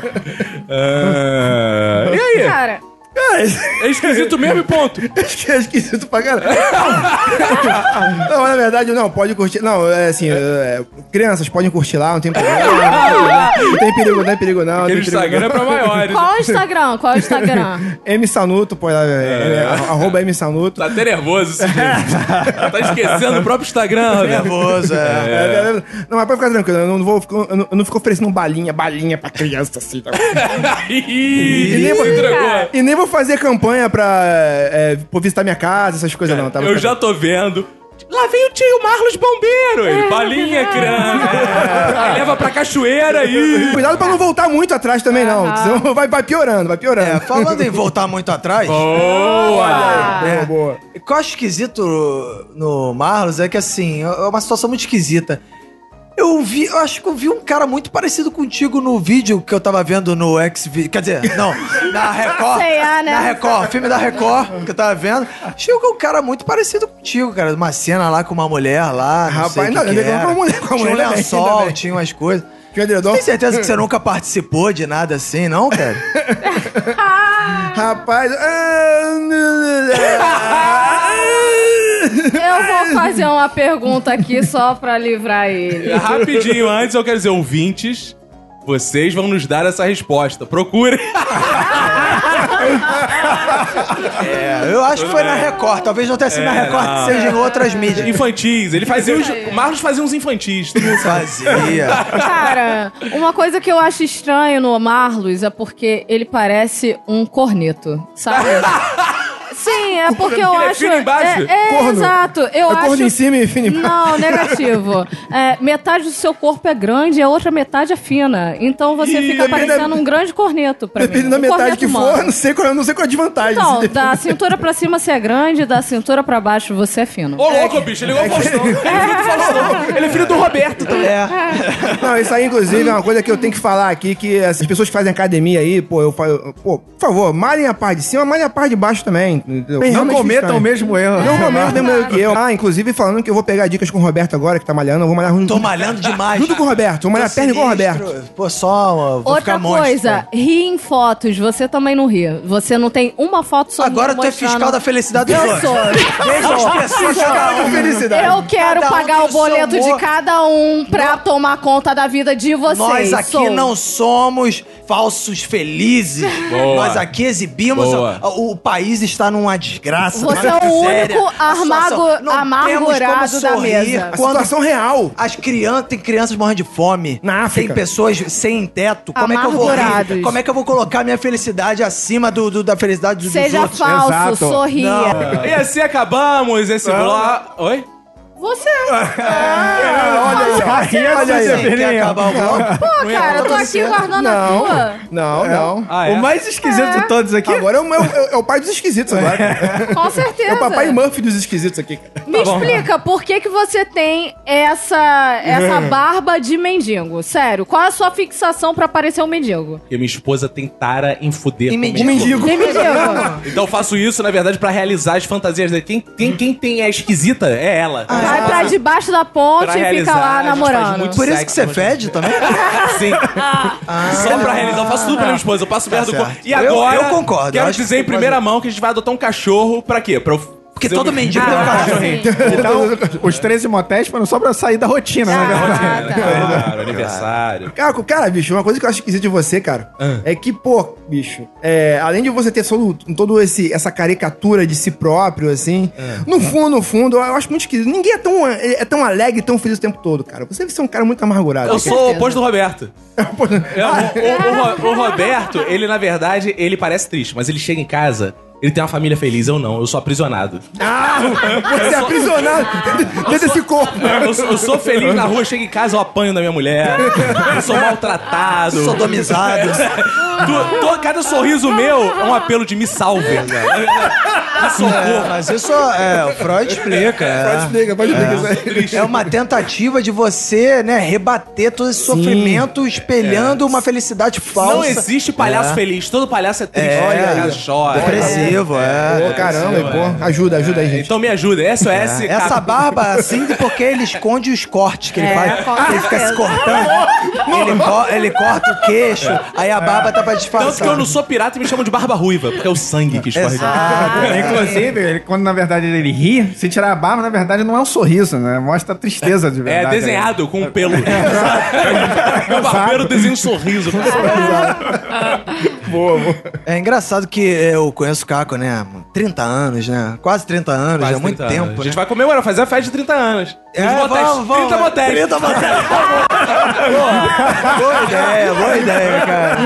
Speaker 3: públicos.
Speaker 1: Ah, E aí?
Speaker 3: Cara,
Speaker 1: É esquisito mesmo e ponto.
Speaker 4: [LAUGHS] Acho que é esquisito pra caralho. Não, mas na verdade, não, pode curtir. Não, é assim, é, crianças podem curtir lá, não tem problema. Não tem perigo, não tem perigo, não. não
Speaker 1: Aquele
Speaker 4: tem perigo,
Speaker 1: Instagram é pra
Speaker 3: [LAUGHS]
Speaker 1: maiores.
Speaker 3: qual é o Instagram? Qual é o
Speaker 1: [LAUGHS]
Speaker 3: Instagram?
Speaker 4: não. M Sanuto, pô, é, é, é, arroba M Sanuto.
Speaker 1: Tá até nervoso
Speaker 3: [LAUGHS]
Speaker 1: esse tipo. Tá esquecendo o próprio Instagram, né?
Speaker 4: né?
Speaker 1: Roberto.
Speaker 2: Nervoso, é.
Speaker 4: É, é, Não, mas pode ficar tranquilo, eu não, vou, eu não, eu não fico oferecendo balinha, balinha pra criança assim. Tá?
Speaker 1: [LAUGHS] Ih,
Speaker 4: E nem vou-
Speaker 1: se entregou.
Speaker 4: E nem vou fazer campanha pra é, pô, visitar minha casa, essas coisas não, tá?
Speaker 1: É, Eu já tô vendo. Lá vem o tio Marlos Bombeiro. Ele, balinha,
Speaker 5: [LAUGHS]
Speaker 1: criança. Aí leva pra cachoeira e...
Speaker 4: Cuidado pra não voltar muito atrás também, não. Senão vai, vai piorando, vai piorando.
Speaker 2: É, falando
Speaker 4: [LAUGHS]
Speaker 2: em voltar muito atrás,
Speaker 1: Boa!
Speaker 2: é,
Speaker 4: boa.
Speaker 2: o que eu acho esquisito no Marlos é que, assim, é uma situação muito esquisita. Eu vi, eu acho que eu vi um cara muito parecido contigo no vídeo que eu tava vendo no X Quer dizer, não,
Speaker 3: [LAUGHS]
Speaker 2: na Record.
Speaker 3: Sei lá, né?
Speaker 2: Na Record, filme da Record que eu tava vendo. Achei que um cara muito parecido contigo, cara. Uma cena lá com uma mulher lá. Não
Speaker 4: Rapaz,
Speaker 2: sei o que
Speaker 4: não,
Speaker 2: que
Speaker 4: eu lembro
Speaker 2: era.
Speaker 4: com a mulher- com a
Speaker 2: tinha um
Speaker 4: mulher né? Então, também,
Speaker 2: lençol,
Speaker 4: também.
Speaker 2: tinha umas coisas.
Speaker 4: Que edredom.
Speaker 2: Tem certeza que
Speaker 4: hum.
Speaker 2: você nunca participou de nada assim, não, cara?
Speaker 4: Rapaz. é,
Speaker 3: É, Eu vou fazer uma pergunta aqui só pra livrar ele.
Speaker 1: Rapidinho, antes eu quero dizer, ouvintes, vocês vão nos dar essa resposta.
Speaker 5: [LAUGHS]
Speaker 1: Procurem.
Speaker 2: É, eu acho que foi na Record. Talvez não tenha sido na Record,
Speaker 1: É, não.
Speaker 2: seja em
Speaker 1: [LAUGHS]
Speaker 2: outras mídias.
Speaker 1: Infantis. Ele fazia os... O Marlos fazia uns infantis.
Speaker 2: Fazia.
Speaker 3: Cara, uma coisa que eu acho estranho no Marlos é porque ele parece um corneto, sabe? Sim, é porque eu
Speaker 1: Ele é
Speaker 3: acho.
Speaker 1: fino embaixo?
Speaker 3: É, é,
Speaker 4: Corno.
Speaker 3: exato. Eu
Speaker 4: É
Speaker 3: acho.
Speaker 4: corno em cima e fino embaixo.
Speaker 3: Não,
Speaker 4: [LAUGHS]
Speaker 3: negativo. É, metade do seu corpo é grande e a outra metade é fina. Então você
Speaker 4: Ih,
Speaker 3: fica
Speaker 4: depende da-
Speaker 3: parecendo um grande corneto pra
Speaker 4: [LAUGHS] Depende
Speaker 3: mim.
Speaker 4: da
Speaker 3: Um
Speaker 4: metade
Speaker 3: corneto
Speaker 4: que
Speaker 3: humano.
Speaker 4: for, não sei qual, não sei qual é a desvantagem.
Speaker 3: Então,
Speaker 4: Se
Speaker 3: da cintura pra cima você é grande, da cintura pra baixo você é fino.
Speaker 1: Ô, louco, bicho, ele é igual o Faustão. Ele é filho do Faustão. Ele é filho do Roberto também.
Speaker 2: É.
Speaker 4: [LAUGHS] Não, isso aí, inclusive, é uma coisa que eu tenho que falar aqui, que as pessoas que fazem academia aí, pô, eu falo, pô, por favor, malhem a parte de cima, malhem a parte de baixo também. entendeu?
Speaker 5: Não
Speaker 4: Realmente
Speaker 5: cometam o
Speaker 4: estranho.
Speaker 5: mesmo erro.
Speaker 4: Não cometam o mesmo que eu. Ah, inclusive, falando que eu vou pegar dicas com o Roberto agora, que tá malhando, eu vou malhar junto,
Speaker 2: Tô malhando demais.
Speaker 4: É junto com o Roberto, vou malhar a perna igual o Roberto.
Speaker 2: Pô, só. ó, Vou
Speaker 3: Outra
Speaker 2: ficar monstro.
Speaker 3: coisa, ri em fotos. Você também não ri. Você não tem uma foto sua.
Speaker 2: Agora tu é
Speaker 3: mostrando-
Speaker 2: fiscal da felicidade dos
Speaker 3: Eu
Speaker 2: outros. [LAUGHS]
Speaker 3: sou.
Speaker 2: Veja as pessoas
Speaker 5: É
Speaker 2: cada um.
Speaker 4: Felicidade.
Speaker 3: Eu quero
Speaker 2: Cada um
Speaker 3: pagar
Speaker 2: tem
Speaker 3: o
Speaker 2: o seu
Speaker 3: boleto de
Speaker 2: humor.
Speaker 3: cada um pra tomar conta da vida de vocês.
Speaker 2: Nós aqui
Speaker 3: Sou.
Speaker 2: não somos falsos felizes.
Speaker 1: Boa.
Speaker 2: Nós aqui exibimos.
Speaker 1: Boa.
Speaker 2: O, o país está numa desgraça.
Speaker 3: Você é
Speaker 2: numa
Speaker 3: o único
Speaker 2: miséria. A
Speaker 3: armago-
Speaker 2: situação- não
Speaker 3: amargurado
Speaker 2: temos como
Speaker 3: da
Speaker 2: sorrir
Speaker 3: mesa.
Speaker 4: A
Speaker 2: Quando
Speaker 4: situação real.
Speaker 2: As crianças, tem crianças morrendo de fome.
Speaker 4: Na África.
Speaker 2: Tem pessoas sem teto. Como é que eu vou
Speaker 3: Amargurados.
Speaker 2: rir? Como é que eu vou colocar minha felicidade acima do, do- da felicidade dos
Speaker 3: Seja
Speaker 2: outros?
Speaker 3: falso,
Speaker 5: Exato.
Speaker 3: sorria.
Speaker 1: E assim acabamos esse bloco. Oi?
Speaker 3: Você.
Speaker 2: [LAUGHS]
Speaker 5: Ah,
Speaker 4: É,
Speaker 2: Olha aí,
Speaker 5: Olha
Speaker 2: quer
Speaker 5: aí,
Speaker 2: acabar
Speaker 3: [LAUGHS]
Speaker 2: o bloco?
Speaker 3: Pô, cara, eu tô aqui guardando a tua.
Speaker 4: Não, não.
Speaker 1: Ah, é?
Speaker 5: O mais esquisito de todos aqui.
Speaker 4: Agora é o, meu- é o- é o pai dos esquisitos agora.
Speaker 3: Com certeza.
Speaker 4: É o papai tá Murphy dos esquisitos aqui, cara.
Speaker 3: Me explica, por que que você tem essa,
Speaker 4: [LAUGHS]
Speaker 3: essa barba de mendigo? Sério, qual é a sua fixação pra parecer um mendigo?
Speaker 1: Porque minha esposa tem tara em fuder.
Speaker 2: E
Speaker 1: comigo.
Speaker 2: mendigo.
Speaker 3: Tem mendigo.
Speaker 1: Então eu faço isso, na verdade, pra realizar as fantasias dele. Quem, quem, quem tem é esquisita é ela.
Speaker 2: Ah,
Speaker 3: Vai pra debaixo da ponte
Speaker 1: Pra
Speaker 3: e fica
Speaker 1: realizar, a
Speaker 3: lá
Speaker 1: gente faz
Speaker 3: namorando.
Speaker 1: muito
Speaker 2: Por isso
Speaker 1: Sexo,
Speaker 2: que você
Speaker 1: mas-
Speaker 2: fede também?
Speaker 1: É. Sim. Só pra realizar. Eu faço tudo pra minha esposa. Eu passo perto do corpo.
Speaker 2: Ah. Tá. certo.
Speaker 1: E
Speaker 2: Eu-
Speaker 1: agora.
Speaker 2: eu concordo, eu
Speaker 1: Quero
Speaker 2: acho que
Speaker 1: dizer em
Speaker 2: você pode-
Speaker 1: primeira mão que a gente vai adotar um cachorro pra quê? Pra eu
Speaker 6: Porque todo mendigo tem um
Speaker 3: Ah,
Speaker 6: cachorro.
Speaker 3: sim.
Speaker 1: [LAUGHS]
Speaker 4: [LAUGHS]
Speaker 5: Então, os 13 motéis foram só pra sair da rotina, né?
Speaker 3: Ah, tá.
Speaker 1: Claro, aniversário.
Speaker 4: Cara, cara, bicho, uma coisa que eu acho esquisita de você, cara,
Speaker 5: Ah.
Speaker 4: é que, pô, bicho, é, além de você ter solo- todo esse essa caricatura de si próprio, assim,
Speaker 5: Ah.
Speaker 4: no fundo, no fundo, eu acho muito esquisito. Ninguém é tão, é, é tão alegre e tão feliz o tempo todo, cara. Você deve ser um cara muito amargurado.
Speaker 1: Eu
Speaker 4: [LAUGHS]
Speaker 1: sou o oposto do Roberto. É, o, o- o- o Roberto, ele na verdade, ele parece triste, mas ele chega em casa, ele tem uma família feliz, eu não, eu sou aprisionado.
Speaker 4: Ah, você é aprisionado dentro desse corpo.
Speaker 5: Ah.
Speaker 1: Eu, sou- eu sou feliz na rua, chego em casa, eu apanho da minha mulher, eu sou maltratado.
Speaker 6: Sodomizado.
Speaker 1: [LAUGHS] Tu- tu- cada sorriso meu é um apelo de me salve. Me
Speaker 2: É,
Speaker 1: socorro.
Speaker 2: mas isso é, o Freud explica. é.
Speaker 4: Pode explicar, pode explicar isso aí.
Speaker 2: É uma tentativa de você, né, rebater todo esse sofrimento espelhando uma felicidade falsa.
Speaker 1: Não existe palhaço feliz, todo palhaço é triste,
Speaker 2: É,
Speaker 1: olha, cara, chora.
Speaker 2: Depressivo, é.
Speaker 4: Pô, caramba, pô, ajuda, ajuda aí, gente.
Speaker 1: Então me ajuda, SOS.
Speaker 2: É. Essa
Speaker 1: cara. [LAUGHS]
Speaker 2: barba, assim, porque ele esconde os cortes que ele
Speaker 3: É,
Speaker 2: faz.
Speaker 3: com
Speaker 2: ele fica
Speaker 3: certeza.
Speaker 2: se cortando. ele, bo- ele corta o queixo, aí a barba tá pra disfarçar.
Speaker 1: Tanto que eu não sou pirata e me chamam de barba ruiva, porque é o sangue que escorre.
Speaker 5: Inclusive, ele- quando na verdade ele ri, se tirar a barba, na verdade não é um sorriso, né? Mostra a tristeza de
Speaker 1: É
Speaker 5: verdade.
Speaker 1: desenhado com um pelo.
Speaker 2: [LAUGHS]
Speaker 1: Meu barbeiro desenha um sorriso.
Speaker 2: É engraçado que eu conheço o Caco, né? há 30 anos, né? Quase 30 anos,
Speaker 1: Faz
Speaker 2: é muito
Speaker 1: 30 anos.
Speaker 2: tempo.
Speaker 1: A gente
Speaker 2: né?
Speaker 1: vai comemorar, fazer a festa de 30 anos.
Speaker 2: É,
Speaker 1: Os motéis, 30 motéis.
Speaker 2: 30 motéis. Boa. boa ideia, boa ideia, cara.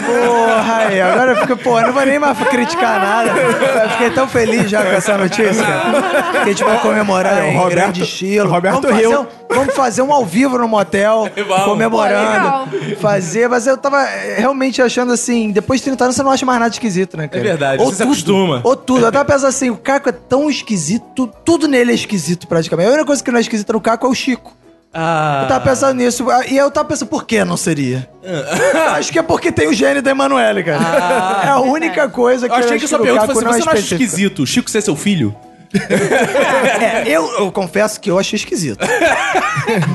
Speaker 2: Porra, aí, agora eu fico, porra, não vou nem mais criticar nada. Eu fiquei tão feliz já com essa notícia, cara. Que a gente vai comemorar em
Speaker 5: Roberto-
Speaker 2: grande estilo.
Speaker 5: Roberto
Speaker 2: vamos fazer,
Speaker 5: riu.
Speaker 2: um, vamos fazer um ao vivo
Speaker 5: [LAUGHS]
Speaker 2: no motel,
Speaker 1: Vamos.
Speaker 2: comemorando.
Speaker 3: Pô,
Speaker 2: fazer, mas eu tava eh, realmente achando assim, depois de 30 anos você não acha mais nada esquisito, né, cara?
Speaker 1: É verdade, você se
Speaker 2: tudo,
Speaker 1: acostuma.
Speaker 2: Ou tudo. Eu até penso assim, o Caco é tão esquisito, tudo nele é esquisito praticamente. A única coisa que não é esquisita no Caco é o Chico.
Speaker 1: Ah.
Speaker 2: Eu tava pensando nisso. ah, E eu tava pensando, por que não seria?
Speaker 1: Ah.
Speaker 2: acho que é porque tem o gênio da Emanuele, cara. é a única coisa né, que
Speaker 1: Eu achei
Speaker 2: acho
Speaker 1: que sua
Speaker 2: no
Speaker 1: pergunta
Speaker 2: Caco é
Speaker 1: fosse: você não acha
Speaker 2: específica."
Speaker 1: esquisito o Chico ser seu filho?
Speaker 2: É, eu, eu confesso que eu achei esquisito.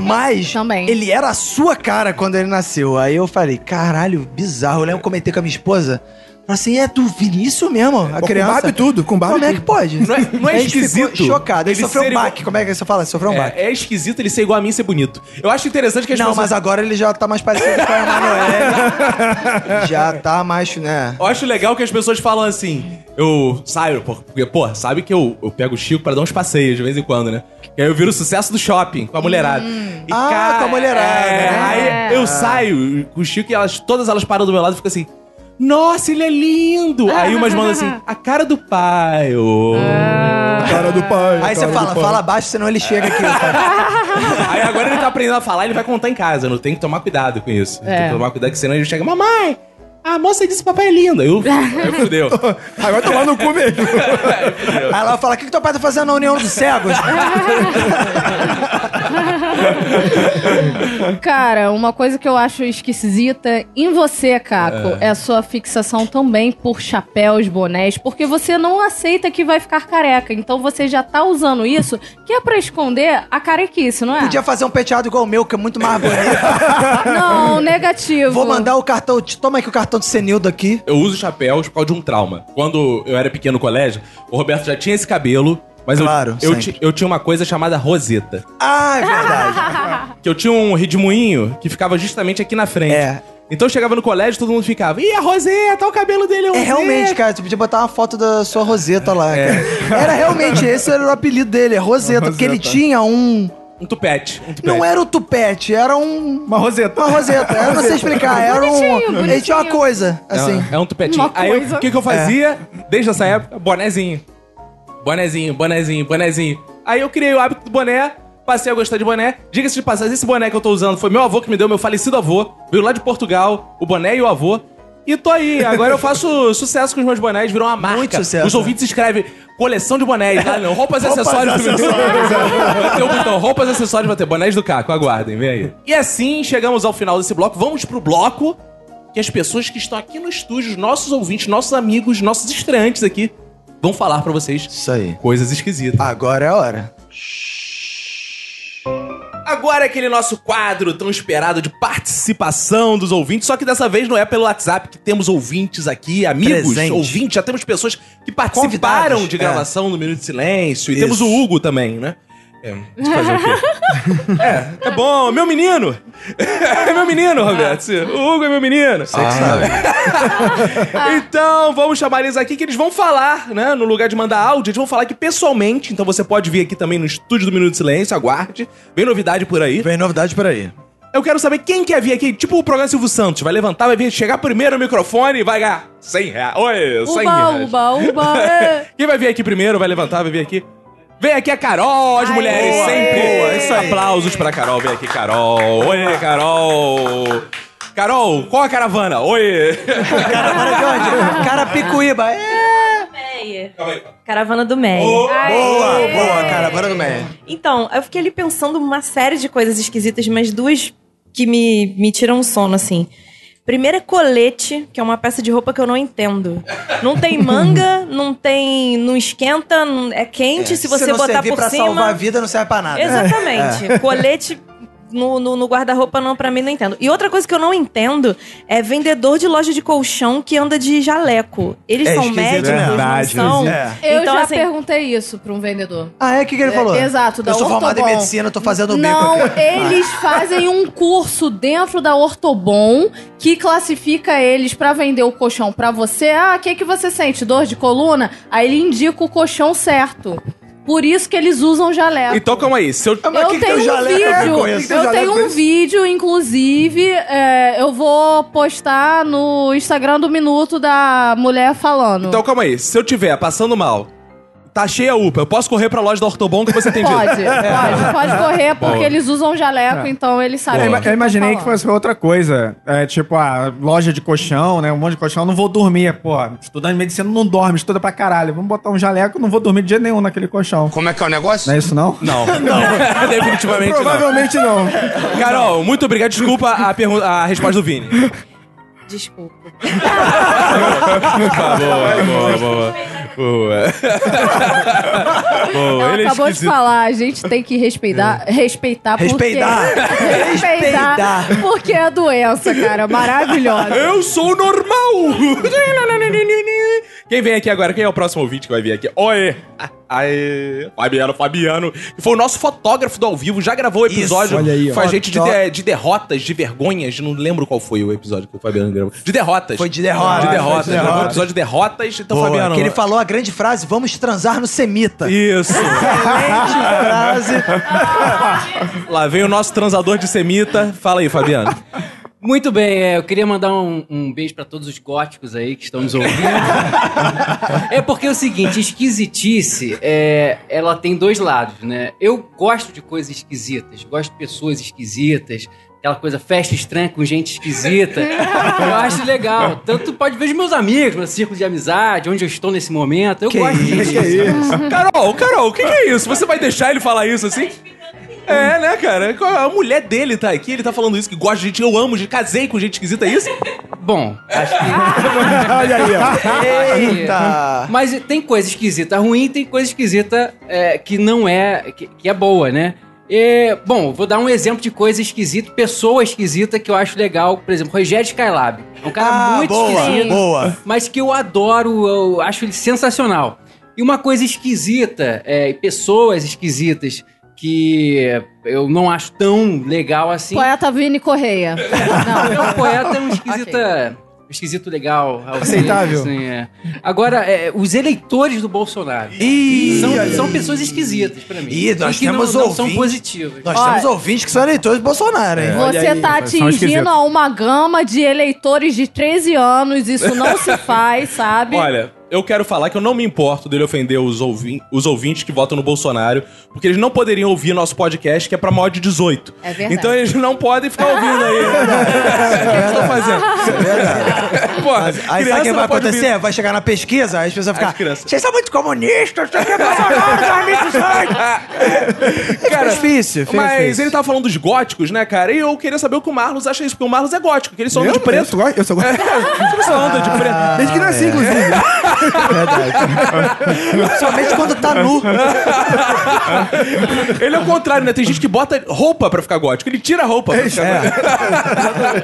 Speaker 2: Mas
Speaker 3: Também.
Speaker 2: ele era a sua cara quando ele nasceu. Aí eu falei, caralho, bizarro. Eu lembro que eu comentei com a minha esposa. Falei assim, é do Vinício mesmo, a
Speaker 4: com
Speaker 2: criança.
Speaker 4: barba e tudo, com barba e
Speaker 2: Como é que
Speaker 4: tudo.
Speaker 2: pode?
Speaker 1: Não é- não é
Speaker 2: A gente ficou
Speaker 1: esquisito
Speaker 2: chocado. Ele,
Speaker 1: ele
Speaker 2: sofreu
Speaker 1: ser
Speaker 2: um
Speaker 1: igual-
Speaker 2: baque. Como é que você fala? Sofreu um baque.
Speaker 1: É, é esquisito ele ser igual a mim e ser bonito. Eu acho interessante que as
Speaker 2: Não,
Speaker 1: pessoas.
Speaker 2: mas agora ele já tá mais parecido com a Emanuele. já tá mais, né?
Speaker 1: Eu acho legal que as pessoas falam assim. Eu saio, pô, porque, pô, sabe que eu, eu pego o Chico pra dar uns passeios de vez em quando, né? E aí eu viro o sucesso do shopping com a mulherada. E,
Speaker 2: Ah, com a mulherada,
Speaker 1: é,
Speaker 2: né?
Speaker 1: Aí eu saio com o Chico e elas, todas elas param do meu lado e ficam assim. Nossa, ele é lindo! Aí umas mandam assim, a cara do pai, ô.
Speaker 5: É.
Speaker 2: Ah.
Speaker 4: Cara do pai.
Speaker 2: Aí você
Speaker 4: cara do
Speaker 2: fala,
Speaker 4: pai.
Speaker 2: fala baixo, senão ele chega aqui. Cara.
Speaker 1: Aí agora ele tá aprendendo a falar, ele vai contar em casa. Eu tenho que tomar cuidado com isso.
Speaker 3: É.
Speaker 1: Tem que tomar cuidado, que senão ele chega, mamãe, a moça disse que papai é lindo. Eu, eu
Speaker 2: [LAUGHS]
Speaker 1: fudeu.
Speaker 4: Aí vai tomar no cu
Speaker 5: [LAUGHS]
Speaker 4: mesmo.
Speaker 2: Aí ela fala, o que, que teu pai tá fazendo na União dos Cegos?
Speaker 3: Cara, uma coisa que eu acho esquisita em você, Caco, é. a sua fixação também por chapéus, bonés, porque você não aceita que vai ficar careca. Então você já tá usando isso, que é pra esconder a carequice, não é?
Speaker 2: Podia fazer um penteado igual o meu, que é muito mais bonito.
Speaker 3: Não, negativo.
Speaker 2: Vou mandar o cartão. te- Toma aqui o cartão de Senildo aqui.
Speaker 1: Eu uso chapéus por causa de um trauma. Quando eu era pequeno no colégio, o Roberto já tinha esse cabelo, mas eu-
Speaker 2: Claro,
Speaker 1: eu,
Speaker 2: sempre.
Speaker 1: ti- eu tinha uma coisa chamada roseta.
Speaker 2: Ah, é verdade.
Speaker 1: Que eu tinha um redemoinho que ficava justamente aqui na frente.
Speaker 2: É.
Speaker 1: Então eu chegava no colégio todo mundo ficava, ih, a roseta, olha o cabelo dele,
Speaker 2: É
Speaker 1: roseta."
Speaker 2: realmente, cara, tu podia botar uma foto da sua Roseta lá. cara. Era realmente, esse era o apelido dele, é Roseta, porque ele tinha um.
Speaker 1: Um tupete. Um tupete.
Speaker 2: Não é era o tupete, era um.
Speaker 5: Uma roseta.
Speaker 2: Uma roseta, eu não sei explicar, era um.
Speaker 3: Bonitinho, bonitinho.
Speaker 2: Ele tinha uma coisa, assim. É.
Speaker 1: É um tupetinho.
Speaker 3: Uma
Speaker 1: Aí eu-
Speaker 3: coisa.
Speaker 1: o que, que eu fazia desde essa época? Bonezinho. Bonezinho, bonezinho, bonezinho. Aí eu criei o hábito do boné, passei a gostar de boné. Diga-se de passagem, esse boné que eu tô usando foi meu avô que me deu, meu falecido avô. Veio lá de Portugal, o boné e o avô. E tô aí, agora eu faço [LAUGHS] sucesso com os meus bonés, virou uma marca.
Speaker 2: Muito sucesso,
Speaker 1: Os ouvintes escrevem coleção de bonés. Ah, não, roupas e acessórios. do- vai ter um botão, roupas e acessórios, vai ter bonés do Caco, aguardem, vem aí. E assim chegamos ao final desse bloco, vamos pro bloco que as pessoas que estão aqui no estúdio, os nossos ouvintes, nossos amigos, nossos estreantes aqui, vão falar pra vocês
Speaker 2: Isso aí.
Speaker 1: coisas esquisitas.
Speaker 2: Agora é a hora.
Speaker 1: Agora aquele nosso quadro tão esperado de participação dos ouvintes, só que dessa vez não é pelo WhatsApp, que temos ouvintes aqui, amigos,
Speaker 2: Presente.
Speaker 1: ouvintes, já temos pessoas que participaram
Speaker 2: Convidados,
Speaker 1: de
Speaker 2: é.
Speaker 1: gravação do Minuto de Silêncio, e
Speaker 2: Isso.
Speaker 1: temos o Hugo também, né? É, fazer o quê? é, é bom, meu menino! [LAUGHS] É meu menino, Roberto. O Hugo é meu menino.
Speaker 2: Você que sabe.
Speaker 1: [LAUGHS] Então, vamos chamar eles aqui que eles vão falar, né? No lugar de mandar áudio, eles vão falar aqui pessoalmente. Então você pode vir aqui também no estúdio do Minuto de Silêncio, aguarde. Vem novidade por aí.
Speaker 2: Vem novidade por aí.
Speaker 1: Eu quero saber quem quer vir aqui, tipo o programa Silvio Santos. Vai levantar, vai vir chegar primeiro no microfone e vai ganhar 100 reais. Oi, 100
Speaker 3: Uba,
Speaker 1: reais.
Speaker 3: uba, uba. é.
Speaker 1: [LAUGHS] Quem vai vir aqui primeiro, vai levantar, vai vir aqui. Vem aqui a Carol, as
Speaker 3: Aê.
Speaker 1: mulheres sempre.
Speaker 2: Boa, isso aí.
Speaker 1: Aplausos pra Carol. Vem aqui, Carol. Oi, Carol. Carol, qual a caravana?
Speaker 2: [LAUGHS]
Speaker 1: Oi.
Speaker 2: Caravana de onde? Cara Picuíba. É.
Speaker 6: Meyer.
Speaker 1: Calma aí.
Speaker 6: Caravana do Meyer.
Speaker 2: Boa, boa, caravana do Meia.
Speaker 6: Então, eu fiquei ali pensando uma série de coisas esquisitas, mas duas que me, me tiram o sono, assim. Primeiro é colete, que é uma peça de roupa que eu não entendo. Não
Speaker 2: [LAUGHS]
Speaker 6: tem manga, não tem. não esquenta, não- é quente, se você
Speaker 2: não
Speaker 6: botar
Speaker 2: servir
Speaker 6: por
Speaker 2: pra
Speaker 6: cima.
Speaker 2: salvar a vida, né? É. não serve pra nada.
Speaker 6: Exatamente. Colete no, no- no guarda-roupa, não, pra mim, não entendo. E outra coisa que eu não entendo é vendedor de loja de colchão que anda de jaleco. Eles
Speaker 2: É
Speaker 6: são
Speaker 2: esquisito,
Speaker 6: médicos,
Speaker 2: né?
Speaker 5: Verdade,
Speaker 6: não são.
Speaker 2: é.
Speaker 3: Eu
Speaker 6: Então,
Speaker 3: já
Speaker 6: assim-
Speaker 3: perguntei isso pra um vendedor.
Speaker 2: Ah, é? O que, que ele falou?
Speaker 3: Exato, da
Speaker 2: Eu sou formado em
Speaker 3: Ortobon.
Speaker 2: medicina, eu tô fazendo o bico
Speaker 3: Não,
Speaker 2: aqui.
Speaker 3: eles
Speaker 2: Ah.
Speaker 3: fazem um curso dentro da Ortobon que classifica eles pra vender o colchão pra você. Ah, o que, que você sente? Dor de coluna? Aí ele indica o colchão certo. Por isso que eles usam jaleco.
Speaker 1: Então, calma aí. Se eu...
Speaker 3: é. eu
Speaker 2: que
Speaker 3: tenho
Speaker 2: que tem o
Speaker 3: um
Speaker 2: jaleco? Eu
Speaker 3: vídeo,
Speaker 2: conheço
Speaker 3: eu,
Speaker 2: o jaleco,
Speaker 3: tenho um
Speaker 2: conheço.
Speaker 3: vídeo, inclusive, é, eu vou postar no Instagram do Minuto da mulher falando.
Speaker 1: Então, calma aí. Se eu tiver passando mal, tá cheia a UPA, eu posso correr pra loja da Ortobon que você tem
Speaker 2: [LAUGHS]
Speaker 3: Pode, pode,
Speaker 2: É.
Speaker 3: pode correr, porque
Speaker 1: Boa.
Speaker 3: eles usam jaleco, então eles
Speaker 2: É,
Speaker 3: sabem.
Speaker 5: Eu,
Speaker 3: o
Speaker 5: ima-
Speaker 3: que
Speaker 5: eu
Speaker 3: tá
Speaker 5: imaginei que
Speaker 3: falando.
Speaker 5: fosse outra coisa. É, tipo, a loja de colchão, né? Um monte de colchão. eu Não vou dormir, pô. Estudante de medicina não dorme, estuda pra caralho. Vamos botar um jaleco, não vou dormir de jeito nenhum naquele colchão.
Speaker 7: Como é que é o negócio?
Speaker 5: Não é isso, não?
Speaker 1: Não, não. [LAUGHS] Definitivamente não.
Speaker 4: Provavelmente [LAUGHS] não.
Speaker 1: Carol, muito obrigado. Desculpa a, pergunta, a resposta do Vini.
Speaker 6: Desculpa.
Speaker 1: Tá, boa, boa, boa. Boa. boa.
Speaker 3: Ela
Speaker 1: é
Speaker 3: acabou de falar, a gente tem que respeitar, respeitar,
Speaker 2: Respeitar.
Speaker 3: porque... respeitar.
Speaker 2: Respeitar.
Speaker 3: Porque é a doença, cara, maravilhosa.
Speaker 1: Eu sou normal! Quem vem aqui agora? Quem é o próximo ouvinte que vai vir aqui? Oi! Aê! Fabiano, Fabiano, que foi o nosso fotógrafo do ao vivo, já gravou o episódio
Speaker 2: Isso, olha aí, ó.
Speaker 1: com a gente de,
Speaker 2: Fotó-
Speaker 1: de- de derrotas, de vergonhas, não lembro qual foi o episódio que o Fabiano gravou. De derrotas.
Speaker 2: Foi de derrotas.
Speaker 1: De
Speaker 2: Foi
Speaker 1: derrotas,
Speaker 2: de
Speaker 1: gravou o
Speaker 2: derrotas.
Speaker 1: episódio de derrotas. Então,
Speaker 2: Boa,
Speaker 1: Fabiano...
Speaker 2: que ele falou a grande frase, vamos transar no semita.
Speaker 1: Isso!
Speaker 2: [LAUGHS] Grande frase.
Speaker 1: Lá vem o nosso transador de semita. Fala aí, Fabiano.
Speaker 8: Muito bem, é, eu queria mandar um, um beijo pra todos os góticos aí que estão nos
Speaker 2: [LAUGHS]
Speaker 8: ouvindo. é porque é o seguinte, esquisitice, é, ela tem dois lados, né? Eu gosto de coisas esquisitas, gosto de pessoas esquisitas, aquela coisa festa estranha com gente esquisita. eu acho legal. Tanto pode ver os meus amigos, meu círculo de amizade, onde eu estou nesse momento. Eu gosto disso.
Speaker 1: Carol, Carol, o que, que é isso? Você vai deixar ele falar isso assim? É, né, cara? Qual- A mulher dele tá aqui, ele tá falando isso, que gosta de gente, eu amo, gente, casei com gente esquisita, é isso?
Speaker 8: Bom, acho que...
Speaker 5: Olha aí, ó.
Speaker 2: Eita.
Speaker 8: Mas tem coisa esquisita ruim, tem coisa esquisita é, que não é. que, que é boa, né? E, bom, vou dar um exemplo de coisa esquisita, pessoa esquisita que eu acho legal. Por exemplo, Rogério Skylab. É um cara
Speaker 2: Ah,
Speaker 8: muito
Speaker 2: boa,
Speaker 8: esquisito,
Speaker 2: boa.
Speaker 8: mas que eu adoro, eu acho ele sensacional. E uma coisa esquisita, é, e pessoas esquisitas que eu não acho tão legal assim.
Speaker 3: Poeta Vini Correia.
Speaker 2: Ah.
Speaker 3: Não.
Speaker 8: É um poeta, é um
Speaker 2: [LAUGHS]
Speaker 8: esquisita. um Esquisito legal. alguém,
Speaker 5: Aceitável.
Speaker 8: assim, é. Agora, é, os eleitores do Bolsonaro
Speaker 2: Ih,
Speaker 8: são,
Speaker 2: olha
Speaker 8: são pessoas esquisitas pra mim.
Speaker 2: Ih, nós
Speaker 8: E que não-
Speaker 2: temos
Speaker 8: não, são
Speaker 2: ouvintes.
Speaker 8: positivas.
Speaker 2: Nós
Speaker 3: Olha.
Speaker 2: temos ouvintes que são eleitores do Bolsonaro, hein?
Speaker 3: Você tá
Speaker 5: são esquisitos.
Speaker 3: atingindo a uma gama de eleitores de 13 anos, isso não
Speaker 1: [LAUGHS]
Speaker 3: se faz, sabe?
Speaker 1: Olha, eu quero falar que eu não me importo dele ofender os, ouvin- os ouvintes que votam no Bolsonaro, porque eles não poderiam ouvir nosso podcast, que é pra maior de 18.
Speaker 3: É verdade.
Speaker 1: Então eles não podem ficar ouvindo
Speaker 2: [LAUGHS]
Speaker 1: aí. o
Speaker 2: É
Speaker 1: que eles estão fazendo? Porra,
Speaker 2: Aí sabe o que
Speaker 1: não
Speaker 2: vai
Speaker 1: pode ouvir.
Speaker 2: acontecer? Vai chegar na pesquisa, aí as pessoas vão
Speaker 1: As
Speaker 2: ficar.
Speaker 1: crianças.
Speaker 2: Vocês são muito comunistas, vocês
Speaker 1: [LAUGHS]
Speaker 2: querem Bolsonaro 2018!
Speaker 1: Ah.
Speaker 2: Cara, difícil, fica
Speaker 1: Mas
Speaker 2: difícil.
Speaker 1: ele tava falando dos góticos, né, cara? E eu queria saber o que o Marlos acha disso, porque o Marlos é gótico, que ele só anda [LAUGHS]
Speaker 4: Eu,
Speaker 1: de preto.
Speaker 4: Eu só gosto. Eu só gosto.
Speaker 1: Ele só anda de preto.
Speaker 5: é. [LAUGHS]
Speaker 4: Desde que Ah, nasci, inclusive.
Speaker 2: Somente quando tá
Speaker 1: [LAUGHS]
Speaker 2: nu.
Speaker 1: Ele é o contrário, né? Tem gente que bota roupa pra ficar gótico. Ele tira a roupa pra ficar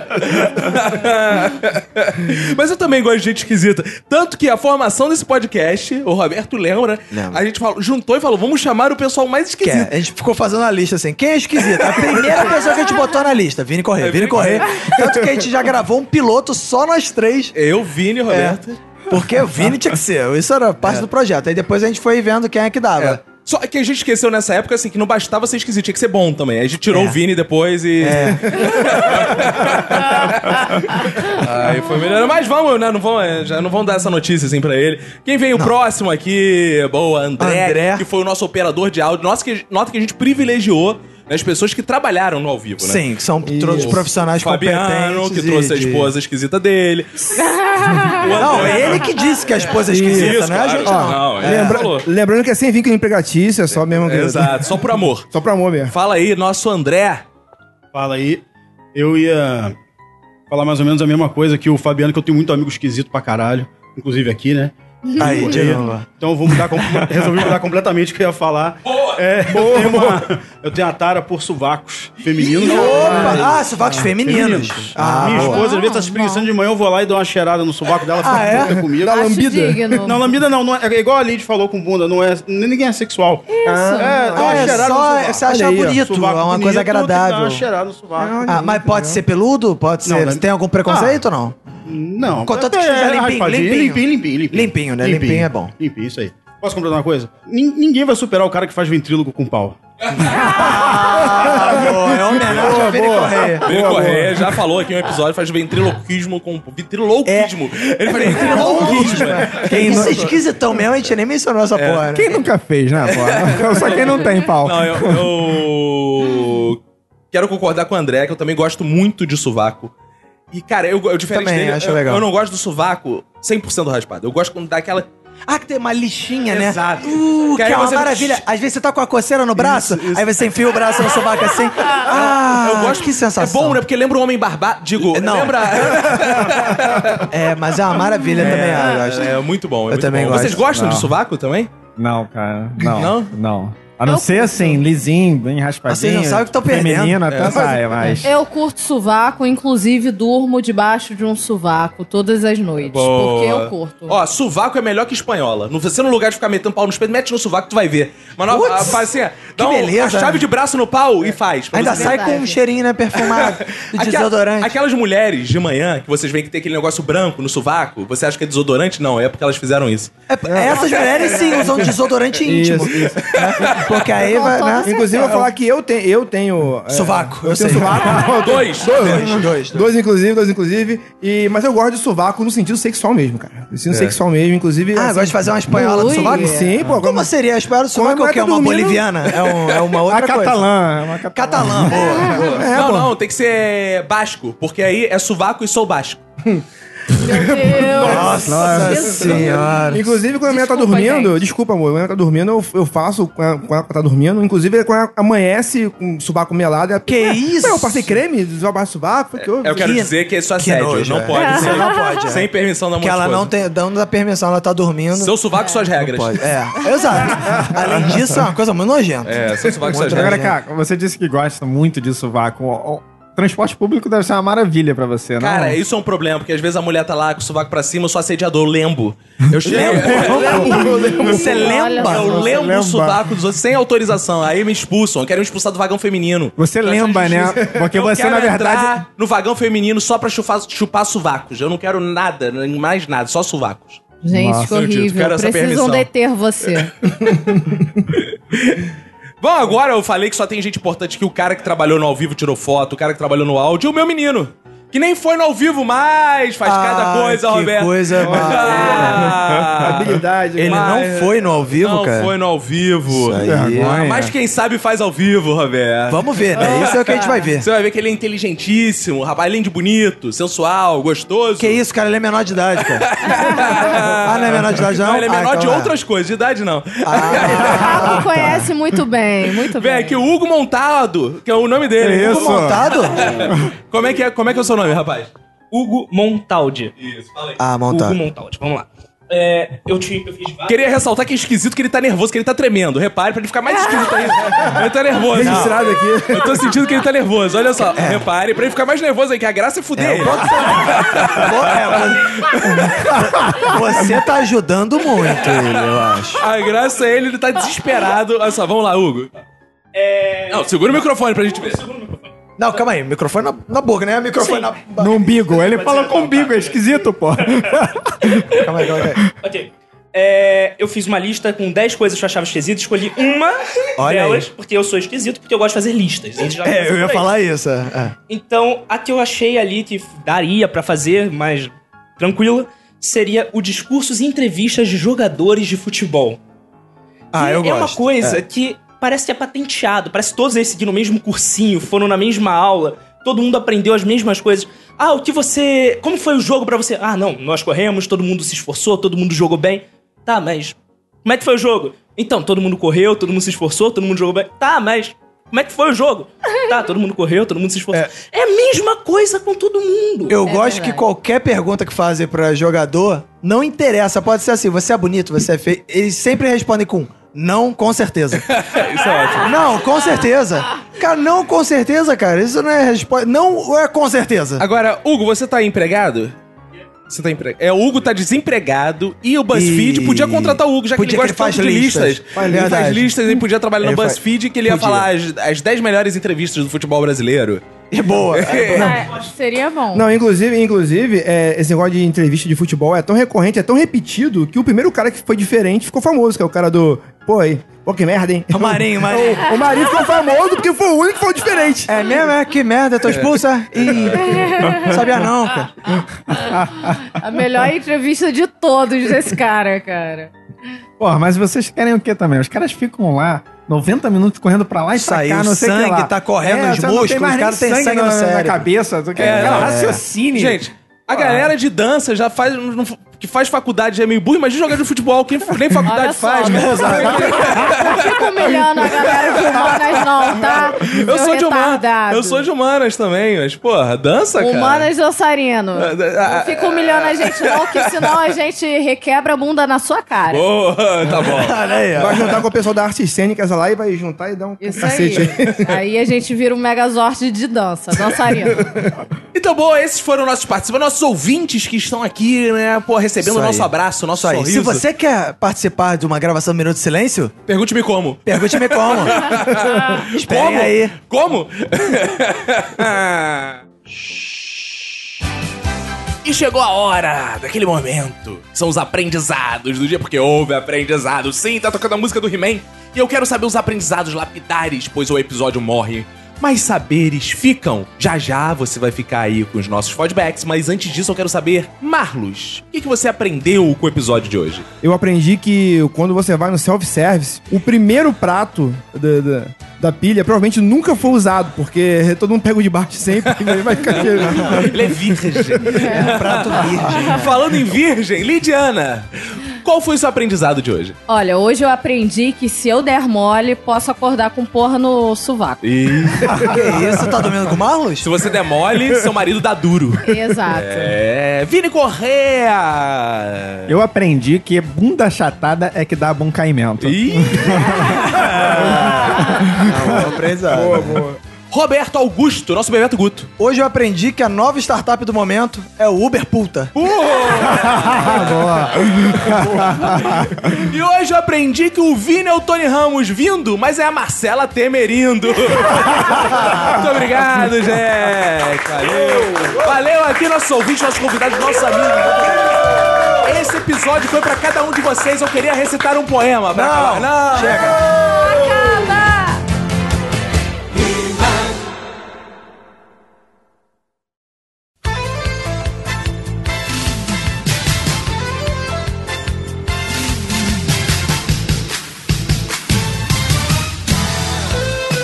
Speaker 1: gótico. [LAUGHS] Mas eu também gosto de gente esquisita. Tanto que a formação desse podcast, o Roberto lembra,
Speaker 2: Lembro.
Speaker 1: a gente falou- juntou e falou: vamos chamar o pessoal mais
Speaker 2: Que
Speaker 1: esquisito.
Speaker 2: é, a gente ficou fazendo a lista assim. Quem é esquisito? A primeira pessoa que a gente botou na lista. Vini Correr,
Speaker 1: É
Speaker 2: Vini Correr. Tanto que a gente já gravou um piloto só nós três.
Speaker 1: Eu, Vini e Roberto.
Speaker 2: Porque o Vini tinha que ser. Isso era parte do projeto. Aí depois a gente foi vendo quem é que dava.
Speaker 1: Só que a gente esqueceu nessa época, assim, que não bastava ser esquisito, tinha que ser bom também. A gente tirou
Speaker 2: É.
Speaker 1: o Vini depois e. É. [LAUGHS] Aí foi melhor. Mas vamos, né? Não vão, é, já não vão dar essa notícia, assim, pra ele. Quem veio próximo aqui, boa, André,
Speaker 2: André.
Speaker 1: que foi o nosso operador de áudio. Nossa, que, nota que a gente privilegiou né, as pessoas que trabalharam no ao vivo, né?
Speaker 2: Sim, que são todos profissionais
Speaker 1: Fabiano,
Speaker 2: competentes.
Speaker 1: que trouxe
Speaker 2: e
Speaker 1: a
Speaker 2: de-
Speaker 1: esposa esquisita dele.
Speaker 2: Não, ele que disse que a esposa é esquisita,
Speaker 1: Isso,
Speaker 2: não é a
Speaker 1: claro.
Speaker 2: gente não.
Speaker 1: Não, é,
Speaker 4: Lembra-
Speaker 1: falou.
Speaker 4: Lembrando que é sem vínculo empregatício, é só mesmo. que-
Speaker 1: Exato, só por amor.
Speaker 4: Só pra amor mesmo.
Speaker 1: Fala aí, nosso André.
Speaker 7: Fala aí. Eu ia falar mais ou menos a mesma coisa que o Fabiano, que eu tenho muito amigo esquisito pra caralho. Inclusive aqui, né?
Speaker 2: Aí, de
Speaker 7: Correia.
Speaker 2: novo.
Speaker 7: Então eu vou mudar, com- [LAUGHS] resolvi mudar completamente o que eu ia falar. É, eu, tenho uma, eu tenho a tara por sovacos femininos.
Speaker 2: Opa! Ah, sovacos femininos. Ah,
Speaker 7: Minha
Speaker 2: boa.
Speaker 7: esposa, às vezes, tá se espreguiçando de manhã, eu vou lá e dou uma cheirada no sovaco dela, fica
Speaker 2: Ah, é?
Speaker 7: puta comigo.
Speaker 4: Dá
Speaker 3: Acho
Speaker 4: lambida.
Speaker 3: digno.
Speaker 7: Não, lambida não, não é, é igual a Lid falou com bunda, não é, ninguém é sexual. É, dá uma
Speaker 2: Ah, é
Speaker 7: cheirada no
Speaker 2: só-
Speaker 7: sovaco.
Speaker 2: você achar
Speaker 7: Olha aí, ó,
Speaker 2: bonito,
Speaker 7: sovaco
Speaker 2: é uma
Speaker 7: bonito,
Speaker 2: coisa
Speaker 7: tem que dar
Speaker 2: agradável.
Speaker 7: uma cheirada no sovaco.
Speaker 2: Ah, mas pode ser peludo? Pode
Speaker 7: Não,
Speaker 2: ser.
Speaker 7: né?
Speaker 2: Tem algum preconceito ou não? é,
Speaker 7: Não.
Speaker 2: Contanto que seja limpinho,
Speaker 7: raspadinho,
Speaker 2: limpinho.
Speaker 7: limpinho, limpinho,
Speaker 2: Limpinho, né? Limpinho é bom.
Speaker 7: Limpinho, isso aí. Posso completar uma coisa? Nin- ninguém vai superar o cara que faz ventrílogo com pau.
Speaker 2: Ah, [LAUGHS] boa, é uma homenagem ao Vini Correia.
Speaker 1: Vini Correia já falou aqui em um episódio, faz ventriloquismo com. Ventriloquismo! Ele faz ventriloquismo! é.
Speaker 2: Que isso é esquisitão mesmo, a gente nem mencionou essa porra. né?
Speaker 5: Quem nunca fez, né,
Speaker 7: [LAUGHS]
Speaker 5: pô? Só quem não tem pau.
Speaker 1: Não, eu, eu. Quero concordar com o André, que eu também gosto muito de sovaco. E, cara, eu, eu diferente
Speaker 2: Também,
Speaker 1: dele,
Speaker 2: acho
Speaker 1: eu,
Speaker 2: legal.
Speaker 1: eu não gosto do sovaco 100% raspado. Eu gosto quando dá aquela.
Speaker 2: Ah, que tem uma lixinha, né?
Speaker 1: Exato.
Speaker 2: Uh,
Speaker 1: Que
Speaker 2: que
Speaker 1: aí
Speaker 2: é uma
Speaker 1: você-
Speaker 2: maravilha. Às vezes você tá com a coceira no braço, aí você enfia o braço no sovaco assim. Ah,
Speaker 1: eu gosto.
Speaker 2: que sensação.
Speaker 1: É bom, né? Porque lembra o homem barbado. Digo,
Speaker 2: Não.
Speaker 1: lembra.
Speaker 2: É, mas é uma maravilha também. [LAUGHS] eu gosto.
Speaker 1: É, muito bom. é
Speaker 2: Eu
Speaker 1: muito
Speaker 2: também
Speaker 1: bom.
Speaker 2: gosto.
Speaker 1: Vocês gostam de
Speaker 5: Não.
Speaker 1: sovaco também?
Speaker 5: Não, cara. Não.
Speaker 1: Não?
Speaker 5: Não? A não ser assim, lisinho, bem raspadinho.
Speaker 2: Vocês não sabem o que tão perdendo. É.
Speaker 5: Feminino até sai, mas...
Speaker 3: Eu curto sovaco, inclusive durmo debaixo de um sovaco todas as noites. Porque eu curto.
Speaker 1: Ó, sovaco é melhor que espanhola. Não- Você, no lugar de ficar metendo pau no espelho, mete no sovaco, tu vai ver. Mas não,
Speaker 2: Putz,
Speaker 1: a- faz assim, ó, dá um-
Speaker 2: beleza,
Speaker 1: a chave
Speaker 2: né?
Speaker 1: de braço no pau e faz. pra
Speaker 2: Ainda
Speaker 1: você
Speaker 2: sai
Speaker 1: ver.
Speaker 2: com um cheirinho, né? Perfumado. De
Speaker 1: Aquela-
Speaker 2: desodorante.
Speaker 1: Aquelas mulheres de manhã que vocês veem que tem aquele negócio branco no sovaco, você acha que é desodorante? Não, é porque elas fizeram isso.
Speaker 2: É, essas mulheres sim usam desodorante íntimo. né? Porque aí
Speaker 3: Com
Speaker 2: vai,
Speaker 3: toda
Speaker 2: né?
Speaker 3: certeza.
Speaker 4: É, Inclusive, eu vou falar que eu, tenho eu tenho. é,
Speaker 2: Sovaco, eu
Speaker 4: eu
Speaker 2: sei.
Speaker 4: tenho sovaco.
Speaker 1: Dois.
Speaker 2: [LAUGHS] Dois, dois, dois.
Speaker 4: Dois, inclusive, dois, inclusive. E, mas eu gosto de sovaco no sentido sexual mesmo, cara. No sentido sexual mesmo, inclusive.
Speaker 2: É. Ah,
Speaker 4: assim,
Speaker 2: gosta de fazer uma espanhola do
Speaker 3: Ui.
Speaker 2: sovaco?
Speaker 4: Sim, pô.
Speaker 2: Como seria a espanhola do sovaco?
Speaker 4: Como
Speaker 2: É
Speaker 4: é
Speaker 2: o quê?
Speaker 4: que
Speaker 2: É uma
Speaker 4: dormindo?
Speaker 2: boliviana? É, um- é uma outra
Speaker 5: A
Speaker 2: coisa.
Speaker 5: catalã, é uma catalã.
Speaker 2: Catalã, boa. boa.
Speaker 1: não, não, tem que ser basco, porque aí é sovaco e sou basco.
Speaker 3: Meu Deus.
Speaker 2: Nossa senhora.
Speaker 4: Inclusive, quando a minha tá
Speaker 3: Desculpa,
Speaker 4: dormindo,
Speaker 3: gente.
Speaker 4: desculpa, amor, quando ela tá dormindo, eu, eu faço com ela, quando ela tá dormindo. Inclusive, quando ela amanhece com o sovaco melado, ela-
Speaker 2: Que isso?
Speaker 4: Ué, eu passei creme, desobar sovaco, foi que houve.
Speaker 1: Eu quero
Speaker 2: Que-
Speaker 1: dizer que isso é
Speaker 2: que
Speaker 1: assédio.
Speaker 2: nojo,
Speaker 1: não
Speaker 2: é.
Speaker 1: pode.
Speaker 2: Você
Speaker 1: sem-
Speaker 2: não pode, é.
Speaker 1: Sem permissão da
Speaker 2: Que ela não tem, dando a permissão, ela tá dormindo.
Speaker 1: Seu sovaco, suas regras.
Speaker 2: Pode. É, exato. Além disso, é uma coisa muito nojenta.
Speaker 1: É, seu sovaco, suas
Speaker 2: Muito
Speaker 1: regras.
Speaker 5: Agora, cara, você disse que gosta muito de sovaco. O- o Transporte público deve ser uma maravilha pra você, não?
Speaker 1: Cara, isso é um problema, porque às vezes a mulher tá lá com o sovaco pra cima, eu sou assediador, eu lembo. Eu chego.
Speaker 3: Olha só.
Speaker 1: Você lembra? Eu
Speaker 5: Você
Speaker 1: lembro
Speaker 5: lembra.
Speaker 1: o sovaco dos outros sem autorização. Aí me expulsam, querem me expulsar do vagão feminino.
Speaker 5: Você lembra, né? Porque
Speaker 1: Eu
Speaker 5: você,
Speaker 1: quero
Speaker 5: na verdade...
Speaker 1: entrar no vagão feminino só pra chupar, chupar sovacos. Eu não quero nada, nem mais nada, só sovacos.
Speaker 3: Gente,
Speaker 5: Nossa,
Speaker 3: que
Speaker 1: eu digo,
Speaker 3: horrível.
Speaker 1: quero essa
Speaker 3: Precisam
Speaker 1: permissão.
Speaker 3: deter você.
Speaker 1: [LAUGHS] Bom, agora eu falei que só tem gente importante que o cara que trabalhou no ao vivo tirou foto, o cara que trabalhou no áudio e o meu menino. Que nem foi no ao vivo, mas faz
Speaker 2: Ah,
Speaker 1: cada coisa,
Speaker 2: que
Speaker 1: Roberto. [LAUGHS]
Speaker 2: coisa
Speaker 1: ah,
Speaker 4: Habilidade.
Speaker 2: Ele
Speaker 1: Mas-
Speaker 2: não foi no ao vivo,
Speaker 1: Não
Speaker 2: cara?
Speaker 1: foi no ao vivo.
Speaker 2: Isso aí. né?
Speaker 5: Vergonha.
Speaker 1: Mas quem sabe faz ao vivo, Roberto.
Speaker 2: Vamos ver, né? Isso é o que a gente vai ver.
Speaker 1: Você vai ver que ele é inteligentíssimo, rapaz, além de bonito, sensual, gostoso.
Speaker 2: Que isso, cara? Ele é menor de idade, cara. ah, não é menor de idade, não?
Speaker 1: Não, ele é
Speaker 2: Ah,
Speaker 1: menor de
Speaker 2: então é. Ah, tá.
Speaker 1: outras coisas, de idade não. [LAUGHS]
Speaker 3: Rato conhece muito bem, muito
Speaker 1: Vem
Speaker 3: bem.
Speaker 1: aqui o Hugo Montado, que é o nome dele.
Speaker 5: Que
Speaker 1: Hugo
Speaker 5: isso?
Speaker 1: Mon-
Speaker 2: Montado?
Speaker 1: [LAUGHS] Como é que é, como é, que é o seu nome, rapaz?
Speaker 9: Hugo Montaldi.
Speaker 1: Isso, fala aí.
Speaker 2: Ah,
Speaker 9: Hugo
Speaker 2: montado.
Speaker 9: Montaldi, vamos lá. é, eu, te, eu fiz várias.
Speaker 1: Queria ressaltar que é esquisito que ele tá nervoso, que ele tá tremendo. Repare pra ele ficar mais esquisito ainda. Ele tá nervoso.
Speaker 4: Registrado aqui.
Speaker 1: Eu tô sentindo que ele tá nervoso. Olha só, repare pra ele ficar mais nervoso aí, que a graça é fuder. ele.
Speaker 2: Você tá ajudando muito ele, eu acho.
Speaker 1: A graça é ele, ele tá desesperado. Olha só, vamos lá, Hugo.
Speaker 9: É,
Speaker 1: Não, segura o microfone pra gente ver.
Speaker 2: Não, calma aí. Microfone na, na boca, né? Microfone na boca.
Speaker 5: No umbigo. Ele fala com umbigo, é
Speaker 2: né?
Speaker 5: esquisito, pô.
Speaker 2: Calma
Speaker 9: [LAUGHS]
Speaker 2: aí, calma aí.
Speaker 9: ok. É, eu fiz uma lista com 10 coisas que eu achava esquisito, escolhi uma
Speaker 2: Olha
Speaker 9: delas,
Speaker 2: aí.
Speaker 9: porque eu sou esquisito, porque eu gosto de fazer listas. Eles já
Speaker 2: É, eu ia
Speaker 9: por aí.
Speaker 2: falar isso. é.
Speaker 9: Então, a que eu achei ali que daria pra fazer mais tranquila seria o discursos e entrevistas de jogadores de futebol.
Speaker 2: Ah,
Speaker 9: Que
Speaker 2: eu
Speaker 9: É uma
Speaker 2: gosto.
Speaker 9: coisa que parece que é patenteado, parece que todos eles seguiram o mesmo cursinho, foram na mesma aula, todo mundo aprendeu as mesmas coisas. Ah, o que você. Como foi o jogo pra você? Ah, não, nós corremos, todo mundo se esforçou, todo mundo jogou bem. Tá, mas. Como é que foi o jogo? Então, todo mundo correu, todo mundo se esforçou, todo mundo jogou bem. Tá, mas. Como é que foi o jogo? Tá, todo mundo correu, todo mundo se esforçou. É, a mesma coisa com todo mundo.
Speaker 2: Eu gosto
Speaker 3: verdade.
Speaker 2: que qualquer pergunta que fazem pra jogador, não interessa. Pode ser assim, você é bonito, você é feio. Eles sempre respondem com não,
Speaker 9: [LAUGHS]
Speaker 2: com certeza.
Speaker 1: Isso é ótimo.
Speaker 2: Não, com certeza. Cara, não com certeza, cara. Isso não é resposta. Não é com certeza.
Speaker 1: [LAUGHS] Agora, Hugo, você tá empregado? Você tá empregado. É, o Hugo tá desempregado e o BuzzFeed
Speaker 2: E-
Speaker 1: podia contratar o Hugo, já que
Speaker 2: Podia
Speaker 1: ele gosta
Speaker 2: que ele
Speaker 1: tanto de
Speaker 2: faz
Speaker 1: listas.
Speaker 2: listas. Faz
Speaker 1: Ele faz
Speaker 2: verdade.
Speaker 1: listas, ele podia trabalhar no
Speaker 2: Ele faz-
Speaker 1: BuzzFeed que ele ia
Speaker 2: Podia.
Speaker 1: falar as, as 10 melhores entrevistas do futebol brasileiro.
Speaker 2: É boa.
Speaker 3: Ah, seria bom.
Speaker 4: Não, inclusive, inclusive é, esse negócio de entrevista de futebol é tão recorrente, é tão repetido, que o primeiro cara que foi diferente ficou famoso, que é o cara do. Pô, aí. Pô, que merda, hein?
Speaker 2: O Marinho, o Marinho.
Speaker 4: [LAUGHS] O, o Marinho ficou famoso porque foi o único que foi diferente.
Speaker 2: É mesmo? É, que merda, tô expulsa? Ih,
Speaker 9: [LAUGHS]
Speaker 2: não sabia não, cara.
Speaker 3: A melhor entrevista de todos desse cara, cara.
Speaker 5: Porra, mas vocês querem o quê também? Os caras ficam lá 90 minutos correndo pra lá e
Speaker 2: Saiu
Speaker 5: pra cá, não sei o que
Speaker 2: sangue,
Speaker 5: lá.
Speaker 2: tá correndo
Speaker 4: É,
Speaker 2: os
Speaker 5: você não tem
Speaker 2: músculos,
Speaker 5: mais
Speaker 2: o cara
Speaker 5: nem
Speaker 2: tem sangue no
Speaker 5: na, na
Speaker 2: cérebro.
Speaker 5: cabeça. Tu quer, cara, raciocínio.
Speaker 1: É, Gente, a galera de dança já faz. não- que faz faculdade já é meio burro, imagina jogar de futebol, que nem faculdade
Speaker 3: Olha só,
Speaker 1: faz,
Speaker 3: né?
Speaker 2: [LAUGHS]
Speaker 3: Não fica humilhando a galera de humanas, não, tá?
Speaker 1: Eu sou de humanas.
Speaker 3: humano.
Speaker 1: Eu sou de humanas também, mas, porra, dança, cara. Ah,
Speaker 3: Humanas dançarino. Não fica humilhando a gente, não, que senão a gente requebra a bunda na sua cara.
Speaker 1: Boa, tá
Speaker 3: [LAUGHS]
Speaker 1: bom.
Speaker 2: Olha aí,
Speaker 4: né?
Speaker 2: ó.
Speaker 4: Vai juntar com o pessoal da Artes Cênicas lá e vai juntar e dar um
Speaker 3: Isso aí.
Speaker 4: cacete aí.
Speaker 3: Aí a gente vira um megazord de dança, dançarino.
Speaker 1: Então, bom, esses foram nossos participantes, nossos ouvintes que estão aqui, né, pô, recebendo
Speaker 2: Isso
Speaker 1: o nosso
Speaker 2: aí.
Speaker 1: abraço, o
Speaker 5: um
Speaker 1: nosso
Speaker 2: Isso aí. Se
Speaker 1: sorriso.
Speaker 2: você quer participar de uma gravação do Minuto de Silêncio,
Speaker 1: Pergunte-me como.
Speaker 2: pergunte-me como. Esperem
Speaker 1: como? [LAUGHS]
Speaker 2: aí.
Speaker 1: Como? E chegou a hora daquele momento. São os aprendizados do dia, porque houve aprendizado. Sim, tá tocando a música do He-Man. E eu quero saber os aprendizados lapidares, pois o episódio morre. Mas saberes ficam. Já já você vai ficar aí com os nossos feedbacks, mas antes disso eu quero saber, Marlos, o que, que você aprendeu com o episódio de hoje?
Speaker 4: Eu aprendi que quando você vai no self-service, o primeiro prato da, da, da pilha provavelmente nunca foi usado, porque todo mundo pega o de baixo sempre [LAUGHS] e vai ficar cheio.
Speaker 1: Ele é virgem. É um prato virgem. [LAUGHS] Falando em virgem, Lidiana, qual foi o seu aprendizado de hoje?
Speaker 3: Olha, hoje eu aprendi que se eu der mole, posso acordar com porra no sovaco.
Speaker 2: Que isso? Tá dormindo com o Marlos?
Speaker 1: Se você der mole, seu marido dá duro.
Speaker 3: Exato.
Speaker 1: É, Vini Correa!
Speaker 5: Eu aprendi que bunda achatada é que dá bom caimento.
Speaker 1: Ih, Roberto Augusto, nosso Bebeto Guto.
Speaker 2: Hoje eu aprendi que a nova startup do momento é o Uber Puta.
Speaker 1: E hoje eu aprendi que o Vini é o Tony Ramos vindo, mas é a Marcela Temerindo. Muito obrigado, gente. Valeu. Valeu aqui, nossos ouvintes, nossos convidados, nossos amigos. Esse episódio foi pra cada um de vocês. Eu queria recitar um poema. Pra um. acabar. Não. Chega.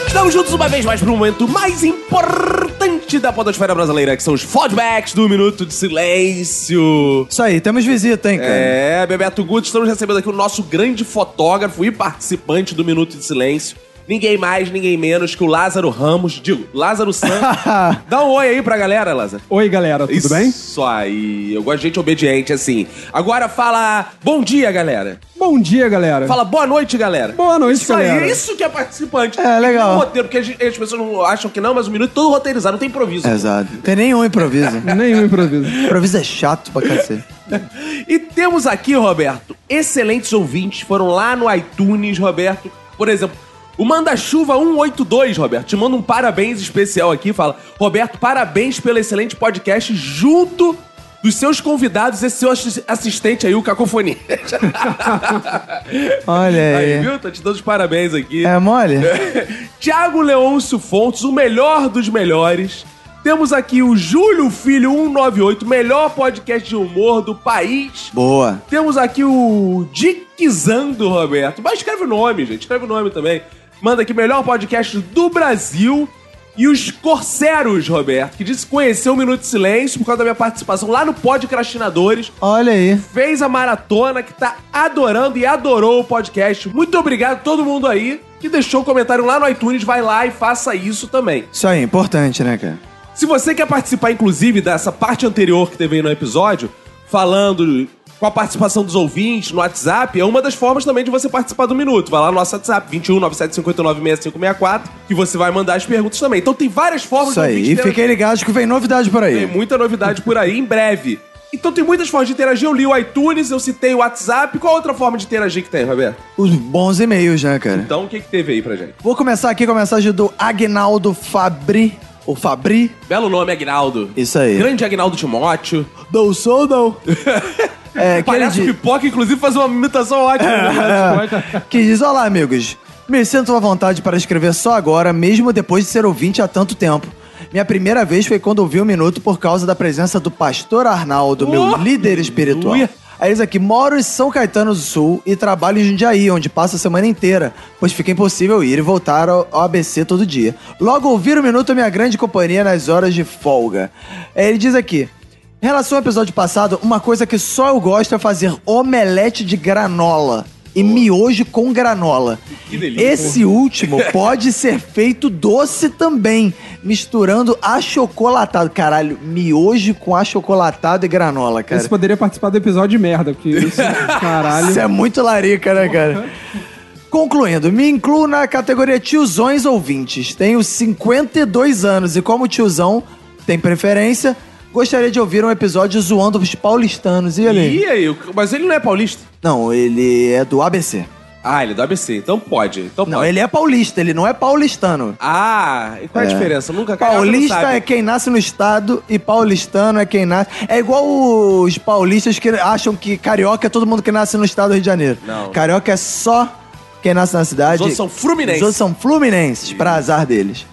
Speaker 1: Estamos juntos uma vez mais pro momento mais importante da podosfera brasileira, que são os feedbacks do Minuto de Silêncio.
Speaker 2: Isso aí, temos visita, hein, cara?
Speaker 1: É, Bebeto Guto, estamos recebendo aqui o nosso grande fotógrafo e participante do Minuto de Silêncio, ninguém mais, ninguém menos que o Lázaro Ramos. Digo, Lázaro
Speaker 5: [LAUGHS]
Speaker 1: Santos. Dá um oi aí pra galera, Lázaro.
Speaker 5: Oi, galera, tudo
Speaker 1: Isso
Speaker 5: bem?
Speaker 1: aí. Eu gosto de gente obediente, assim. Agora fala bom dia, galera.
Speaker 5: Bom dia, galera.
Speaker 1: Fala boa noite, galera.
Speaker 5: Boa noite,
Speaker 1: Isso
Speaker 5: galera.
Speaker 1: aí, isso que é participante.
Speaker 2: É, legal.
Speaker 1: Não é roteiro, porque a gente- as pessoas não acham que não, mas o minuto é todo roteirizado, não tem
Speaker 5: É,
Speaker 1: improviso.
Speaker 2: Exato. Não tem nenhum improviso.
Speaker 5: Nenhum improviso.
Speaker 2: improviso é chato pra cacete.
Speaker 1: [LAUGHS] E temos aqui, Roberto, excelentes ouvintes. Foram lá no iTunes, Roberto. Por exemplo, o Manda Chuva 182, Roberto. Te manda um parabéns especial aqui. Fala, Roberto, parabéns pelo excelente podcast junto dos seus convidados, esse seu assis- assistente aí, o [LAUGHS] Cacofonia.
Speaker 2: Olha
Speaker 1: Aí,
Speaker 2: aí.
Speaker 1: viu? Tô te dando os parabéns aqui. [LAUGHS]
Speaker 2: É mole?
Speaker 1: Tiago Leôncio Fontes, o melhor dos melhores. Temos aqui o Júlio Filho 198, melhor podcast de humor do país.
Speaker 2: Boa.
Speaker 1: Temos aqui o Dickzando, Roberto. Mas escreve o nome, gente. Escreve o nome também. Manda aqui, melhor podcast do Brasil. E os Corseros, Roberto, que disse que conheceu o Minuto de Silêncio por causa da minha participação lá no Podcrastinadores.
Speaker 2: Olha aí.
Speaker 1: Fez a maratona, que tá adorando e adorou o podcast. Muito obrigado a todo mundo aí que deixou o comentário lá no iTunes. Vai lá e faça isso também.
Speaker 2: Isso aí, importante, né, cara?
Speaker 1: Se você quer participar, inclusive, dessa parte anterior que teve aí no episódio, falando com a participação dos ouvintes no WhatsApp, é uma das formas também de você participar do Minuto. Vai lá no nosso WhatsApp, 21 9759 6564, que você vai mandar as perguntas também. Então tem várias formas
Speaker 2: Isso
Speaker 1: do
Speaker 2: aí.
Speaker 1: ouvinte
Speaker 2: E
Speaker 1: interagir.
Speaker 2: fiquem ligados que vem novidade por
Speaker 1: Tem
Speaker 2: aí.
Speaker 1: muita novidade por aí em breve. Então tem muitas formas de interagir. Eu li o iTunes, eu citei o WhatsApp. Qual outra forma de interagir que tem, Roberto?
Speaker 2: Os bons e-mails, né, cara?
Speaker 1: Então o que, que teve aí pra gente?
Speaker 2: Vou começar aqui com a mensagem do Agnaldo Fabri. O Fabri?
Speaker 1: Belo nome, Agnaldo.
Speaker 2: Isso aí.
Speaker 1: Grande Agnaldo Timóteo.
Speaker 2: Não sou, não. [LAUGHS] É, que ele
Speaker 1: Palhaço
Speaker 2: diz,
Speaker 1: Pipoca, inclusive, faz uma imitação
Speaker 2: [LAUGHS]
Speaker 1: ótima. né? do Agnaldo Timóteo.
Speaker 2: que diz, olá, amigos. Me sinto à vontade para escrever só agora, mesmo depois de ser ouvinte há tanto tempo. Minha primeira vez foi quando ouvi o Minuto por causa da presença do pastor Arnaldo, meu líder espiritual.
Speaker 1: Aleluia.
Speaker 2: Aí diz aqui, moro em São Caetano do Sul e trabalho em Jundiaí, onde passo a semana inteira, pois fica impossível ir e voltar ao ao ABC todo dia. Logo ouvir o Minuto é minha grande companhia nas horas de folga. Aí Ele diz aqui, em relação ao episódio passado, uma coisa que só eu gosto é fazer omelete de granola e miojo com granola.
Speaker 1: Que delícia. [LAUGHS]
Speaker 2: Esse último pode ser feito doce também, misturando achocolatado. Caralho, miojo com achocolatado e granola, cara.
Speaker 5: Esse poderia participar do episódio de merda, porque
Speaker 1: [LAUGHS]
Speaker 5: isso, caralho.
Speaker 2: Isso é muito larica, né, cara? Concluindo, me incluo na categoria tiozões ouvintes. Tenho 52 anos e, como tiozão, tem preferência. Gostaria de ouvir um episódio zoando os paulistanos. E ele?
Speaker 1: E aí? o- Mas ele não é paulista?
Speaker 2: Não, ele é do ABC.
Speaker 1: Ah, ele é do ABC. Então pode. Então
Speaker 2: Não,
Speaker 1: pode.
Speaker 2: ele é paulista, ele não é paulistano.
Speaker 1: Ah, e qual é a diferença? Nunca caraca, não
Speaker 2: Paulista
Speaker 1: sabe.
Speaker 2: é quem nasce no estado e paulistano é quem nasce. É igual os paulistas que acham que carioca é todo mundo que nasce no estado do Rio de Janeiro.
Speaker 1: Não.
Speaker 2: Carioca é só quem nasce na cidade.
Speaker 1: Os outros são fluminenses.
Speaker 2: Os outros são fluminenses, pra azar deles.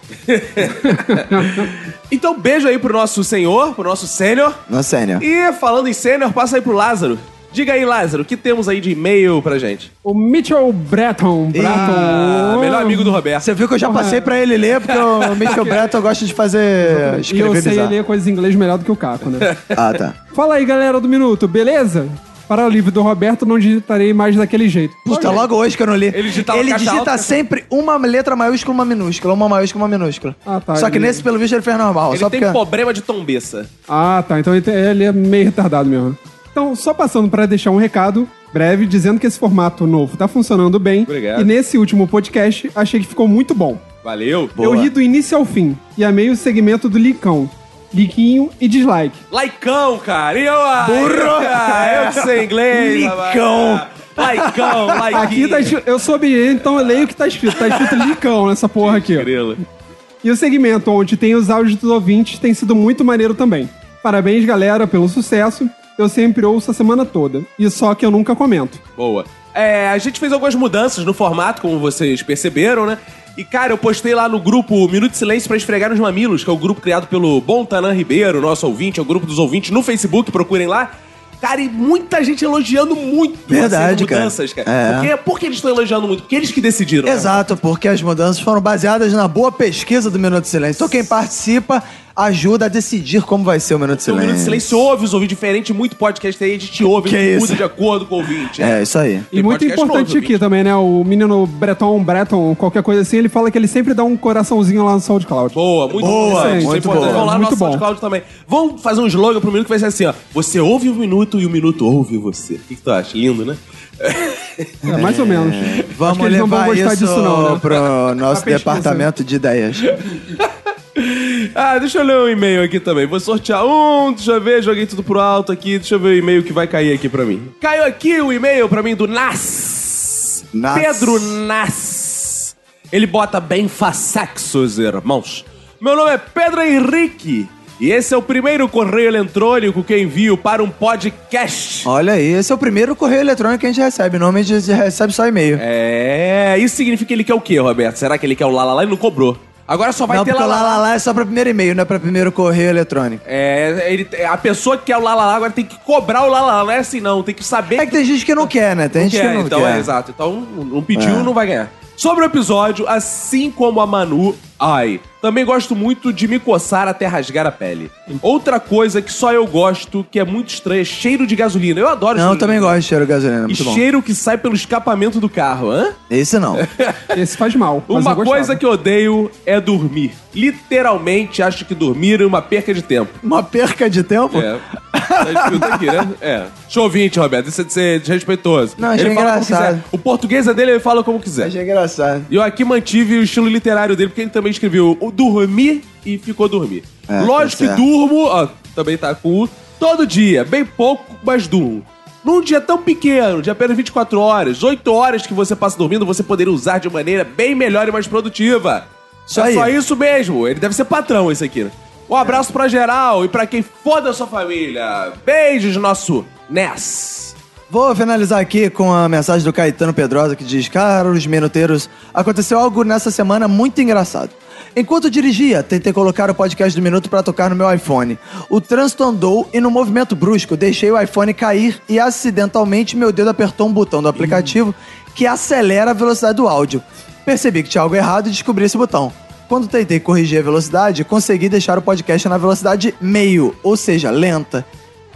Speaker 1: Então beijo aí pro nosso senhor, pro nosso sênior.
Speaker 2: Não sério.
Speaker 1: E falando em sênior, passa aí pro Lázaro. Diga aí, Lázaro, o que temos aí de e-mail pra gente?
Speaker 5: O Mitchell Breton. Breton.
Speaker 2: Oh.
Speaker 1: Ah, melhor amigo do Roberto.
Speaker 2: Você viu que eu já passei pra ele ler,
Speaker 5: [LAUGHS]
Speaker 2: porque o Mitchell Breton gosta de fazer...
Speaker 5: E eu
Speaker 2: escrever
Speaker 5: sei
Speaker 2: bizarro.
Speaker 5: ler coisas em inglês melhor do que o Caco, né?
Speaker 2: [LAUGHS] Ah, tá.
Speaker 5: Fala aí, galera do Minuto, beleza? Para o livro do Roberto, não digitarei mais daquele jeito.
Speaker 2: Puta, logo hoje que eu não li.
Speaker 1: Ele digitava caixa
Speaker 2: digita
Speaker 1: alta.
Speaker 2: sempre uma letra maiúscula, uma minúscula, uma maiúscula, uma minúscula.
Speaker 5: Ah, tá,
Speaker 2: Só que
Speaker 5: ele-
Speaker 2: nesse, pelo visto, ele fez normal.
Speaker 1: Ele
Speaker 2: só
Speaker 1: tem
Speaker 2: porque...
Speaker 1: problema de tombeça.
Speaker 5: Ah, tá. Então ele te- ele é meio retardado mesmo. Então, só passando para deixar um recado breve, dizendo que esse formato novo tá funcionando bem.
Speaker 1: Obrigado.
Speaker 5: E nesse último podcast, achei que ficou muito bom.
Speaker 1: Valeu.
Speaker 5: Eu ri do início ao fim e amei o segmento do Licão. Liquinho e dislike.
Speaker 1: Laicão, cara. E eu, ai, cara, eu que sei inglês.
Speaker 2: [LAUGHS] Licão.
Speaker 1: rapaz.
Speaker 2: [LAUGHS]
Speaker 1: Laicão, laiquinho.
Speaker 5: Aqui tá escrito, eu soube, então eu leio o que tá escrito. Tá escrito Licão nessa porra aqui. ó.
Speaker 1: Grilo.
Speaker 5: E o segmento onde tem os áudios dos ouvintes tem sido muito maneiro também. Parabéns, galera, pelo sucesso. Eu sempre ouço a semana toda. E só que eu nunca comento.
Speaker 1: Boa. É, a gente fez algumas mudanças no formato, como vocês perceberam, né? E, cara, eu postei lá no grupo Minuto de Silêncio pra Esfregar os Mamilos, que é o grupo criado pelo Bontanã Ribeiro, nosso ouvinte, é o grupo dos ouvintes no Facebook, procurem lá. Cara, e muita gente elogiando muito assim,
Speaker 2: Verdade,
Speaker 1: as mudanças, cara.
Speaker 2: cara. É.
Speaker 1: Porque- por que eles estão elogiando muito? Porque eles que decidiram. né?
Speaker 2: Exato, porque as mudanças foram baseadas na boa pesquisa do Minuto de Silêncio. Então quem participa ajuda a decidir como vai ser o Minuto de
Speaker 1: O
Speaker 2: Silêncio.
Speaker 1: Então, Minuto de Silêncio ouve os ouvintes diferente, muito podcast aí, a gente ouve, a gente muda de acordo com o ouvinte.
Speaker 2: É, isso aí.
Speaker 10: E muito importante aqui também, né? O menino Breton, Breton, qualquer coisa assim, ele fala que ele sempre dá um coraçãozinho lá no SoundCloud.
Speaker 1: Boa, muito boa,
Speaker 10: Sempre,
Speaker 1: muito
Speaker 10: sempre.
Speaker 1: boa. Vamos lá no
Speaker 10: Muito
Speaker 1: nosso
Speaker 10: bom.
Speaker 1: SoundCloud também. Vamos fazer um slogan pro minuto que vai ser assim, ó. Você ouve o minuto e o minuto ouve você. O que, que tu acha? Lindo, né?
Speaker 10: É, mais ou menos. Acho que
Speaker 2: Vamos
Speaker 10: eles não
Speaker 2: levar
Speaker 10: vão gostar
Speaker 2: isso
Speaker 10: disso, não,
Speaker 1: [LAUGHS]
Speaker 10: né?
Speaker 2: pro nosso
Speaker 10: Tá pesquisando.
Speaker 2: departamento de ideias.
Speaker 1: [LAUGHS] Ah, deixa eu ler um e-mail aqui também. Vou sortear um, deixa eu ver, joguei tudo pro alto aqui, deixa eu ver o e-mail que vai cair aqui pra mim. Caiu aqui o e-mail pra mim do Nas.
Speaker 2: Nas.
Speaker 1: Pedro Nas. Ele bota bem façaxos, irmãos. Meu nome é Pedro Henrique. E esse é o primeiro correio eletrônico que envio para um podcast.
Speaker 2: Olha aí, esse é o primeiro correio eletrônico que a gente recebe. Normalmente a gente recebe só e-mail.
Speaker 1: É, isso significa que ele quer o quê, Roberto? Será que ele quer o lá, lá, lá e não cobrou? Agora só vai
Speaker 2: não,
Speaker 1: ter
Speaker 2: porque
Speaker 1: lá,
Speaker 2: o
Speaker 1: lá,
Speaker 2: lá,
Speaker 1: lá.
Speaker 2: lá, lá é só pra primeiro e-mail, não é pra primeiro correio eletrônico.
Speaker 1: É, ele, a pessoa que quer o lá, lá, lá agora tem que cobrar o lá, lá, lá. Não é assim, não. Tem que saber
Speaker 2: É que tem gente que não quer, né? Tem gente que
Speaker 1: quer,
Speaker 2: não
Speaker 1: então
Speaker 2: quer.
Speaker 1: é exato. Então não pediu,
Speaker 2: É.
Speaker 1: não vai ganhar. Sobre o episódio, assim como a Manu, ai, também gosto muito de me coçar até rasgar a pele. Outra coisa que só eu gosto, que é muito estranha, é cheiro de gasolina. Eu adoro
Speaker 2: Não, eu
Speaker 1: cheiro de
Speaker 2: também gosto de cheiro de gasolina, é
Speaker 1: E
Speaker 2: muito bom.
Speaker 1: cheiro que sai pelo escapamento do carro, hã?
Speaker 2: Esse
Speaker 1: [LAUGHS]
Speaker 2: não.
Speaker 10: Esse faz mal. mas
Speaker 1: Uma
Speaker 10: eu gostava.
Speaker 1: coisa que eu odeio é dormir. Literalmente acho que dormir é uma perca de tempo.
Speaker 2: Uma perca de tempo?
Speaker 1: [LAUGHS] É. Tá escrito aqui, né? É. Deixa eu ouvinte, Roberto. Isso é de ser desrespeitoso.
Speaker 2: Não, achei
Speaker 1: ele fala como
Speaker 2: engraçado.
Speaker 1: quiser. O português é dele, ele fala como quiser.
Speaker 2: Achei engraçado.
Speaker 1: E eu aqui mantive o estilo literário dele, porque ele também escreveu o dormir e ficou dormir.
Speaker 2: É,
Speaker 1: Lógico
Speaker 2: tá
Speaker 1: que
Speaker 2: certo.
Speaker 1: durmo, ó, também tá com U, todo dia, bem pouco, mas durmo. Num dia tão pequeno, de apenas 24 horas, 8 horas que você passa dormindo, você poderia usar de maneira bem melhor e mais produtiva.
Speaker 2: Isso
Speaker 1: é
Speaker 2: aí. É.
Speaker 1: só isso mesmo, ele deve ser patrão esse aqui, né? Um abraço pra geral e pra quem foda a sua família. Beijos, nosso Ness.
Speaker 2: Vou finalizar aqui com a mensagem do Caetano Pedrosa que diz: Caros minuteiros, aconteceu algo nessa semana muito engraçado. Enquanto dirigia, tentei colocar o podcast do Minuto pra tocar no meu iPhone. O trânsito andou e, num movimento brusco, deixei o iPhone cair e, acidentalmente, meu dedo apertou um botão do aplicativo que acelera a velocidade do áudio. Percebi que tinha algo errado e descobri esse botão. Quando tentei corrigir a velocidade, consegui deixar o podcast na velocidade meio, ou seja, lenta.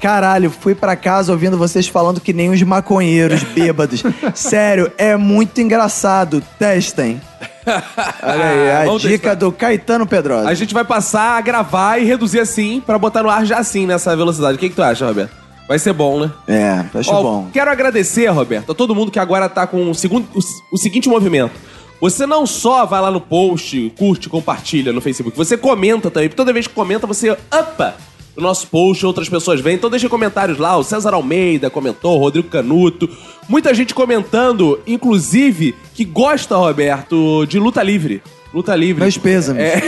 Speaker 2: Caralho, fui pra casa ouvindo vocês falando que nem
Speaker 1: [LAUGHS]
Speaker 2: uns maconheiros bêbados. Sério, é muito engraçado. Testem. Olha
Speaker 1: [LAUGHS]
Speaker 2: aí, a
Speaker 1: Ah, Vamos
Speaker 2: dica
Speaker 1: testar.
Speaker 2: do Caetano Pedrosa.
Speaker 1: A gente vai passar a gravar e reduzir assim pra botar no ar já assim nessa velocidade. O que, que tu acha, Roberto? Vai ser bom, né?
Speaker 2: É, acho
Speaker 1: Ó,
Speaker 2: bom.
Speaker 1: Quero agradecer, Roberto, a todo mundo que agora tá com o, segundo, o, o seguinte movimento. Você não só vai lá no post, curte, compartilha no Facebook, você comenta também. Toda vez que comenta, você upa o nosso post, outras pessoas vêm. Então deixa comentários lá. O César Almeida comentou, o Rodrigo Canuto. Muita gente comentando, inclusive, que gosta, Roberto, de luta livre. Luta livre.
Speaker 2: Meus pêsames.
Speaker 1: é,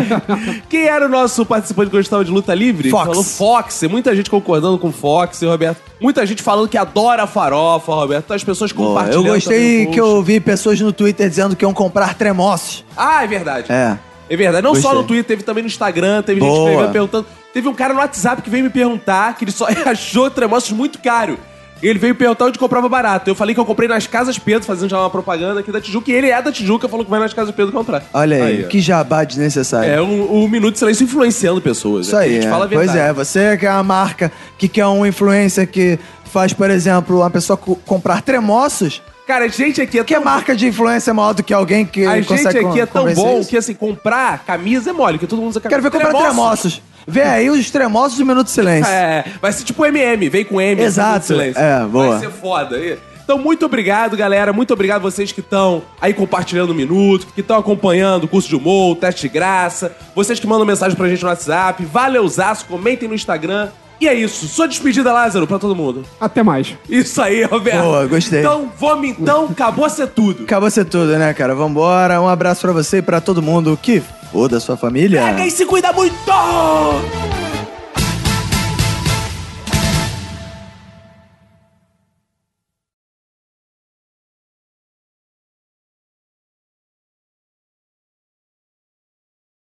Speaker 1: [LAUGHS] Quem era o nosso participante que gostava de luta livre?
Speaker 2: Fox.
Speaker 1: Falou Fox. Muita gente concordando com Fox, Roberto. Muita gente falando que adora a farofa, Roberto. As pessoas
Speaker 2: Boa,
Speaker 1: compartilhando.
Speaker 2: eu gostei
Speaker 1: também o
Speaker 2: que
Speaker 1: post.
Speaker 2: eu vi pessoas no Twitter dizendo que iam comprar tremoços.
Speaker 1: Ah, é verdade. É,
Speaker 2: É.
Speaker 1: verdade. Não só
Speaker 2: Gostei.
Speaker 1: no Twitter, teve também no Instagram, teve gente
Speaker 2: Boa.
Speaker 1: escrevendo, perguntando. Teve um cara no WhatsApp que veio me perguntar que ele só [LAUGHS] achou tremoços muito caro. Ele veio perguntar onde comprava barato. Eu falei que eu comprei nas Casas Pedro, fazendo já uma propaganda aqui da Tijuca. E ele é da Tijuca, falou que vai nas Casas Pedro comprar.
Speaker 2: Olha aí,
Speaker 1: ó.
Speaker 2: que jabá desnecessário.
Speaker 1: É, um, um minuto de silêncio influenciando pessoas.
Speaker 2: Isso
Speaker 1: né?
Speaker 2: aí.
Speaker 1: A gente
Speaker 2: é.
Speaker 1: fala a verdade.
Speaker 2: pois é, você que é uma marca que quer um influencer que faz, por exemplo, uma pessoa co- comprar tremoços.
Speaker 1: Cara, a gente aqui é
Speaker 2: Que
Speaker 1: tão...
Speaker 2: marca de influencer é maior do que alguém que
Speaker 1: A gente
Speaker 2: consegue
Speaker 1: aqui é tão
Speaker 2: convencer
Speaker 1: bom
Speaker 2: isso?
Speaker 1: que, assim, comprar camisa é mole, que todo mundo usa camisa.
Speaker 2: Quero ver comprar tremoços. Vê aí os tremoços do Minuto de Silêncio.
Speaker 1: É, vai ser tipo MM, vem com M. fica
Speaker 2: Exato.
Speaker 1: no silêncio.
Speaker 2: É, boa.
Speaker 1: Vai ser foda. E- Então, muito obrigado, galera. Muito obrigado vocês que estão aí compartilhando o Minuto, que estão acompanhando o curso de humor, o teste de graça. Vocês que mandam mensagem pra gente no WhatsApp. Valeuzaço, comentem no Instagram. E é isso. Sua despedida, Lázaro, pra todo mundo.
Speaker 10: Até mais.
Speaker 1: Isso aí, Roberto.
Speaker 2: Boa, gostei.
Speaker 1: Então, vamos então. Acabou ser tudo.
Speaker 2: Acabou ser tudo, né, cara? Vambora. Um abraço pra você e pra todo mundo que foda a sua família.
Speaker 1: Pega e se cuida muito!